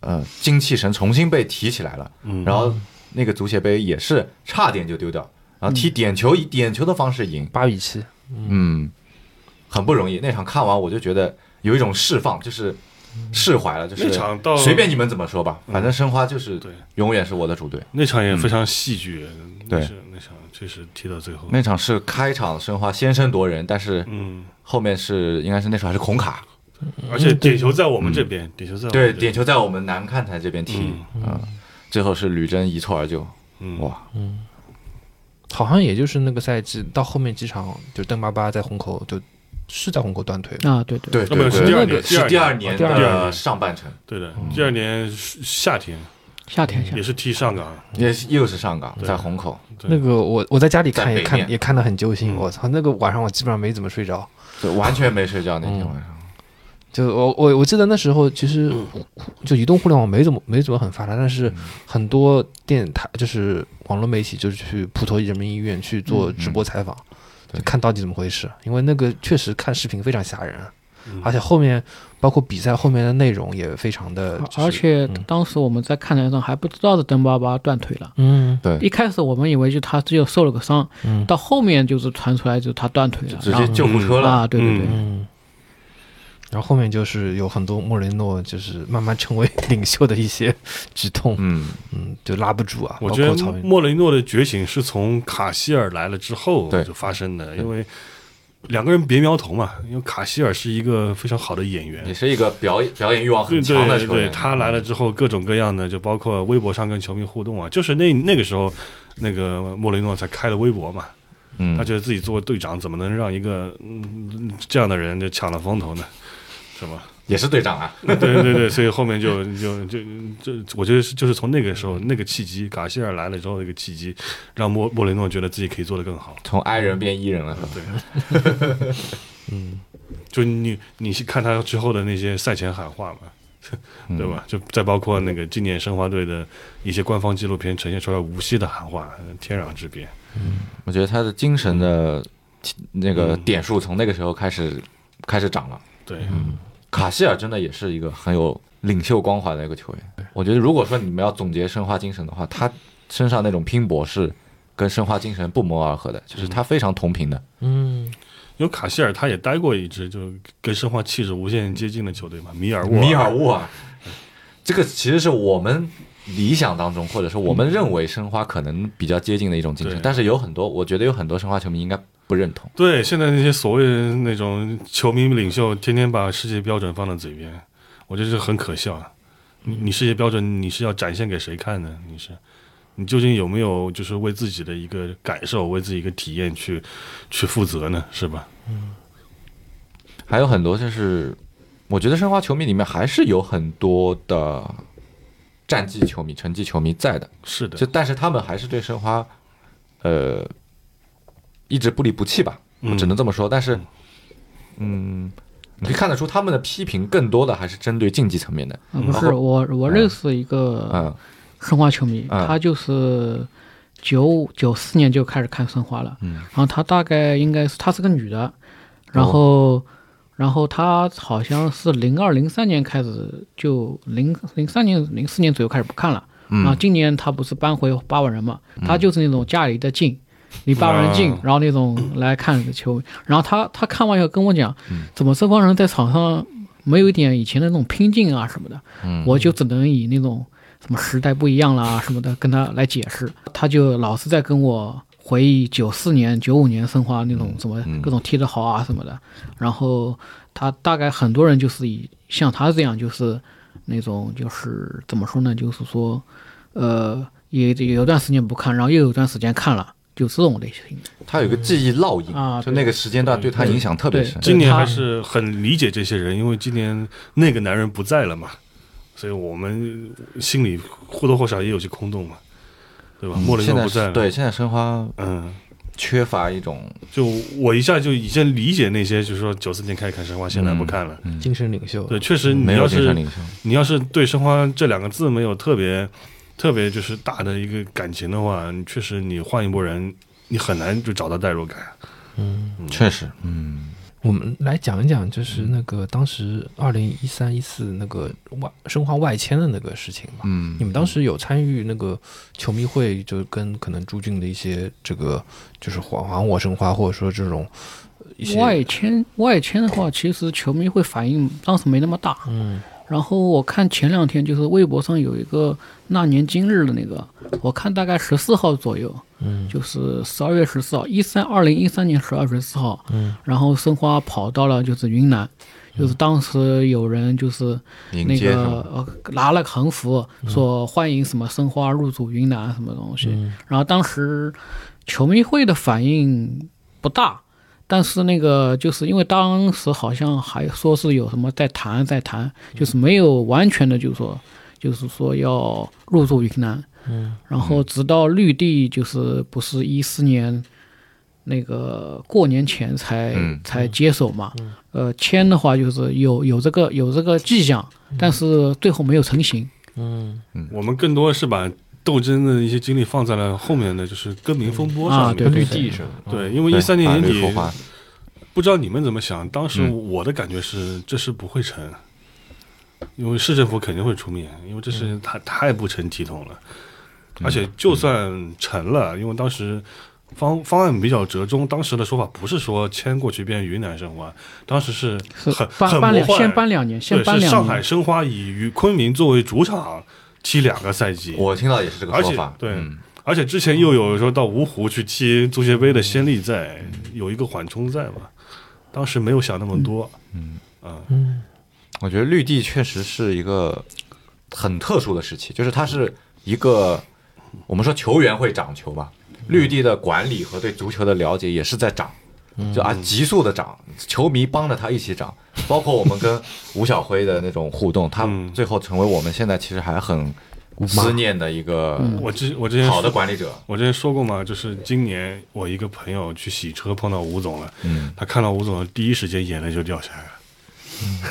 Speaker 2: 呃精气神重新被提起来了，
Speaker 4: 嗯
Speaker 2: 然后那个足协杯也是差点就丢掉，然后
Speaker 4: 嗯
Speaker 2: 踢点球以点球的方式赢，
Speaker 1: 八比七，
Speaker 2: 嗯，很不容易。那场看完我就觉得有一种释放，就是释怀了，就是
Speaker 4: 那场到
Speaker 2: 随便你们怎么说吧，反正申花就是
Speaker 4: 嗯对
Speaker 2: 永远是我的主队。
Speaker 4: 那场也非常戏剧，
Speaker 2: 嗯对
Speaker 4: 那是那场确实踢到最后，
Speaker 2: 那场是开场申花先声夺人，但是
Speaker 4: 嗯，
Speaker 2: 后面是应该是那时候还是孔卡，
Speaker 1: 嗯
Speaker 4: 而且点球在我们这边，点球在我
Speaker 2: 嗯
Speaker 4: 们
Speaker 2: 对，
Speaker 4: 这边
Speaker 2: 点，球在我们南看台这边踢，嗯，最后是吕征一蹴而就，
Speaker 4: 嗯，
Speaker 2: 哇，
Speaker 1: 好像也就是那个赛季到后面几场，就邓巴巴在虹口就是在虹口断腿，
Speaker 3: 啊，对对，
Speaker 2: 对
Speaker 4: 那没
Speaker 2: 对
Speaker 4: 有是
Speaker 2: 对，
Speaker 4: 第二
Speaker 1: 那
Speaker 4: 年，
Speaker 1: 个
Speaker 2: 是第二年
Speaker 1: 第二
Speaker 2: 的
Speaker 4: 年
Speaker 2: 上半程，
Speaker 4: 对的，
Speaker 1: 嗯
Speaker 4: 第二年夏天
Speaker 3: 夏天夏
Speaker 4: 也
Speaker 3: 天，
Speaker 4: 是踢上港，
Speaker 2: 也是又是上港
Speaker 4: 对
Speaker 2: 在虹口，
Speaker 4: 对
Speaker 1: 那个我我在家里
Speaker 2: 在
Speaker 1: 看
Speaker 2: 北
Speaker 1: 也看
Speaker 2: 面
Speaker 1: 也看得很揪心，
Speaker 4: 嗯
Speaker 1: 我操，那个晚上我基本上没怎么睡着。
Speaker 2: 对，完全没睡觉那天晚上，
Speaker 1: 就我我我记得那时候其实就移动互联网没怎么没怎么很发达，但是很多电台就是网络媒体就是去普陀人民医院去做直播采访，
Speaker 2: 对
Speaker 1: 就看到底怎么回事，因为那个确实看视频非常吓人，
Speaker 4: 嗯
Speaker 1: 而且后面包括比赛后面的内容也非常的、就是，
Speaker 3: 而且
Speaker 1: 嗯
Speaker 3: 当时我们在看台上还不知道是登巴巴断腿了。
Speaker 1: 嗯
Speaker 3: 一开始我们以为就他只有受了个伤，
Speaker 1: 嗯
Speaker 3: 到后面就是传出来就是他断腿了，
Speaker 2: 直
Speaker 3: 然
Speaker 2: 接
Speaker 3: 后
Speaker 2: 救护车了，
Speaker 3: 啊，对对对，
Speaker 1: 嗯，然后后面就是有很多莫雷诺就是慢慢成为领袖的一些 举动，
Speaker 2: 嗯，
Speaker 1: 嗯，就拉不住啊，
Speaker 4: 我
Speaker 1: 包
Speaker 4: 觉
Speaker 1: 括
Speaker 4: 得
Speaker 1: 曹云，
Speaker 4: 莫雷诺的觉醒是从卡希尔来了之后
Speaker 2: 对
Speaker 4: 就发生的，因为两个人别苗头嘛，因为卡希尔是一个非常好的演员
Speaker 2: 也，是一个表演表演欲望
Speaker 4: 对
Speaker 2: 很强的
Speaker 4: 对
Speaker 2: 球员，嗯
Speaker 4: 对，他来了之后各种各样的，就包括微博上跟球迷互动啊，就是那那个时候，那个莫雷诺才开了微博嘛，
Speaker 2: 嗯，
Speaker 4: 他觉得自己作为队长，怎么能让一个嗯这样的人就抢了风头呢？是吧？
Speaker 2: 也是队长啊，
Speaker 4: 对对对，所以后面就就就就，我觉得是就是从那个时候那个契机，卡希尔来了之后那个契机，让莫莫雷诺觉得自己可以做得更好。
Speaker 2: 从 I 人变 E 人了，
Speaker 4: 对，嗯，就你你去看他之后的那些赛前喊话嘛，
Speaker 2: 嗯
Speaker 4: 对吧？就再包括那个今年申花队的一些官方纪录片呈现出来无锡的喊话，天壤之别。
Speaker 2: 我觉得他的精神的那个点数从那个时候开始开始涨了。
Speaker 4: 对，
Speaker 2: 卡希尔真的也是一个很有领袖光环的一个球员。我觉得，如果说你们要总结申花精神的话，他身上那种拼搏是跟申花精神不谋而合的，就是他非常同频的。
Speaker 1: 嗯，
Speaker 4: 因为卡希尔他也待过一支就跟申花气质无限接近的球队嘛，米尔沃。
Speaker 2: 米尔沃啊，这个其实是我们理想当中，或者说我们认为申花可能比较接近的一种精神
Speaker 4: 对，
Speaker 2: 但是有很多，我觉得有很多申花球迷应该不认同。
Speaker 4: 对，现在那些所谓的那种球迷领袖，天天把世界标准放在嘴边，我觉得这很可笑啊。你你世界标准你是要展现给谁看呢？你是你究竟有没有就是为自己的一个感受、为自己一个体验去去负责呢？是吧？
Speaker 2: 还有很多就是，我觉得申花球迷里面还是有很多的战绩球迷、成绩球迷在的，
Speaker 4: 是的
Speaker 2: 就，但是他们还是对申花，呃，一直不离不弃吧，
Speaker 4: 嗯
Speaker 2: 我只能这么说。但是，嗯，你可以看得出他们的批评更多的还是针对竞技层面的，
Speaker 3: 啊不是我，我认识一个
Speaker 2: 嗯
Speaker 3: 申花球迷，
Speaker 2: 嗯
Speaker 3: 他就是九九四年就开始看申花了，
Speaker 2: 嗯
Speaker 3: 然后他大概应该是她是个女的，然后然后她好像是零二零三年开始就零零三年零四年左右开始不看了，然后今年她不是搬回八万人嘛，她就是那种家离得近。离八万人近，然后那种来看的球，然后她她看完以后跟我讲，怎么这帮人在场上没有一点以前的那种拼劲啊什么的，我就只能以那种什么时代不一样啦什么的跟他来解释，他就老是在跟我回忆九四年、九五年申花那种什么各种踢得好啊什么的，然后他大概很多人就是以像他这样就是那种就是怎么说呢，就是说呃也也有段时间不看，然后又有段时间看了，就这种类型的。
Speaker 2: 他有个记忆烙印，
Speaker 3: 啊
Speaker 2: 就那个时间段嗯对他影响特别
Speaker 3: 对
Speaker 2: 深。
Speaker 4: 今年
Speaker 3: 他
Speaker 4: 还是很理解这些人，因为今年那个男人不在了嘛，所以我们心里或多或少也有些空洞嘛，对吧？莫雷
Speaker 2: 嗯现
Speaker 4: 诺
Speaker 2: 在
Speaker 4: 不在
Speaker 2: 是
Speaker 4: 了，
Speaker 2: 对，现在申花
Speaker 4: 嗯。
Speaker 2: 缺乏一种
Speaker 4: 就我一下就已经理解那些，就是说九四年开始看申花，现在不看了。
Speaker 1: 精神领袖，
Speaker 4: 对，确实你
Speaker 2: 嗯没有
Speaker 4: 嗯要
Speaker 2: 精神
Speaker 4: 是
Speaker 2: 领袖。
Speaker 4: 你要是对申花这两个字没有特别特别就是大的一个感情的话，你确实你换一拨人，你很难就找到代入感。啊
Speaker 2: 确实，嗯，
Speaker 1: 我们来讲一讲，就是那个
Speaker 4: 嗯
Speaker 1: 当时二零一三一四那个外申花外迁的那个事情吧。
Speaker 2: 嗯
Speaker 1: 你们当时有参与那个球迷会，就跟可能朱俊的一些这个就是还还我申花，或者说这种呃一些
Speaker 3: 外迁外迁的话，其实球迷会反应当时没那么大，
Speaker 1: 嗯
Speaker 3: 然后我看前两天就是微博上有一个那年今日的那个，我看大概十四号左右，
Speaker 1: 嗯
Speaker 3: 就是十二月十四号，一三二零一三年十二月十四号，
Speaker 1: 嗯，
Speaker 3: 然后申花跑到了就是云南，就是当时有人就是
Speaker 2: 迎
Speaker 3: 那
Speaker 2: 接嗯
Speaker 3: 个
Speaker 2: 什么？
Speaker 3: 呃拿了横幅说欢迎什么申花入驻云南什么东西，
Speaker 2: 嗯
Speaker 3: 然后当时球迷会的反应不大，但是那个就是因为当时好像还说是有什么在谈在谈，就是没有完全的就是说就是说要入驻云南，嗯，然后直到绿地就是不是一四年。那个过年前才、
Speaker 2: 嗯
Speaker 3: 才接手嘛，呃，签的话就是有有这个有这个迹象，但是最后没有成型。
Speaker 1: 嗯
Speaker 4: 我们更多是把斗争的一些精力放在了后面的就是更名风波
Speaker 3: 啊
Speaker 4: 上
Speaker 3: 对对
Speaker 4: 面。
Speaker 1: 地上
Speaker 4: 对，因为
Speaker 2: 对
Speaker 4: 一三年
Speaker 2: 法
Speaker 4: 年
Speaker 2: 律
Speaker 4: 底
Speaker 2: 浮，华
Speaker 4: 不知道你们怎么想，当时
Speaker 2: 嗯
Speaker 4: 我的感觉是这事不会成，因为市政府肯定会出面，因为这事
Speaker 3: 嗯
Speaker 4: 情太太不成体统了，而且就算成了，因为当时。方方案比较折中，当时的说法不是说迁过去变云南申花，当时是
Speaker 3: 是
Speaker 4: 很
Speaker 3: 搬
Speaker 4: 很
Speaker 3: 搬
Speaker 4: 魔
Speaker 3: 两，
Speaker 4: 幻，
Speaker 3: 先搬两年，先
Speaker 4: 对，
Speaker 3: 搬
Speaker 4: 是
Speaker 3: 两
Speaker 4: 上
Speaker 3: 年
Speaker 4: 海。申花以与昆明作为主场踢两个赛季，
Speaker 2: 我听到也是这个
Speaker 4: 而
Speaker 2: 说
Speaker 4: 且
Speaker 2: 法。
Speaker 4: 对
Speaker 2: 嗯
Speaker 4: 而且之前又有说到芜湖去踢足协杯的先例在，有一个缓冲在嘛，当时没有想那么多，
Speaker 1: 嗯
Speaker 2: 我觉得绿地确实是一个很特殊的时期，就是它是一个我们说球员会长球嘛，绿地的管理和对足球的了解也是在长，就啊急速的长，球迷帮着他一起长，包括我们跟吴晓辉的那种互动，他
Speaker 4: 嗯
Speaker 2: 最后成为我们现在其实还很思念的一个
Speaker 4: 我之我之前
Speaker 2: 好的
Speaker 4: 说
Speaker 2: 管理者。
Speaker 4: 我之前说过嘛，就是今年我一个朋友去洗车碰到吴总了，
Speaker 2: 嗯，
Speaker 4: 他看到吴总的第一时间眼泪就掉下来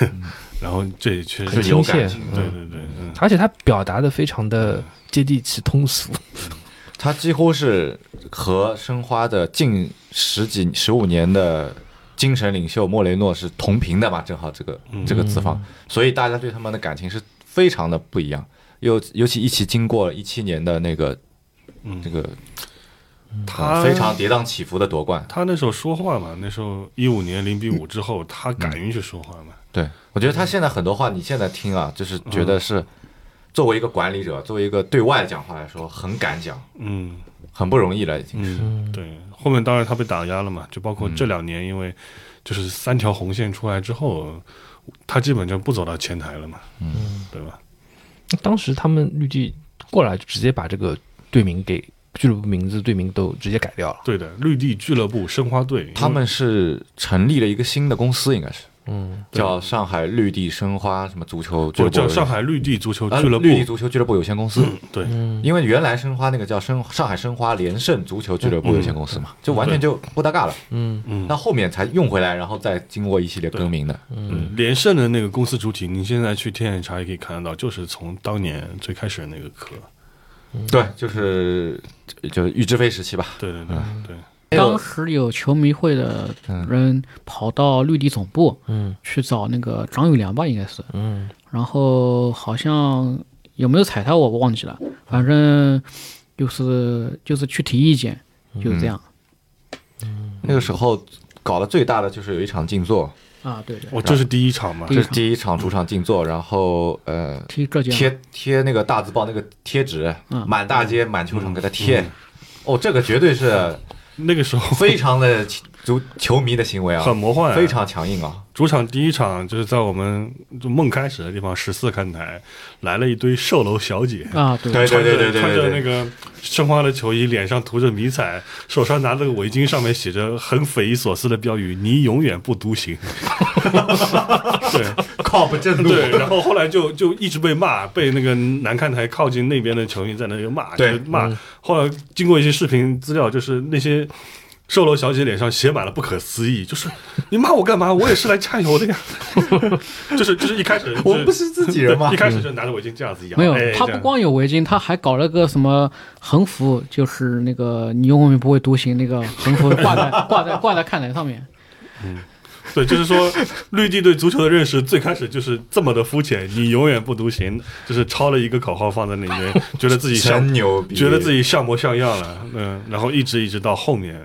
Speaker 4: 了， 然后这也确
Speaker 2: 就
Speaker 4: 实
Speaker 1: 很
Speaker 2: 是有
Speaker 1: 亲切
Speaker 2: 感情，
Speaker 4: 对对对，嗯，
Speaker 1: 而且他表达的非常的接地气、通俗，
Speaker 2: 他几乎是和申花的近十几十五年的精神领袖莫雷诺是同频的嘛，正好这个
Speaker 4: 嗯
Speaker 2: 这个资方，所以大家对他们的感情是非常的不一样。尤尤其一起经过一七年的那个
Speaker 4: 嗯
Speaker 2: 这个
Speaker 4: 他
Speaker 2: 嗯非常跌宕起伏的夺冠，
Speaker 4: 他那时候说话嘛，那时候一五年零比五之后，他敢于去说话嘛。
Speaker 2: 对我觉得他现在很多话你现在听啊，就是觉得是
Speaker 4: 嗯
Speaker 2: 作为一个管理者，作为一个对外讲话来说，很敢讲，
Speaker 4: 嗯
Speaker 2: 很不容易了已经。
Speaker 4: 嗯，对。后面当然他被打压了嘛，就包括这两年，因为就是三条红线出来之后，他基本就不走到前台了嘛。嗯，对吧？
Speaker 1: 当时他们绿地过来就直接把这个队名给俱乐部名字队名都直接改掉了。
Speaker 4: 对的，绿地俱乐部申花队，
Speaker 2: 他们是成立了一个新的公司，应该是
Speaker 1: 嗯，
Speaker 2: 叫上海绿地申花什么足球俱
Speaker 4: 就
Speaker 2: 乐部
Speaker 4: 叫上海绿地足球
Speaker 2: 呃
Speaker 4: 俱乐部。嗯
Speaker 2: 绿地足球嗯俱乐部有限公司。
Speaker 4: 对，
Speaker 1: 嗯
Speaker 2: 因为原来申花那个叫申上海申花联胜足球俱乐部有限公司嘛，就完全就不搭嘎了。
Speaker 1: 嗯
Speaker 4: 嗯
Speaker 2: 那后面才用回来，然后再经过一系列更名的。
Speaker 4: 嗯，连胜的那个公司主体，你现在去天眼查也可以看得到，就是从当年最开始的那个壳。
Speaker 2: 对，就是就是俞志飞时期吧。
Speaker 4: 对对对
Speaker 2: 嗯
Speaker 4: 对，
Speaker 2: 还
Speaker 3: 当
Speaker 2: 有
Speaker 3: 时有球迷会的
Speaker 4: 嗯
Speaker 3: 人跑到绿地总部，
Speaker 1: 嗯，
Speaker 3: 去找那个张宇良吧，应该是，
Speaker 1: 嗯，
Speaker 3: 然后好像有没有踩他我忘记了，反正就是就是去提意见，就是这样、
Speaker 2: 那个时候搞得最大的就是有一场静坐，
Speaker 3: 啊，对对，
Speaker 4: 哦，这是第一场嘛
Speaker 3: 第一？
Speaker 2: 这
Speaker 3: 场
Speaker 2: 是第一场主场静坐，然后呃
Speaker 3: 提浙江，
Speaker 2: 贴贴那个大字报那个贴纸，
Speaker 3: 嗯
Speaker 2: 满大街满球场给他贴。
Speaker 4: 嗯
Speaker 2: 哦，这个绝对是
Speaker 4: 那个时 候
Speaker 2: 非常的足球迷的行为啊，
Speaker 4: 很魔幻啊
Speaker 2: 非常强硬啊。
Speaker 4: 主场第一场就是在我们就梦开始的地方十四看台来了一堆售楼小姐，
Speaker 3: 啊，对
Speaker 2: 对对对对对
Speaker 4: 穿着
Speaker 2: 对
Speaker 4: 穿着那个申花的球衣，脸上涂着迷彩，手上拿着个围巾，上面写着很匪夷所思的标语：“你永远不独行。” 对，
Speaker 2: 靠不正
Speaker 4: 对，然后后来就就一直被骂，被那个南看台靠近那边的球迷在那个骂，
Speaker 2: 对嗯
Speaker 4: 就是骂。后来经过一些视频资料，就是那些售楼小姐脸上写满了不可思议，就是你骂我干嘛？我也是来加油的呀。就是就是一开始、就是、
Speaker 2: 我们不是自己人吗
Speaker 4: 对一开始就拿着围巾这样子一样，
Speaker 3: 没有
Speaker 4: 哎，
Speaker 3: 他
Speaker 4: 这
Speaker 3: 不
Speaker 4: 样
Speaker 3: 光有围巾，他还搞了个什么横幅，就是那个你永远不会独行那个横幅挂在挂在挂在看台上面。
Speaker 4: 对，就是说绿地对足球的认识最开始就是这么的肤浅，你永远不独行，就是抄了一个口号放在那边，觉得自己像
Speaker 2: 真牛逼，
Speaker 4: 觉得自己像模像样了，嗯，然后一直一直到后面，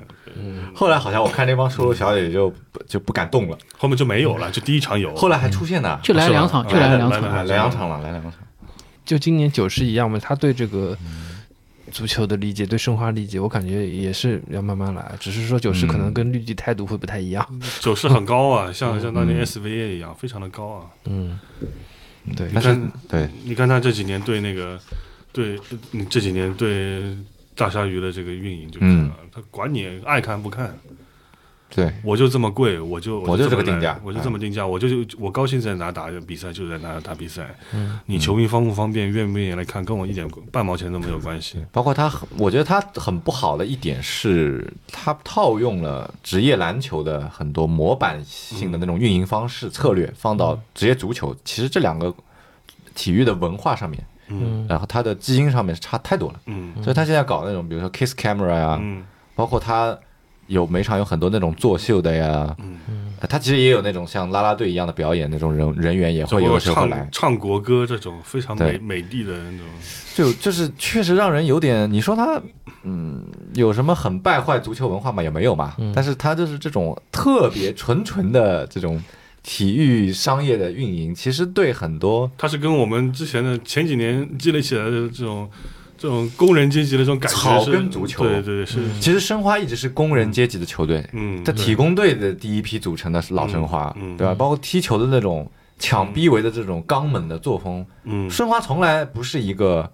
Speaker 2: 后来好像我看那帮售楼小姐就就不敢动了，
Speaker 4: 后面就没有了，就第一场有，
Speaker 2: 后来还出现呢，
Speaker 3: 就来
Speaker 2: 哦是吧
Speaker 3: 两场就来
Speaker 4: 来了
Speaker 3: 两场
Speaker 4: 来了
Speaker 2: 来两场了，来两场。
Speaker 1: 就今年九十一样嘛，他对这个足球的理解，对申花理解，我感觉也是要慢慢来，只是说九十可能跟绿地态度会不太一样。
Speaker 4: 九十很高啊，
Speaker 2: 嗯
Speaker 4: 像像当年 SVA 一样，非常的高啊。
Speaker 1: 嗯，对，
Speaker 4: 你
Speaker 2: 但是
Speaker 4: 看，
Speaker 2: 对，
Speaker 4: 你看他这几年对那个，对，你这几年对大鲨鱼的这个运营就
Speaker 2: 嗯
Speaker 4: 看了，他管你爱看不看，
Speaker 2: 对，
Speaker 4: 我就这么贵，我就
Speaker 2: 我就
Speaker 4: 这
Speaker 2: 这
Speaker 4: 么
Speaker 2: 个定
Speaker 4: 来
Speaker 2: 价嗯
Speaker 4: 我就这么定价，我就就我高兴在哪打比赛就在哪打比赛，
Speaker 2: 嗯
Speaker 4: 你球迷方不方便，愿不愿意来看，跟我一点半毛钱都没有关系。
Speaker 2: 包括他很，我觉得他很不好的一点是，他套用了职业篮球的很多模板性的那种运营方式、策略，放到职业足球，其实这两个体育的文化上面，
Speaker 4: 嗯
Speaker 2: 然后它的基因上面是差太多了。
Speaker 4: 嗯
Speaker 2: 所以他现在搞那种，比如说 kiss camera 呀、
Speaker 4: 嗯
Speaker 2: 包括他有每场有很多那种作秀的呀，
Speaker 4: 嗯
Speaker 2: 呃他其实也有那种像啦啦队一样的表演，那种人人员也
Speaker 4: 就
Speaker 2: 会有的时候会来
Speaker 4: 唱，唱国歌这种非常美
Speaker 2: 对
Speaker 4: 美丽的那种，
Speaker 2: 就就是确实让人有点，你说他嗯有什么很败坏足球文化嘛，也没有嘛，但是他就是这种特别纯纯的这种体育商业的运营，其实对很多
Speaker 4: 它是跟我们之前的前几年积累起来的这种这种工人阶级的这种感觉是
Speaker 2: 草根足球
Speaker 4: 对对对是，
Speaker 2: 其实申花一直是工人阶级的球队，
Speaker 4: 嗯，
Speaker 2: 这
Speaker 4: 对
Speaker 2: 体工队的第一批组成的是老申花，
Speaker 4: 嗯嗯
Speaker 2: 对吧？包括踢球的那种抢逼围的这种刚猛的作风，
Speaker 4: 嗯
Speaker 2: 申花从来不是一个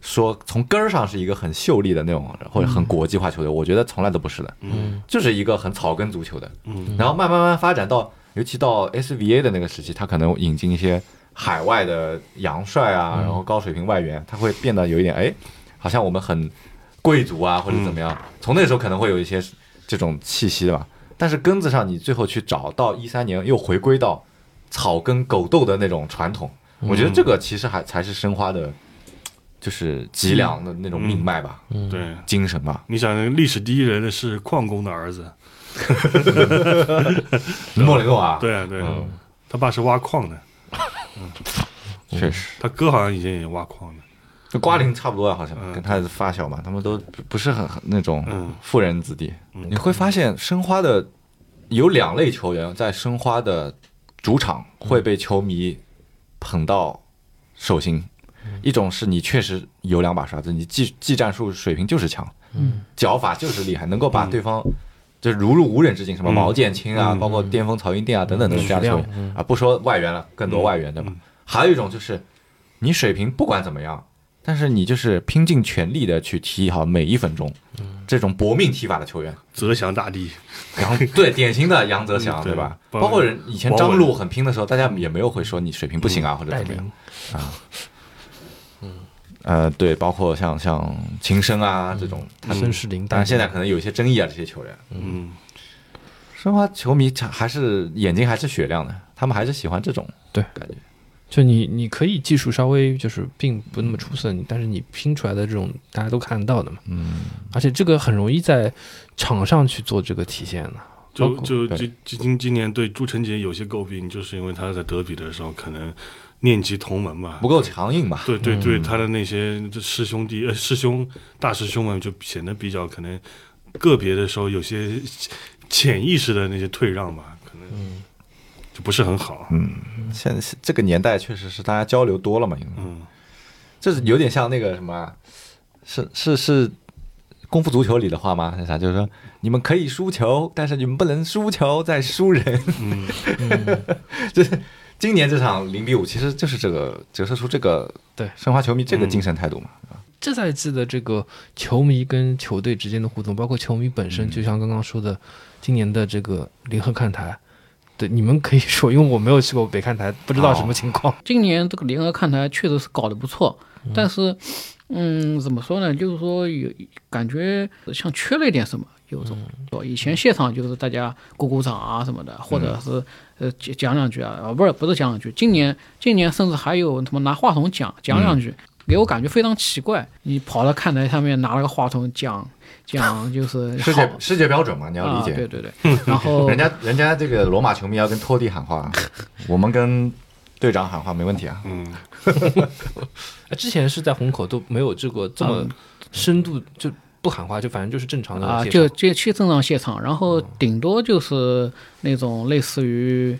Speaker 2: 说从根儿上是一个很秀丽的那种或者很国际化球队，我觉得从来都不是的，
Speaker 4: 嗯
Speaker 2: 就是一个很草根足球的。
Speaker 4: 嗯
Speaker 2: 然后慢慢慢慢发展到，尤其到 SVA 的那个时期，他可能引进一些海外的洋帅
Speaker 4: 嗯
Speaker 2: 啊，然后高水平外援，他会变得有一点哎，好像我们很贵族啊，或者怎么
Speaker 4: 嗯
Speaker 2: 样。从那时候可能会有一些这种气息吧。但是根子上，你最后去找到一三年又回归到
Speaker 4: 嗯
Speaker 2: 草根狗斗的那种传统，我觉得这个其实还才是申花的就是脊梁的那种命脉吧，
Speaker 1: 嗯
Speaker 4: 嗯对，
Speaker 2: 精神吧，
Speaker 4: 你想历史第一人的是矿工的儿子，
Speaker 2: 莫雷诺啊，
Speaker 4: 对啊对啊，他爸是挖矿的，
Speaker 2: 确实，
Speaker 4: 他哥好像以前也挖矿的，
Speaker 2: 跟瓜林差不多啊，好像
Speaker 4: 嗯
Speaker 2: 跟他的发小嘛，他们都不不是很很那种
Speaker 4: 嗯
Speaker 2: 富人子弟。
Speaker 4: 嗯
Speaker 2: 你会发现申花的有两类球员在申花的主场
Speaker 4: 嗯
Speaker 2: 会被球迷捧到手心，
Speaker 4: 嗯
Speaker 2: 一种是你确实有两把刷子，你技技战术水平就是强，
Speaker 1: 嗯，
Speaker 2: 脚法就是厉害，能够把对方。就是如入无人之境，什么
Speaker 4: 嗯
Speaker 2: 毛剑卿啊，
Speaker 4: 嗯
Speaker 2: 包括巅峰曹云定啊等等的
Speaker 1: 嗯
Speaker 2: 这样的球员、
Speaker 1: 质量
Speaker 2: 啊，不说外援了，更多外援对吧？
Speaker 4: 嗯
Speaker 2: 还有一种就是你水平不管怎么样，但是你就是拼尽全力的去踢好每一分钟，
Speaker 4: 嗯
Speaker 2: 这种搏命踢法的球员。
Speaker 4: 泽祥大帝，
Speaker 2: 然后对典型的杨泽祥，
Speaker 4: 嗯
Speaker 2: 对吧？
Speaker 4: 对
Speaker 2: 包括人以前张
Speaker 4: 王
Speaker 2: 璐
Speaker 4: 文
Speaker 2: 很拼的时候，大家也没有会说你水平不行
Speaker 4: 嗯
Speaker 2: 啊或者
Speaker 1: 带
Speaker 2: 怎么样
Speaker 1: 领。
Speaker 2: 呃，对，包括像像秦升啊这种，他
Speaker 1: 孙世林带
Speaker 2: 当
Speaker 1: 领，
Speaker 2: 然现在可能有一些争议啊，这些球员。
Speaker 4: 嗯，
Speaker 2: 申花球迷还是眼睛还是雪亮的，他们还是喜欢这种
Speaker 1: 对
Speaker 2: 感觉。
Speaker 1: 就你你可以技术稍微就是并不那么出色，你但是你拼出来的这种大家都看得到的嘛，
Speaker 2: 嗯，
Speaker 1: 而且这个很容易在场上去做这个体现啊的，
Speaker 4: 就
Speaker 2: 包括
Speaker 4: 就
Speaker 2: 对
Speaker 4: 就今今年对朱晨杰有些诟病，就是因为他在德比的时候可能念及同门吧
Speaker 2: 不，够嗯强硬嘛。
Speaker 4: 对对对，他的那些师兄弟、呃、师兄大师兄们就显得比较可能个别的时候有些潜意识的那些退让吧，可能
Speaker 2: 嗯
Speaker 4: 就不是很好。
Speaker 2: 现在这个年代确实是大家交流多了嘛，因为
Speaker 4: 嗯
Speaker 2: 就是有点像那个什么啊，是是是，功夫足球里的话吗？那啥，就是说你们可以输球，但是你们不能输球再输人。
Speaker 4: 嗯，
Speaker 2: 就是今 年这场零比五，其实就是这个折射出这个
Speaker 1: 对
Speaker 2: 申花球迷这个精神态度嘛。
Speaker 1: 这赛季的这个球迷跟球队之间的互动，包括球迷本
Speaker 2: 嗯
Speaker 1: 身，就像刚刚说的，今年的这个联合看台，对你们可以说，因为我没有去过北看台，不知
Speaker 2: 哦
Speaker 1: 道什么情况。
Speaker 3: 今年这个联合看台确实是搞得不错，但是，嗯，怎么说呢？就是说有感觉像缺了一点什么，有种。
Speaker 2: 嗯
Speaker 3: 以前现场就是大家鼓鼓掌啊什么的，或
Speaker 2: 嗯
Speaker 3: 者是呃讲讲两句啊，啊不是不是讲两句。今年今年甚至还有什么拿话筒讲讲
Speaker 2: 嗯
Speaker 3: 两句，给我感觉非常奇怪。你跑到看台上面拿了个话筒讲讲，就是
Speaker 2: 世界
Speaker 3: 好
Speaker 2: 世界标准嘛，你要
Speaker 3: 啊，
Speaker 2: 理解。
Speaker 3: 对对 对。然后
Speaker 2: 人家人家这个罗马球迷要跟托蒂喊话，我们跟队长喊话没问题啊。
Speaker 4: 嗯
Speaker 1: 呃之前是在虹口都没有这个这
Speaker 2: 嗯
Speaker 1: 么深度，就不喊话，就反正就是正常的
Speaker 3: 啊，
Speaker 1: 介
Speaker 3: 就
Speaker 1: 绍
Speaker 3: 就去正常现场，然
Speaker 2: 嗯
Speaker 3: 后顶多就是那种类似于，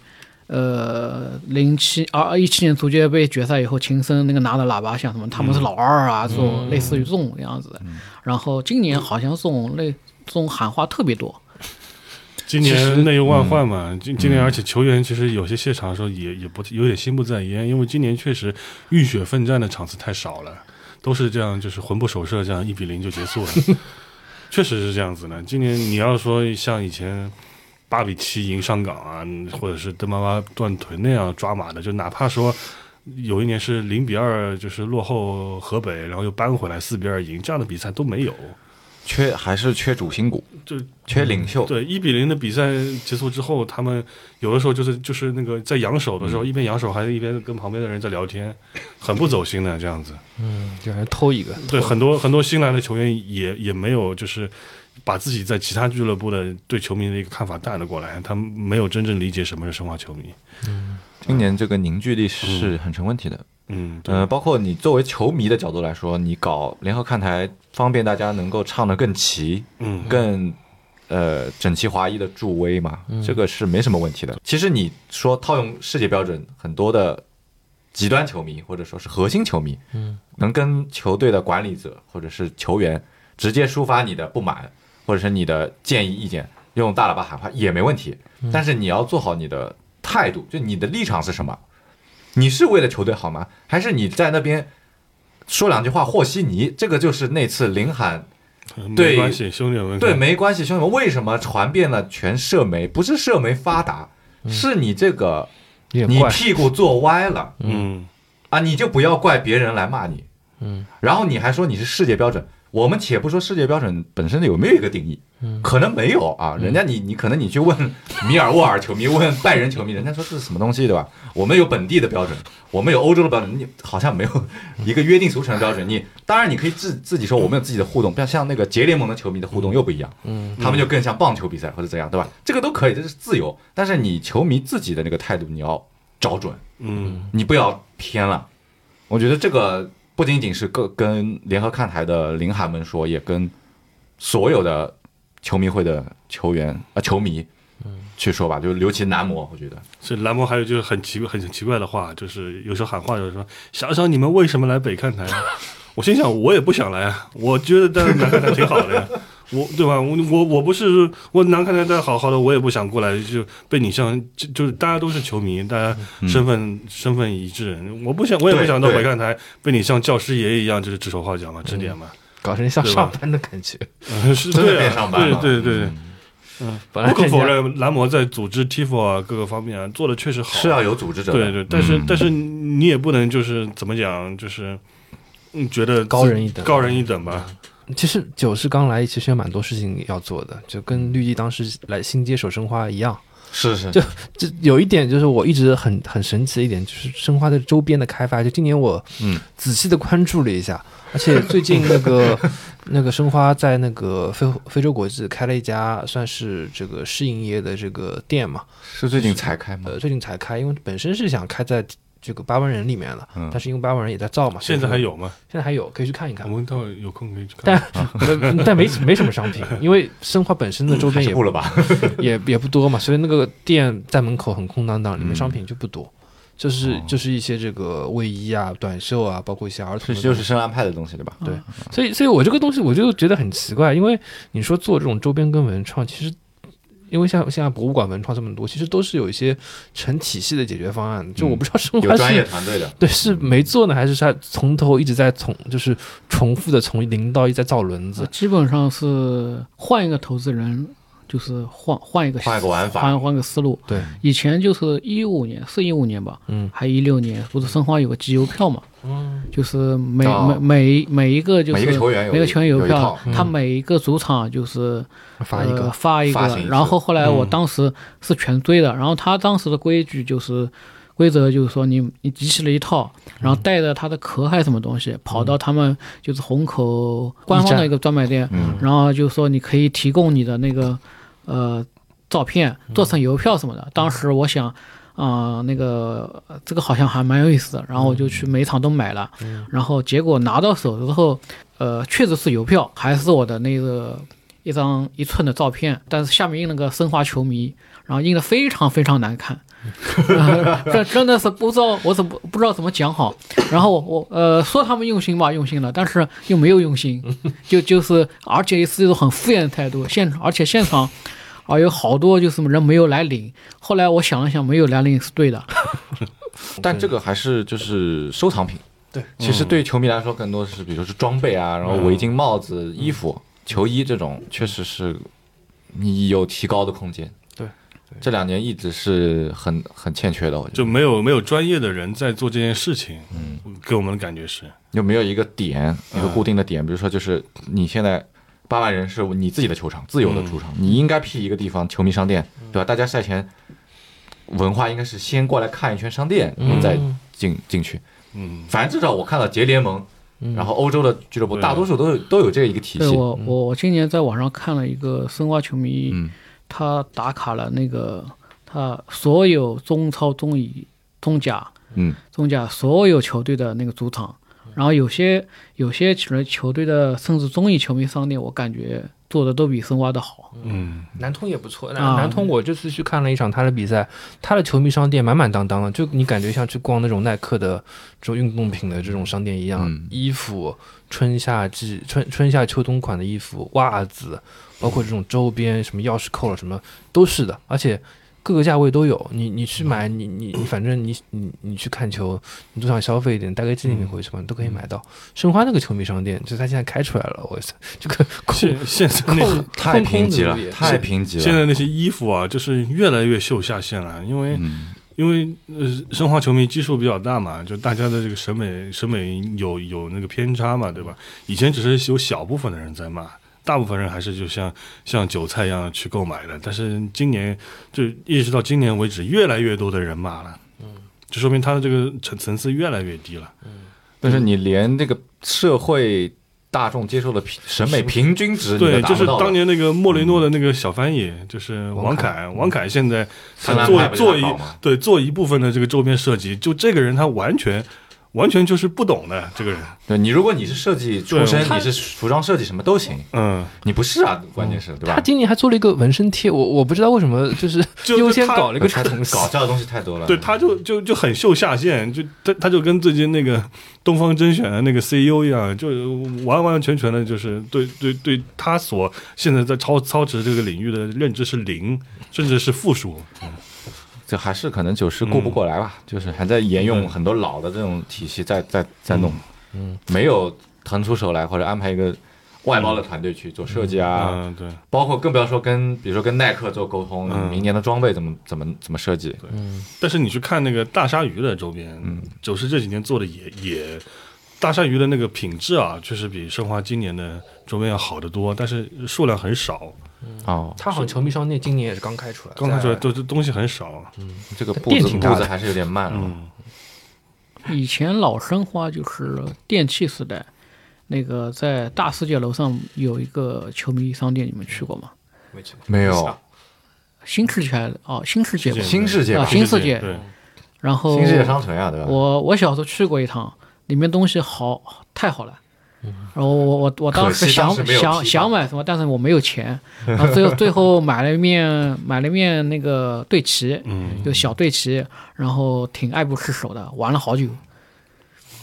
Speaker 3: 呃，零七啊一七年足协杯决赛以后，秦升那个拿着喇叭像什么他们
Speaker 2: 嗯
Speaker 3: 是老二啊，这种类似于这种样子的。然后今年好像这种类这种喊话特别多，
Speaker 4: 今年内忧外患嘛，今今年而且球员其实有些现场的时候也也不有点心不在焉，因为今年确实浴血奋战的场次太少了，都是这样就是魂不守舍，这样一比零就结束了， 确实是这样子的。今年你要说像以前八比七赢上港啊，或者是邓巴巴断腿那样抓马的，就哪怕说。有一年是零比二，就是落后河北，然后又扳回来四比二赢，这样的比赛都没有。
Speaker 2: 缺还是缺主心骨，
Speaker 4: 就
Speaker 2: 缺领袖。
Speaker 4: 对，一比零的比赛结束之后，他们有的时候就是就是那个在扬手的
Speaker 2: 嗯
Speaker 4: 时候，一边扬手还一边跟旁边的人在聊天，很不走心的这样子。
Speaker 1: 嗯就让人偷一个。
Speaker 4: 对，很多很多新来的球员也也没有就是把自己在其他俱乐部的对球迷的一个看法带了过来，他们没有真正理解什么是申花球迷。
Speaker 2: 今年这个凝聚力是很成问题的。
Speaker 4: 嗯，对，
Speaker 2: 呃，包括你作为球迷的角度来说，你搞联合看台，方便大家能够唱得更齐、
Speaker 4: 嗯，
Speaker 2: 更呃整齐划一的助威嘛，这个是没什么问题的。其实你说套用世界标准，很多的极端球迷或者说是核心球迷，嗯，能跟球队的管理者或者是球员直接抒发你的不满，或者是你的建议意见，用大喇叭喊话也没问题。但是你要做好你的态度，就你的立场是什么？你是为了球队好吗？还是你在那边说两句话和稀泥？这个就是那次林喊
Speaker 4: 没
Speaker 2: 对
Speaker 4: 关系，兄弟们，
Speaker 2: 对，没关系，兄弟们，为什么传遍了全社媒？不是社媒发达，是你这个
Speaker 1: 嗯也
Speaker 2: 你
Speaker 1: 怪，
Speaker 2: 屁股坐歪了
Speaker 4: 嗯
Speaker 2: 啊！你就不要怪别人来骂你，嗯，然后你还说你是世界标准，我们且不说世界标准本身有没有一个定义，可能没有啊。人家你你可能你去问米尔沃尔球迷，问拜仁球迷，人家说这是什么东西，对吧？我们有本地的标准，我们有欧洲的标准，你好像没有一个约定俗成的标准。你当然你可以自自己说我们有自己的互动，不要像那个杰联盟的球迷的互动又不一样，嗯，他们就更像棒球比赛或者怎样，对吧？这个都可以，这是自由。但是你球迷自己的那个态度你要找准，
Speaker 4: 嗯，
Speaker 2: 你不要偏了。我觉得这个不仅仅是跟跟联合看台的林涵们说，也跟所有的球迷会的球员啊、呃球迷，去说吧，就是尤其男模，我觉得
Speaker 4: 所以蓝魔还有就是很奇怪、很很奇怪的话，就是有时候喊话就是说，想想你们为什么来北看台啊？ 我心想，我也不想来啊，我觉得在南看台挺好的呀， 我对吧？我我我不是我南看台待好好的，我也不想过来就被你像就就是大家都是球迷，大家身份、身份一致，我不想我也不想到
Speaker 2: 嗯对
Speaker 4: 北看台被你像教师爷一样就是指手画脚嘛、指点嘛，
Speaker 1: 搞成像
Speaker 4: 对
Speaker 1: 上
Speaker 4: 吧
Speaker 1: 班的感 觉。
Speaker 4: 嗯、是
Speaker 2: 真的
Speaker 4: 对
Speaker 2: 变
Speaker 4: 啊，
Speaker 2: 上班了。
Speaker 4: 对对对。
Speaker 2: 嗯
Speaker 1: 本来
Speaker 4: 不可
Speaker 1: 人家
Speaker 4: 否认，蓝魔在组织 TIFO 啊各个方面啊做的确实好，
Speaker 2: 是要有组织者的。
Speaker 4: 对对，但是、
Speaker 2: 嗯
Speaker 4: 但是你也不能就是怎么讲，就是嗯觉得自
Speaker 1: 高人一等
Speaker 4: 高人一等嗯吧。
Speaker 1: 其实九是刚来，其实有蛮多事情要做的，就跟绿地当时来新接手申花一样。
Speaker 2: 是是
Speaker 1: 就这有一点就是我一直很很神奇的一点，就是申花的周边的开发，就今年我
Speaker 2: 嗯
Speaker 1: 仔细的关注了一下，而且最近那 个那个申花在那个非非洲国际开了一家算是这个试营业的这个店嘛，
Speaker 2: 是最近才开吗？
Speaker 1: 呃，最近才开，因为本身是想开在这个八万人里面的，
Speaker 2: 嗯
Speaker 1: 但是因为八万人也在造嘛，
Speaker 4: 现在还
Speaker 1: 有
Speaker 4: 有吗？
Speaker 1: 现在还有可以去看一看
Speaker 4: 我，们到时候有空可以去看。
Speaker 1: 但
Speaker 2: 啊
Speaker 1: 嗯但没没什么商品，因为申花本身的周
Speaker 2: 还
Speaker 1: 边
Speaker 2: 是
Speaker 1: 也
Speaker 2: 不了吧？
Speaker 1: 也也不多嘛，所以那个店在门口很空荡荡，里面
Speaker 2: 嗯哦
Speaker 1: 商品就不多，就是就是一些这个卫衣啊、短袖啊，包括一些儿童
Speaker 2: 是
Speaker 1: 的
Speaker 2: 就
Speaker 1: 东
Speaker 2: 是嗯
Speaker 1: 西。
Speaker 2: 深安派的东西对吧？
Speaker 1: 对所以所以我这个东西我就觉得很奇怪，因为你说做这种周边跟文创，其实因为像像博物馆文创这么多，其实都是有一些成体系的解决方案。就我不知道生
Speaker 2: 嗯有
Speaker 1: 活
Speaker 2: 专
Speaker 1: 嗯是、
Speaker 2: 业团队的。
Speaker 1: 对是没做呢，还是他从头一直在从就是重复的从零到一在造轮
Speaker 2: 嗯
Speaker 1: 子。
Speaker 3: 基本上是换一个投资人，就是换换一个
Speaker 2: 换一个玩法
Speaker 3: 换换个思路。
Speaker 1: 对，
Speaker 3: 以前就是一五年，是一五年吧，
Speaker 1: 嗯，
Speaker 3: 还一六年，不是申花有个集邮票嘛，嗯，就是每、
Speaker 2: 哦
Speaker 3: 每每每一个就是
Speaker 2: 每一个球员有
Speaker 3: 每个球员
Speaker 2: 有一
Speaker 3: 票
Speaker 2: 套，嗯
Speaker 3: 他每一个主场就是
Speaker 1: 发一个
Speaker 3: 呃、发一
Speaker 2: 发行一
Speaker 3: 个，
Speaker 2: 次嗯
Speaker 3: 然后后来我当时是全追的，然后他当时的规矩就是。规则就是说你，你集齐了一套，然
Speaker 2: 嗯
Speaker 3: 后带着它的壳还是什么东西，跑到他们就是虹口官方的一个专卖店，
Speaker 2: 嗯
Speaker 3: 然后就是说你可以提供你的那个呃照片，做成邮票什么的。当时我想，啊、那个呃这个好像还蛮有意思的，然后我就去每一场都买了，然后结果拿到手之后，呃，确实是邮票，还是我的那个一张一寸的照片，但是下面印了个申花球迷，然后印的非常非常难看。 这真的是不知道我怎么不知道怎么讲好，然后我我呃说他们用心吧，用心了，但是又没有用心，就就是而且是一种很敷衍的态度。现而且现场啊有好多就是人没有来领，后来我想了想，没有来领是对的，
Speaker 2: 但这个还是就是收藏品。
Speaker 1: 对，
Speaker 2: 其实对于球迷来说，更多是比如说是装备啊，然后围巾、帽子、衣
Speaker 1: 嗯
Speaker 2: 服、球衣这种，确实是你有提高的空间。
Speaker 1: 对，
Speaker 2: 这两年一直是很很欠缺的，我觉
Speaker 4: 就
Speaker 2: 得
Speaker 4: 没有没有专业的人在做这件事情，嗯，给我们的感觉是，
Speaker 2: 有没有一个点，一个固定的点，比如说就是你现在。八万人是你自己的球场，自由的主场，你应该辟一个地方，球迷商店，
Speaker 1: 嗯
Speaker 2: 对吧？大家赛前文化应该是先过来看一圈商店，
Speaker 1: 嗯
Speaker 2: 再进进去。
Speaker 4: 嗯，
Speaker 1: 哎
Speaker 2: 反正至少我看到杰联盟，
Speaker 1: 嗯
Speaker 2: 然后欧洲的俱乐部
Speaker 4: 对
Speaker 1: 啊
Speaker 2: 大多数都有都有这一个体
Speaker 3: 对
Speaker 2: 系。
Speaker 3: 我我我今年在网上看了一个申花球迷，
Speaker 2: 嗯
Speaker 3: 他打卡了那个他所有中超、中乙、中甲、
Speaker 2: 嗯，
Speaker 3: 中甲所有球队的那个主场，然后有些有些球球队的甚至中乙球迷商店，我感觉做的都比申花的好。
Speaker 4: 嗯，
Speaker 1: 南通也不错，南
Speaker 3: 啊
Speaker 1: 南通我这次去看了一场他的比赛，他的球迷商店满满当当的，就你感觉像去逛那种耐克的这种运动品的这种商店一样，
Speaker 2: 嗯
Speaker 1: 衣服、春夏季、春春夏秋冬款的衣服、袜子，包括这种周边，什么钥匙扣了啊什么都是的，而且。各个价位都有，你你去买，你你你反正你你你去看球，你多想消费一点，带个纪念品回去嘛，你都可以买到。申花那个球迷商店，就是他现在开出来了，我操， 这个空
Speaker 4: 现现在那
Speaker 1: 空
Speaker 2: 太
Speaker 1: 空
Speaker 2: 贫瘠
Speaker 1: 空如也
Speaker 2: 了，太贫瘠了。
Speaker 4: 现在那些衣服啊，就是越来越秀下限了，因为
Speaker 2: 嗯，
Speaker 4: 因为呃，申花球迷基数比较大嘛，就大家的这个审美审美有有那个偏差嘛，对吧？以前只是有小部分的人在骂，大部分人还是就像像韭菜一样去购买的。但是今年就一直到今年为止，越来越多的人骂了，嗯，就说明他的这个层层次越来越低了。
Speaker 2: 但是你连这个社会大众接受的平审美平均值，
Speaker 4: 对，就是当年那个莫雷诺的那个小翻译，就是嗯王凯，王凯现在
Speaker 2: 芬
Speaker 4: 他
Speaker 2: 兰
Speaker 4: 做
Speaker 2: 派不就
Speaker 4: 做
Speaker 2: 是
Speaker 4: 一
Speaker 2: 好吗
Speaker 4: 对做一部分的这个周边设计，就这个人他完全完全就是不懂的这个人，
Speaker 2: 对你，如果你是设计出身
Speaker 4: 对，
Speaker 2: 你是服装设计什么都行，
Speaker 4: 嗯，
Speaker 2: 你不是啊，关键是对
Speaker 1: 嗯他
Speaker 2: 吧？
Speaker 1: 今年还做了一个纹身贴，我我不知道为什么就是
Speaker 4: 就
Speaker 1: 优先
Speaker 4: 就他
Speaker 1: 搞了一个这
Speaker 2: 他
Speaker 1: 个东西，
Speaker 2: 搞笑的东西太多了。
Speaker 4: 对，他就就就很秀下限，就他他就跟最近那个东方甄选的那个 CEO 一样，就完完全全的就是对对对他所现在在操操持这个领域的认知是零，甚至是负数，
Speaker 2: 这还是可能九十顾不过来吧，就是还在沿用很多老的这种体系在在在弄，嗯，没有腾出手来或者安排一个外包的团队去做设计啊，
Speaker 4: 嗯，对，
Speaker 2: 包括更不要说跟比如说跟耐克做沟通，
Speaker 4: 嗯
Speaker 2: 明年的装备怎么怎么怎么设计，
Speaker 4: 但是你去看那个大鲨鱼的周边，九十这几年做的也也，大鲨鱼的那个品质啊，确实比申花今年的周边要好得多，但是数量很少，
Speaker 2: 哦，
Speaker 1: 他好像球迷商店今年也是刚开出来，
Speaker 4: 刚看出来
Speaker 1: 在
Speaker 4: 都都东西很少，
Speaker 2: 这个步
Speaker 1: 电
Speaker 2: 子
Speaker 1: 挺大
Speaker 2: 步
Speaker 1: 的
Speaker 2: 子还是有点慢啊了，
Speaker 4: 嗯
Speaker 3: 以前老申花就是电器时代，那个在大世界楼上有一个球迷商店，你们去过吗？
Speaker 1: 没去过
Speaker 2: 没有
Speaker 3: 新世界还是哦，新世界吧
Speaker 4: 哦世界
Speaker 2: 新世界吧
Speaker 3: 啊，新世界
Speaker 4: 对，
Speaker 3: 然后
Speaker 2: 新世界商城呀，对吧？
Speaker 3: 我我小时候去过一趟，里面东西好太好了。然后我我我当
Speaker 2: 嗯可
Speaker 3: 时
Speaker 2: 惜
Speaker 3: 想
Speaker 2: 当时没有
Speaker 3: 想
Speaker 2: 批发
Speaker 3: 想买什么，但是我没有钱，然后最后最后买了一面买了一面那个对齐，
Speaker 4: 嗯，
Speaker 3: 就小对齐，然后挺爱不释手的，玩了好久。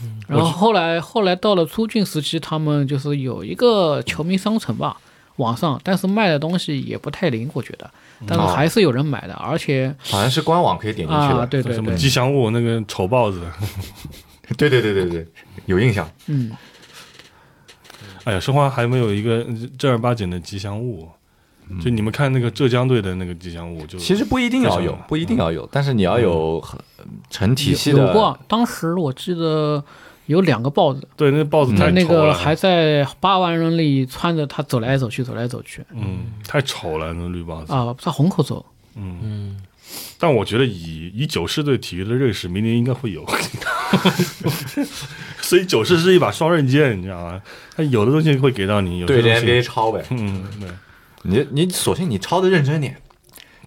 Speaker 2: 嗯
Speaker 3: 然后后来后来到了初郡时期，他们就是有一个球迷商城吧，网上，但是卖的东西也不太灵，我觉得，但是
Speaker 2: 哦
Speaker 3: 还是有人买的，而且
Speaker 2: 好像是官网可以点进去
Speaker 3: 啊，
Speaker 2: 的，
Speaker 3: 对对
Speaker 4: 什么
Speaker 3: 对，
Speaker 4: 吉祥物那个丑豹子，
Speaker 2: 对对对对对，有印象。
Speaker 3: 嗯，
Speaker 4: 哎呀，申花还没有一个正儿八经的吉祥物，就你们看那个浙江队的那个吉祥物，就
Speaker 2: 其实不一定要
Speaker 4: 非
Speaker 2: 有
Speaker 4: 常，
Speaker 2: 不一定要有，但是你要有很成体系
Speaker 3: 有
Speaker 2: 的。
Speaker 3: 过，当时我记得有两个豹子，
Speaker 4: 对那豹子嗯太
Speaker 3: 嗯那
Speaker 4: 丑了，
Speaker 3: 个还在八万人里穿着它走来走去，走来走去
Speaker 4: 嗯太丑了那绿豹子，
Speaker 3: 啊，在虹口走。
Speaker 4: 嗯。但我觉得以以九市对体育的认识，明年应该会有。 所以九市是一把双刃剑，你知道吗？它有的东西会给到你，有的
Speaker 2: 对着
Speaker 4: 东
Speaker 2: NBA
Speaker 4: 西，
Speaker 2: 抄呗，
Speaker 4: 嗯，对，
Speaker 2: 你你索性你抄的认真点，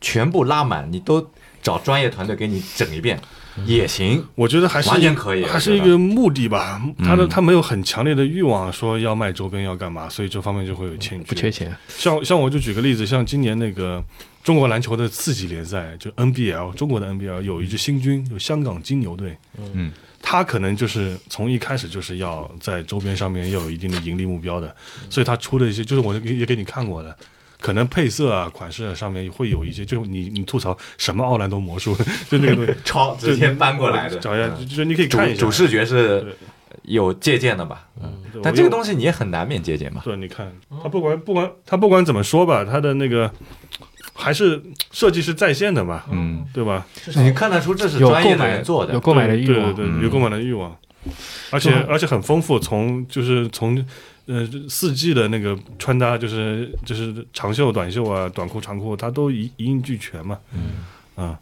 Speaker 2: 全部拉满，你都找专业团队给你整一遍
Speaker 4: 嗯
Speaker 2: 也 行。
Speaker 4: 我觉得还是
Speaker 2: 完全可以
Speaker 4: 还是一
Speaker 2: 我觉
Speaker 4: 个目的吧。他的
Speaker 2: 嗯
Speaker 4: 他没有很强烈的欲望说要卖周边要干嘛，所以这方面就会有欠缺。
Speaker 1: 不缺钱，
Speaker 4: 像像我就举个例子，像今年那个中国篮球的四级联赛，就 NBL，中国的 NBL 有一支新军，有香港金牛队，
Speaker 2: 嗯，
Speaker 4: 他可能就是从一开始就是要在周边上面要有一定的盈利目标的，
Speaker 2: 嗯
Speaker 4: 所以他出的一些就是我也也给你看过的。可能配色啊、款式啊上面会有一些，就是你你吐槽什么奥兰多魔术， 就那个东西
Speaker 2: 抄直接搬过来的，
Speaker 4: 找一下，就
Speaker 2: 嗯
Speaker 4: 就是你可以看一
Speaker 2: 主
Speaker 4: 下
Speaker 2: 主视觉是
Speaker 4: 对
Speaker 2: 有借鉴的吧？
Speaker 4: 对
Speaker 2: 但
Speaker 4: 我
Speaker 2: 这个
Speaker 4: 用
Speaker 2: 东西你也很难免借鉴嘛。
Speaker 4: 对，你看
Speaker 1: 哦
Speaker 4: 他不管不管他不管怎么说吧，他的那个还是设计是在线的嘛，
Speaker 2: 嗯，
Speaker 4: 对吧？
Speaker 2: 你看得出这是
Speaker 1: 有
Speaker 2: 专业
Speaker 1: 购
Speaker 2: 的
Speaker 1: 买
Speaker 2: 人做
Speaker 1: 有
Speaker 2: 的。
Speaker 1: 购买的欲
Speaker 4: 对
Speaker 1: 望，
Speaker 4: 对
Speaker 2: 嗯
Speaker 4: 对，有购买的欲望，而且而且很丰富，从就是从呃四季的那个穿搭，就是就是长袖、短袖啊、短裤、长裤，它都一一应俱全嘛。嗯啊，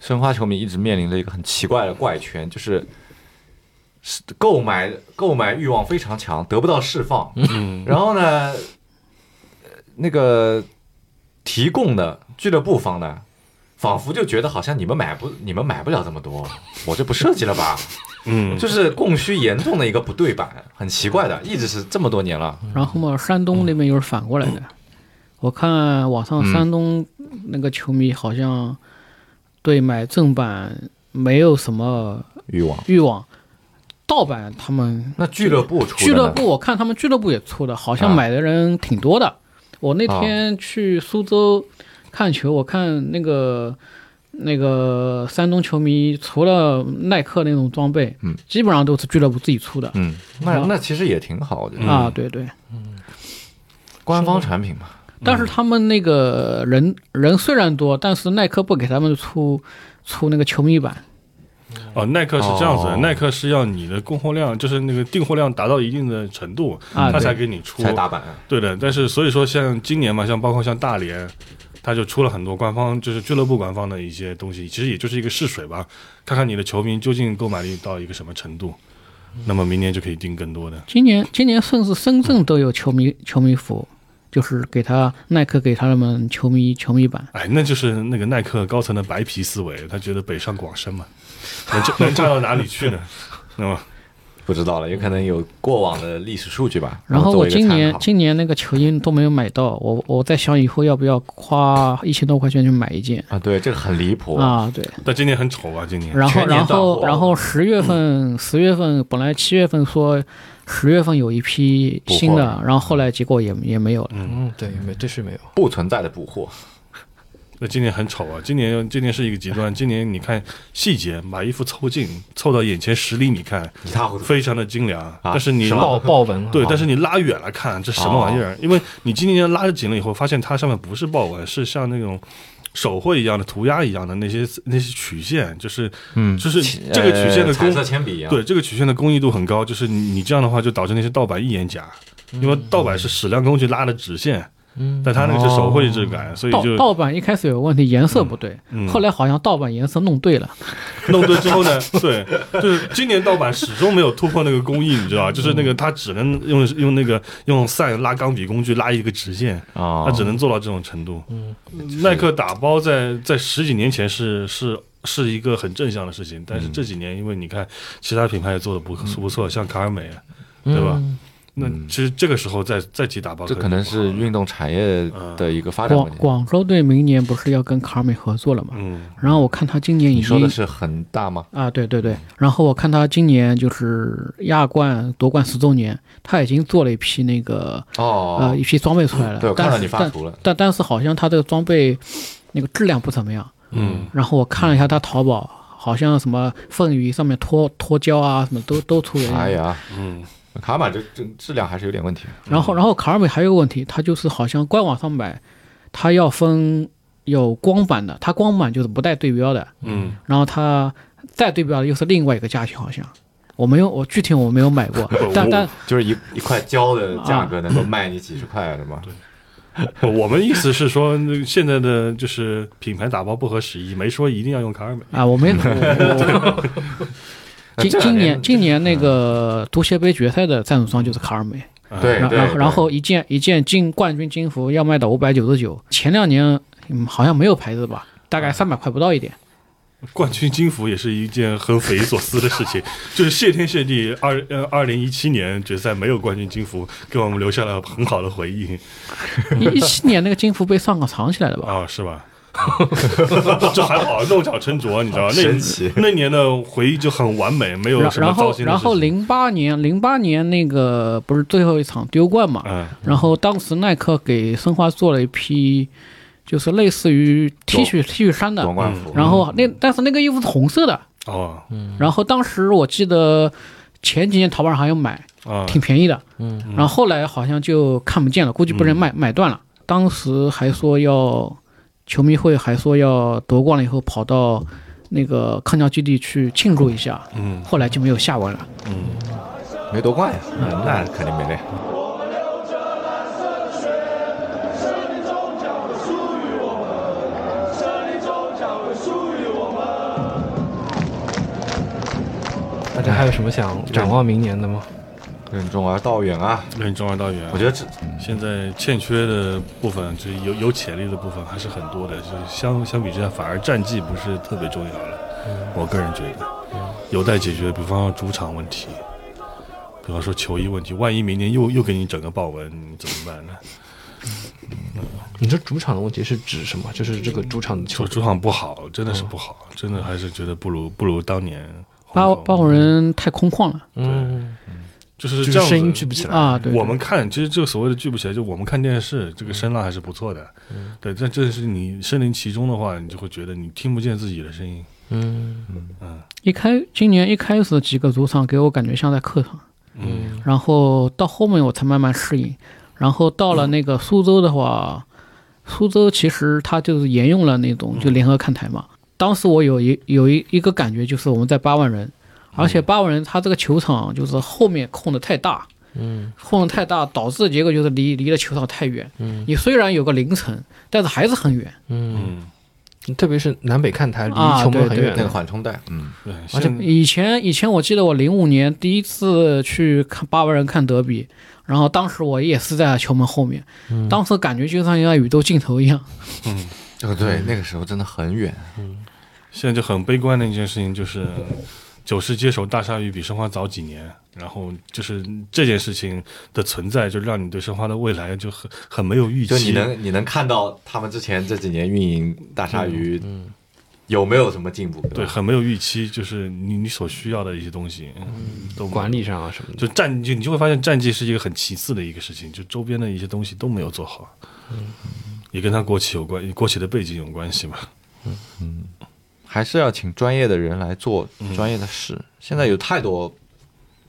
Speaker 2: 申花球迷一直面临着一个很奇怪的怪圈，就是是购买购买欲望非常强，得不到释放。
Speaker 4: 嗯，
Speaker 2: 然后呢，呃那个提供的俱乐部方呢，仿佛就觉得好像你们买不你们买不了这么多，我这不设计了吧？
Speaker 4: 嗯，
Speaker 2: 就是供需严重的一个不对版，很奇怪的，一直是这么多年了。
Speaker 4: 嗯
Speaker 3: 然后嘛，山东那边又是反过来的。我看网
Speaker 4: 嗯
Speaker 3: 上山东那个球迷好像对买正版没有什么
Speaker 2: 欲望，
Speaker 3: 欲望，盗版他们
Speaker 2: 那俱乐部出的呢
Speaker 3: 俱乐部我看他们俱乐部也出的，好像
Speaker 2: 啊
Speaker 3: 买的人挺多的。我那天去苏州看球，我看那个那个山东球迷，除了耐克那种装备，
Speaker 2: 嗯，
Speaker 3: 基本上都是俱乐部自己出的。啊
Speaker 2: 嗯，那那其实也挺好，我觉得
Speaker 3: 啊，对对，
Speaker 2: 官方产品嘛。
Speaker 3: 但是他们那个人人虽然多，但是耐克不给他们出出那个球迷版，
Speaker 4: 哦，耐克是这样子的，
Speaker 2: 哦
Speaker 4: 耐克是要你的供货量，就是那个订货量达到一定的程度，
Speaker 3: 啊
Speaker 4: 他才
Speaker 3: 对
Speaker 4: 给你出。
Speaker 2: 才打板。
Speaker 4: 对的，但是所以说像今年嘛，像包括像大连，他就出了很多官方，就是俱乐部官方的一些东西，其实也就是一个试水吧，看看你的球迷究竟购买力到一个什么程度，那么明年就可以订更多的。
Speaker 3: 今年今年甚至深圳都有球迷球迷服，就是给他耐克给他们球迷球迷版。
Speaker 4: 哎，那就是那个耐克高层的白皮思维，他觉得北上广深嘛， 能站能站到哪里去呢？ 那么
Speaker 2: 不知道了，有可能有过往的历史数据吧。
Speaker 3: 然后
Speaker 2: 作
Speaker 3: 我
Speaker 2: 为一个
Speaker 3: 今
Speaker 2: 参
Speaker 3: 年
Speaker 2: 考
Speaker 3: 今年那个球衣都没有买到，我我在想以后要不要花一千多块钱去买一件
Speaker 2: 啊，对这个很离谱，
Speaker 3: 啊？对，
Speaker 4: 但今年很丑啊，今年
Speaker 3: 然后
Speaker 2: 全年啊
Speaker 3: 然
Speaker 2: 断
Speaker 3: 后
Speaker 2: 货
Speaker 3: 然后十月份十月份本来七月份说十月份有一批
Speaker 2: 补货
Speaker 3: 新的，然后后来结果也也没有了。
Speaker 1: 嗯，对，没这是没有。
Speaker 2: 不存在的补货。
Speaker 4: 那今年很丑啊！今年今年是一个极端，今年你看细节，把衣服凑近，凑到眼前十厘米看，
Speaker 2: 一塌糊涂。
Speaker 4: 非常的精良。但是你
Speaker 2: 啊是吧
Speaker 1: 豹豹纹啊
Speaker 4: 对，但是你拉远了看，这什么玩意儿？因为你今年拉的紧了以后，发现它上面不是豹纹，是像那种手绘一样的、涂鸦一样的那些那些曲线，就是
Speaker 2: 嗯
Speaker 4: 就是这个曲线的
Speaker 2: 彩
Speaker 4: 工
Speaker 2: 色铅笔一样，
Speaker 4: 对，这个曲线的工艺度很高，就是你你这样的话就导致那些盗版一眼假，因为盗版是矢量工具拉的直线，
Speaker 1: 嗯
Speaker 4: 但它那个是手绘质感，所以
Speaker 3: 盗
Speaker 4: 就
Speaker 3: 盗版一开始有问题，颜色不对，
Speaker 4: 嗯
Speaker 3: 后来好像盗版颜色弄对了。
Speaker 4: 弄对之后呢，对，就是今年盗版始终没有突破那个工艺，你知道吧？就是那个它只能用用那个用散拉钢笔工具拉一个直线，
Speaker 2: 啊，
Speaker 4: 它只能做到这种程度。耐克打包在在十几年前是是是一个很正向的事情，但是
Speaker 2: 嗯
Speaker 4: 这几年因为你看其他品牌也做的不不错，像卡尔美，对吧？
Speaker 1: 嗯
Speaker 4: 那其实这个时候再再提打包，
Speaker 2: 嗯这可能
Speaker 4: 嗯
Speaker 2: 是运动产业的一个发展
Speaker 3: 广
Speaker 2: 问题。
Speaker 3: 广州队明年不是要跟卡尔美合作了嘛？
Speaker 4: 嗯，
Speaker 3: 然后我看他今年已
Speaker 2: 你说
Speaker 3: 经
Speaker 2: 的是很大吗？
Speaker 3: 啊，对对对，
Speaker 2: 嗯
Speaker 3: 然后我看他今年就是亚冠夺冠十周年，他已经做了一批那个
Speaker 2: 哦
Speaker 3: 呃，一批装备出来了。
Speaker 2: 对，我看
Speaker 3: 但
Speaker 2: 到
Speaker 3: 是
Speaker 2: 你发
Speaker 3: 但
Speaker 2: 图了，
Speaker 3: 但但是好像他这个装备那个质量不怎么样。
Speaker 4: 嗯，
Speaker 3: 然后我看了一下他淘宝，好像什么凤鱼上面脱脱胶啊，什么都都出原因。
Speaker 2: 哎呀，
Speaker 4: 嗯，
Speaker 2: 卡玛这这质量还是有点问题。
Speaker 3: 然后，然后卡尔美还有个问题，它就是好像官网上买，它要分有光版的，它光版就是不带对标的，
Speaker 4: 嗯，，
Speaker 3: 然后它带对标的又是另外一个价钱，好像我没有，我具体我没有买过但但
Speaker 2: 就是一一块胶的
Speaker 3: 啊
Speaker 2: 价格能够卖你几十块，啊是吗？
Speaker 4: 嗯我们意思是说那现在的就是品牌打包不合时宜，没说一定要用卡尔美。
Speaker 3: 啊，我没，我我
Speaker 2: 那
Speaker 3: 今
Speaker 2: 这两年
Speaker 3: 今年今年那个足协杯决赛的赞助商就是卡尔美，
Speaker 4: 啊
Speaker 2: 对
Speaker 3: 然然后
Speaker 2: 对
Speaker 3: 然后一件一件金冠军金服要卖到五百九十九，前两年嗯好像没有牌子吧，大概三百块不到一点。
Speaker 4: 冠军金服也是一件很匪夷所思的 事情，就是谢天谢地，二呃二零一七年决赛没有冠军金服，给我们留下了很好的回忆
Speaker 3: 一七年那个金服被上港藏起来了吧？
Speaker 4: 啊，是吧？ 这还好，弄巧成拙，你知道吗？
Speaker 2: 神奇
Speaker 4: 那那年的回忆就很完美，没有
Speaker 3: 然
Speaker 4: 什么
Speaker 3: 然
Speaker 4: 糟
Speaker 3: 后
Speaker 4: 心的
Speaker 3: 然
Speaker 4: 事情
Speaker 3: 后零八年零八年那个不是最后一场丢冠嘛？
Speaker 4: 嗯
Speaker 3: 然后当时耐克给申花做了一批，就是类似于 T 恤 T 恤衫的
Speaker 2: 夺，冠嗯服，
Speaker 3: 然
Speaker 1: 嗯
Speaker 3: 后那但是那个衣服是红色的，
Speaker 4: 哦
Speaker 3: 然后当时我记得前几年淘宝上还有买，
Speaker 4: 啊
Speaker 3: 挺便宜的，嗯，然后后来好像就看不见了，估计被
Speaker 1: 嗯
Speaker 3: 人买买断了。当时还说要球迷会还说要夺冠了以后跑到那个康桥基地去庆祝一下，
Speaker 4: 嗯
Speaker 3: 后来就没有下文了。
Speaker 4: 嗯，
Speaker 2: 没夺冠呀，那肯定没嘞。
Speaker 3: 嗯
Speaker 1: 大家还有什么想展望明年的吗？
Speaker 2: 任重而道远啊！
Speaker 4: 任重而道远
Speaker 2: 我。觉得这
Speaker 4: 现在欠缺的部分，就是有有潜力的部分还是很多的，就是相相比之下，反而战绩不是特别重要了。
Speaker 3: 嗯
Speaker 4: 我个人觉得，有待解决，比方说主场问题，比方说球衣问题，万一明年又又给你整个豹纹，你怎么办呢？
Speaker 1: 你这主场的问题是指什么？就是这个主场的球
Speaker 4: 说主场不好，真
Speaker 2: 嗯
Speaker 4: 的是不好，真的还是觉得不如不如当年红
Speaker 1: 哦
Speaker 3: 八八
Speaker 4: 红。
Speaker 3: 五人太空旷了
Speaker 1: 嗯，
Speaker 4: 就是
Speaker 1: 就
Speaker 4: 这
Speaker 1: 是
Speaker 4: 样
Speaker 1: 声音
Speaker 4: 子
Speaker 1: 聚不起来。
Speaker 3: 啊！对，
Speaker 4: 我们看，其实这个所谓的聚不起来，就我们看电视，这个声浪还是不错的。
Speaker 1: 嗯
Speaker 4: 对，但这是你身临其中的话，你就会觉得你听不见自己的声音。
Speaker 1: 嗯，
Speaker 3: 一开今年一开始几个主场给我感觉像在客场，
Speaker 4: 嗯
Speaker 3: 然后到后面我才慢慢适应，然后到了那个苏州的话，苏州其实它就是沿用了那种就联合看台嘛。当时我有一有一一个感觉就是我们在八万人，而且八万人它这个球场就是后面空的太大，嗯，空的太大导致的结果就是离离了球场太远，嗯，你虽然有个凌晨，但是还是很远，
Speaker 4: 嗯，
Speaker 1: 特别是南北看台离
Speaker 3: 啊
Speaker 1: 球门
Speaker 3: 对
Speaker 1: 很
Speaker 3: 对
Speaker 1: 远
Speaker 2: 那个
Speaker 1: 的，
Speaker 2: 缓冲带，嗯，
Speaker 4: 对，
Speaker 1: 而且
Speaker 4: 现
Speaker 3: 以前以前我记得我零五年第一次去看八万人看德比，然后当时我也是在球门后面，当时感觉就像在宇宙尽头一样。
Speaker 2: 哦对，那个时候真的很远，
Speaker 4: 现在就很悲观的一件事 情就是，九世接手大鲨鱼比申花早几年，然后就是这件事情的存在，就让你对申花的未来就很很没有预期。
Speaker 2: 就你能你能看到他们之前这几年运营大鲨鱼有没有什么进步？
Speaker 4: 对，很没有预期，就是你你所需要的一些东西，嗯，都没有
Speaker 1: 管理上啊什么的。
Speaker 4: 就战就你就会发现战绩是一个很其次的一个事情，就周边的一些东西都没有做好，也跟他国企有关，国企的背景有关系嘛。
Speaker 2: 还是要请专业的人来做专业的事。现在有太多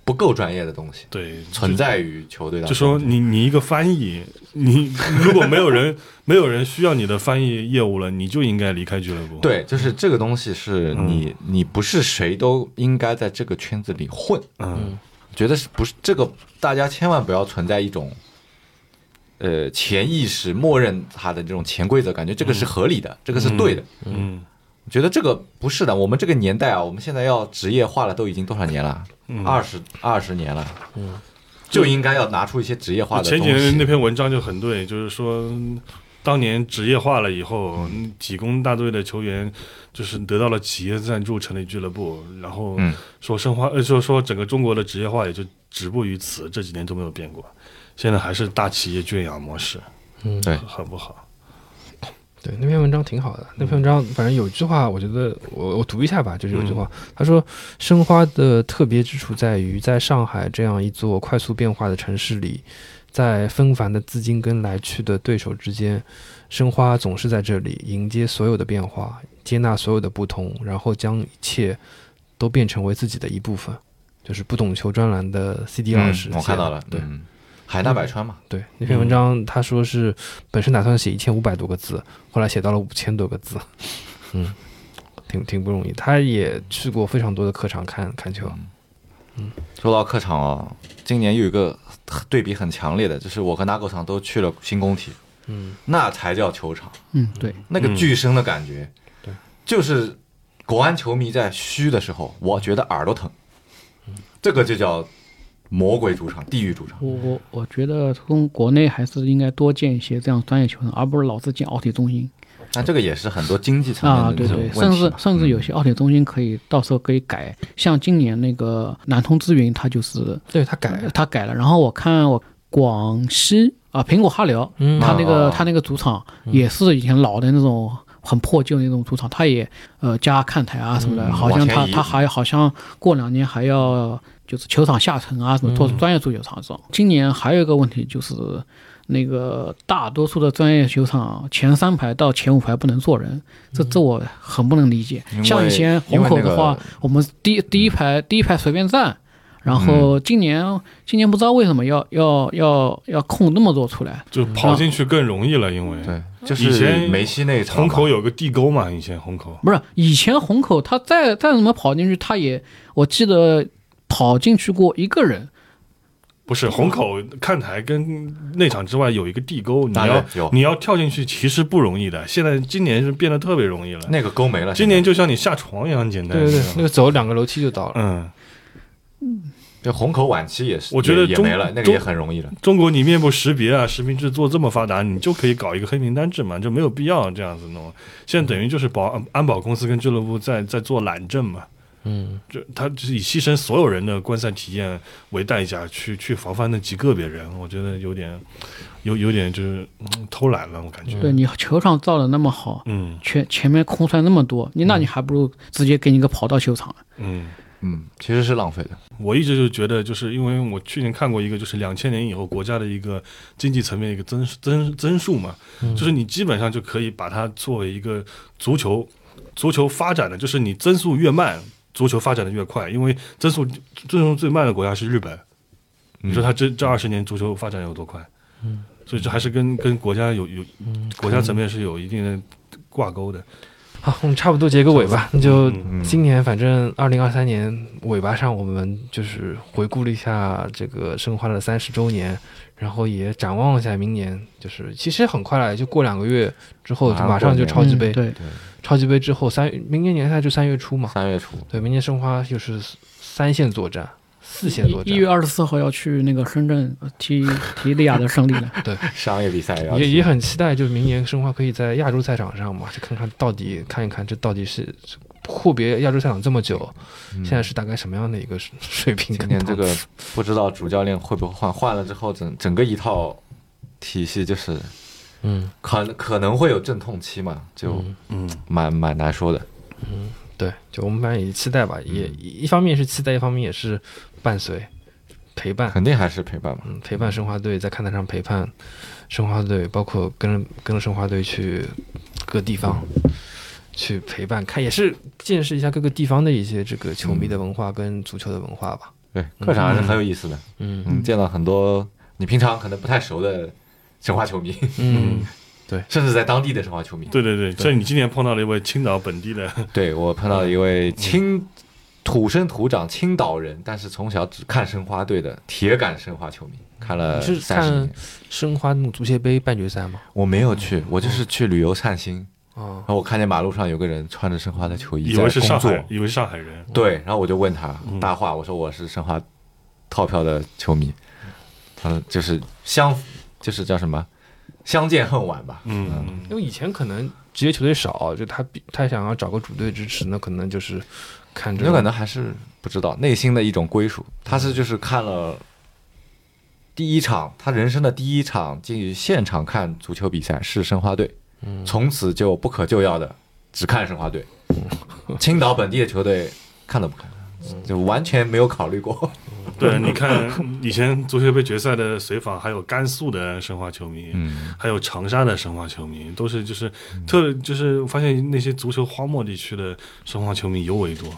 Speaker 2: 不够专业的东西
Speaker 4: 对，
Speaker 2: 存在于球队当
Speaker 4: 就
Speaker 2: 中。
Speaker 4: 说你你一个翻译，你如果没有人没有人需要你的翻译业务了，你就应该离开俱乐部。，
Speaker 2: 对，就是这个东西是你，你不是谁都应该在这个圈子里混。
Speaker 4: 嗯，
Speaker 2: 觉得是不是这个？大家千万不要存在一种，呃，潜意识默认他的这种潜规则，感觉这个是合理的，这个是对的。
Speaker 4: 嗯
Speaker 2: 觉得这个不是的。我们这个年代啊，我们现在要职业化了，都已经多少年了？
Speaker 4: 嗯
Speaker 2: 二十二十年了。嗯，就应该要拿出一些职业化的东
Speaker 4: 前
Speaker 2: 西。
Speaker 4: 几年那篇文章就很对，就是说。当年职业化了以后，体工大队的球员就是得到了企业赞助成立俱乐部，然后
Speaker 2: 嗯
Speaker 4: 说申花，呃，说说整个中国的职业化也就止步于此，这几年都没有变过，现在还是大企业圈养模式，
Speaker 1: 嗯
Speaker 2: 对
Speaker 4: 很不好。
Speaker 1: 对，那篇文章挺好的。那篇文
Speaker 2: 嗯
Speaker 1: 章反正有一句话，我觉得我我读一下吧，就是有一句话，
Speaker 2: 嗯
Speaker 1: 他说：“申花的特别之处在于，在上海这样一座快速变化的城市里，在纷繁的资金跟来去的对手之间，申花总是在这里迎接所有的变化，接纳所有的不同，然后将一切都变成为自己的一部分。”就是不懂球专栏的 CD 老师写的、
Speaker 2: 嗯，我看到了，
Speaker 1: 对。
Speaker 2: 嗯，海纳百川嘛，
Speaker 1: 对，那篇文章他说是本身打算写一千五百多个字，后来写到了五千多个字，嗯， 挺挺不容易。他也去过非常多的客场看看球，
Speaker 2: 说到客场哦，今年又有一个对比很强烈的，就是我和纳狗场都去了新工体，
Speaker 1: 嗯，
Speaker 2: 那才叫球场，
Speaker 3: 嗯，对，
Speaker 2: 那个巨声的感觉，
Speaker 3: 嗯
Speaker 1: 对，
Speaker 2: 就是国安球迷在嘘的时候，我觉得耳朵疼，这个就叫魔鬼主场、地狱主场。
Speaker 3: 我我我觉得从国内还是应该多建一些这样专业球场，而不是老是建奥体中心
Speaker 2: 那这个也是很多经济层面
Speaker 3: 啊，
Speaker 2: 的
Speaker 3: 对
Speaker 2: 这种
Speaker 3: 对，
Speaker 2: 问
Speaker 3: 甚
Speaker 2: 题
Speaker 3: 至
Speaker 2: 嘛嗯
Speaker 3: 甚至有些奥体中心可以到时候可以改，像今年那个南通资源，它就是
Speaker 1: 对他改，
Speaker 3: 它改了，然后我看我广西啊苹果哈辽，
Speaker 1: 嗯
Speaker 3: 他那个
Speaker 2: 哦
Speaker 3: 他那个主场也是以前老的那种很破旧的那种主场，他也呃加看台啊什么的，好
Speaker 2: 嗯
Speaker 3: 像
Speaker 2: 往前
Speaker 3: 他
Speaker 2: 移
Speaker 3: 他还好像过两年还要就是球场下沉啊什么做
Speaker 2: 嗯
Speaker 3: 专业足球场这种。今年还有一个问题就是。那个大多数的专业球场前三排到前五排不能坐人，这这我很不能理解
Speaker 2: 嗯因。为
Speaker 3: 像以前虹口的
Speaker 2: 因为那
Speaker 3: 话
Speaker 2: 个，
Speaker 3: 我们第第一排第一排随便站，然后
Speaker 2: 嗯
Speaker 3: 今年今年不知道为什么要要要要空那么多出来，
Speaker 4: 就跑进去更容易了，因为
Speaker 2: 对，
Speaker 3: 嗯
Speaker 2: 就
Speaker 4: 以
Speaker 2: 是
Speaker 4: 前
Speaker 2: 梅西那一场
Speaker 4: 虹
Speaker 2: 嘛
Speaker 4: 口有个地沟嘛，以前虹口，
Speaker 3: 不是以前虹口他再再怎么跑进去，他也我记得跑进去过一个人，
Speaker 4: 不是虹口看台跟内场之外有一个地沟，你
Speaker 2: 当
Speaker 4: 要
Speaker 2: 然有
Speaker 4: 你要跳进去其实不容易的。现在今年是变得特别容易了，
Speaker 2: 那个沟没了，
Speaker 4: 今年就像你下床一样简单。
Speaker 1: 对对
Speaker 4: 你知
Speaker 1: 对
Speaker 4: 道，吗
Speaker 1: 那个走两个楼梯就到了。
Speaker 4: 嗯，
Speaker 2: 就虹口晚期也是，
Speaker 4: 我觉得
Speaker 2: 也也
Speaker 4: 中
Speaker 2: 没了，那个
Speaker 4: 中
Speaker 2: 也很容易了。
Speaker 4: 中国你面部识别啊、视频制作这么发达，你就可以搞一个黑名单制嘛，就没有必要这样子弄。现在等于就是保安保公司跟俱乐部在在做懒政嘛，
Speaker 1: 嗯，
Speaker 4: 就他就是以牺牲所有人的观赛体验为代价去去防范那极个别人，我觉得有点有有点就是、嗯偷懒了，我感觉。
Speaker 3: 对你球场造的那么好，
Speaker 4: 嗯
Speaker 3: 前前面空出来那么多，你那你还不如直接给你个跑道球场。啊
Speaker 4: 嗯，
Speaker 2: 嗯，其实是浪费的。
Speaker 4: 我一直就觉得，就是因为我去年看过一个，就是两千年以后国家的一个经济层面一个增增增速嘛，
Speaker 2: 嗯
Speaker 4: 就是你基本上就可以把它作为一个足球足球发展的，就是你增速越慢，足球发展的越快，因为增速
Speaker 2: 嗯
Speaker 4: 增速最慢的国家是日本，你说它这这二十年足球发展有多快？所以这还是
Speaker 2: 嗯
Speaker 4: 跟跟国家有有国家层面是有一定的挂钩的。
Speaker 1: 好，我们差不多结个尾吧。那就
Speaker 2: 嗯
Speaker 1: 今年，反正二零二三年尾巴上，我们就是回顾了一下这个申花的三十周年，然后也展望一下明年。就是其实很快了，也就过两个月之后，
Speaker 2: 马上
Speaker 1: 马上就超级杯
Speaker 3: 嗯。对，
Speaker 1: 超级杯之后三，明年联赛就三月初嘛。
Speaker 2: 三月初，
Speaker 1: 对，明年申花就是三线作战，四线作
Speaker 3: 一
Speaker 1: 战
Speaker 3: 一月。二十四号要去那个深圳呃踢踢利亚的胜利了。
Speaker 2: 商业比赛要
Speaker 1: 也
Speaker 2: 踢
Speaker 1: 也很期待，就是明年申花可以在亚洲赛场上嘛，去看看到底看一看这到底是阔别亚洲赛场这么久，
Speaker 2: 嗯
Speaker 1: 现在是大概什么样的一个水水平
Speaker 2: 今
Speaker 1: 跟档次？
Speaker 2: 年这个不知道主教练会不会换，换了之后整整个一套体系就是
Speaker 1: 嗯，
Speaker 2: 可可能会有阵痛期嘛，就
Speaker 1: 嗯
Speaker 4: 嗯，
Speaker 2: 蛮蛮难说的。
Speaker 1: 对，就我们反正也期待吧，也
Speaker 2: 嗯
Speaker 1: 一方面是期待，一方面也是伴随陪伴，
Speaker 2: 肯定还是陪伴嘛。
Speaker 1: 嗯，陪伴申花队在看台上陪伴申花队，包括跟跟着申花队去各地方去陪伴，看也是见识一下各个地方的一些这个球迷的文化跟足球的文化吧。
Speaker 2: 对，客场还是很有意思的。
Speaker 1: 嗯
Speaker 2: 嗯，见到很多你平常可能不太熟的申花球迷，
Speaker 1: 嗯，
Speaker 2: 甚至在当地的申花球迷。
Speaker 4: 对对对，像你今年碰到了一位青岛本地的，
Speaker 2: 对我碰到一位青土生土长青岛人，但是从小只看申花队的铁杆申花球迷，看了
Speaker 1: 你是
Speaker 2: 三十
Speaker 1: 看
Speaker 2: 年。
Speaker 1: 申花那种足协杯半决赛吗？
Speaker 2: 我没有去，我就是去旅游散心。
Speaker 1: 哦
Speaker 2: 然，后我看见马路上有个人穿着申花的球衣
Speaker 4: 以
Speaker 2: 在
Speaker 4: 为是上
Speaker 2: 工作
Speaker 4: 海，，以为是上海人，嗯
Speaker 2: 对，然后我就问他大话，我说我是申花套票的球迷，嗯，就是相就是叫什么相见恨晚吧，
Speaker 4: 嗯，嗯
Speaker 1: 因为以前可能职业球队少，就他比他想要找个主队支持，那可能就是看这
Speaker 2: 有
Speaker 1: 种
Speaker 2: 可能还是不知道内心的一种归属。他是就是看了第一场，他人生的第一场进现场看足球比赛是申花队，从此就不可救药的只看申花 队，青岛本地的球队看都不看，就完全没有考虑过。
Speaker 4: 对，你看以前足协杯决赛的随访，还有甘肃的申花球迷，
Speaker 2: 嗯，
Speaker 4: 还有长沙的申花球迷，都是就是特就是发现那些足球荒漠地区的申花球迷尤为多。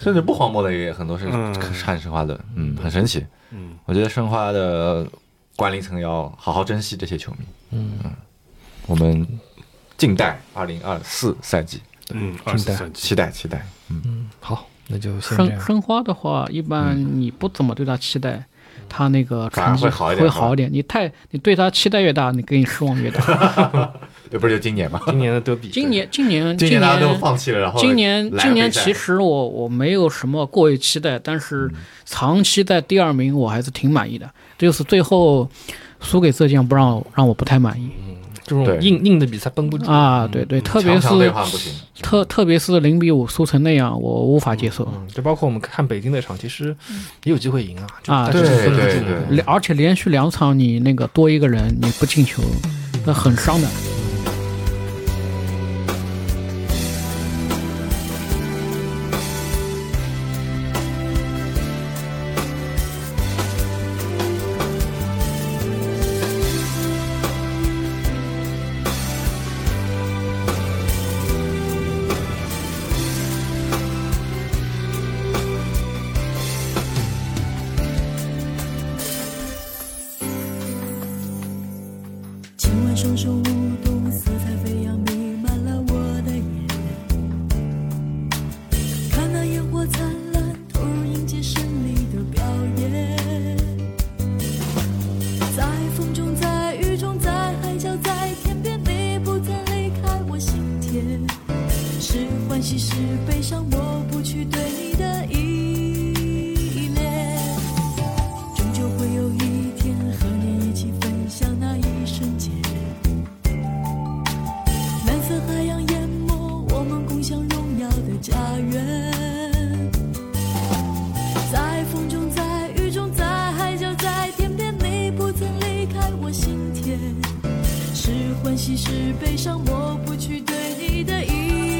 Speaker 2: 甚至不荒漠的也很多是
Speaker 4: 嗯
Speaker 2: 看申花的，嗯，很神奇。
Speaker 4: 嗯，
Speaker 2: 我觉得申花的管理层要好好珍惜这些球迷。嗯，我们静待二零二四赛季，
Speaker 4: 嗯，二十三期
Speaker 2: 期待期待。
Speaker 1: 好，那就先这
Speaker 3: 申
Speaker 1: 样。
Speaker 3: 申花的话，一般你不怎么对他期待，他那个
Speaker 2: 反而
Speaker 3: 成绩
Speaker 2: 会好一点是吧
Speaker 3: 一点。你太你对他期待越大，你给你失望越大。
Speaker 2: 这不是就今年吗？
Speaker 1: 今年的德比，
Speaker 3: 今年今年
Speaker 2: 今
Speaker 3: 今
Speaker 2: 年大家都
Speaker 3: 年
Speaker 2: 放弃了，然后
Speaker 3: 今年
Speaker 2: 来
Speaker 3: 今年
Speaker 2: 杯赛
Speaker 3: 其实我我没有什么过于期待，但是
Speaker 2: 嗯
Speaker 3: 长期在第二名我还是挺满意的。就是最后输给浙江不让我让我不太满意
Speaker 1: 这种
Speaker 2: 对
Speaker 1: 硬硬的比赛绷不住。
Speaker 3: 啊，对对，特别
Speaker 2: 嗯强强对
Speaker 3: 是
Speaker 2: 换不行，
Speaker 3: 特特别是零比五输成那样，我无法接受。
Speaker 1: 嗯，就包括我们看北京那场，其实也有机会赢啊。就
Speaker 3: 啊
Speaker 1: 但是
Speaker 2: 对
Speaker 1: 分不
Speaker 2: 对
Speaker 1: 进
Speaker 2: 对
Speaker 3: 连而且连续两场你那个多一个人你不进球，那很伤的。
Speaker 5: 今晚双手舞动，色彩飞扬，弥漫了我的眼。看那烟火灿烂，投入迎接胜利的表演。在风中，在雨中，在海角，在天边，你不曾离开我心田。是欢喜，是悲伤，抹不去对你的依恋。终究会有一天和你一起分享那一瞬间。蓝色海洋淹没我们共享荣耀的家园，在风中，在雨中，在海角，在天边，你不曾离开我心田。是欢喜，是悲伤，抹不去对你的依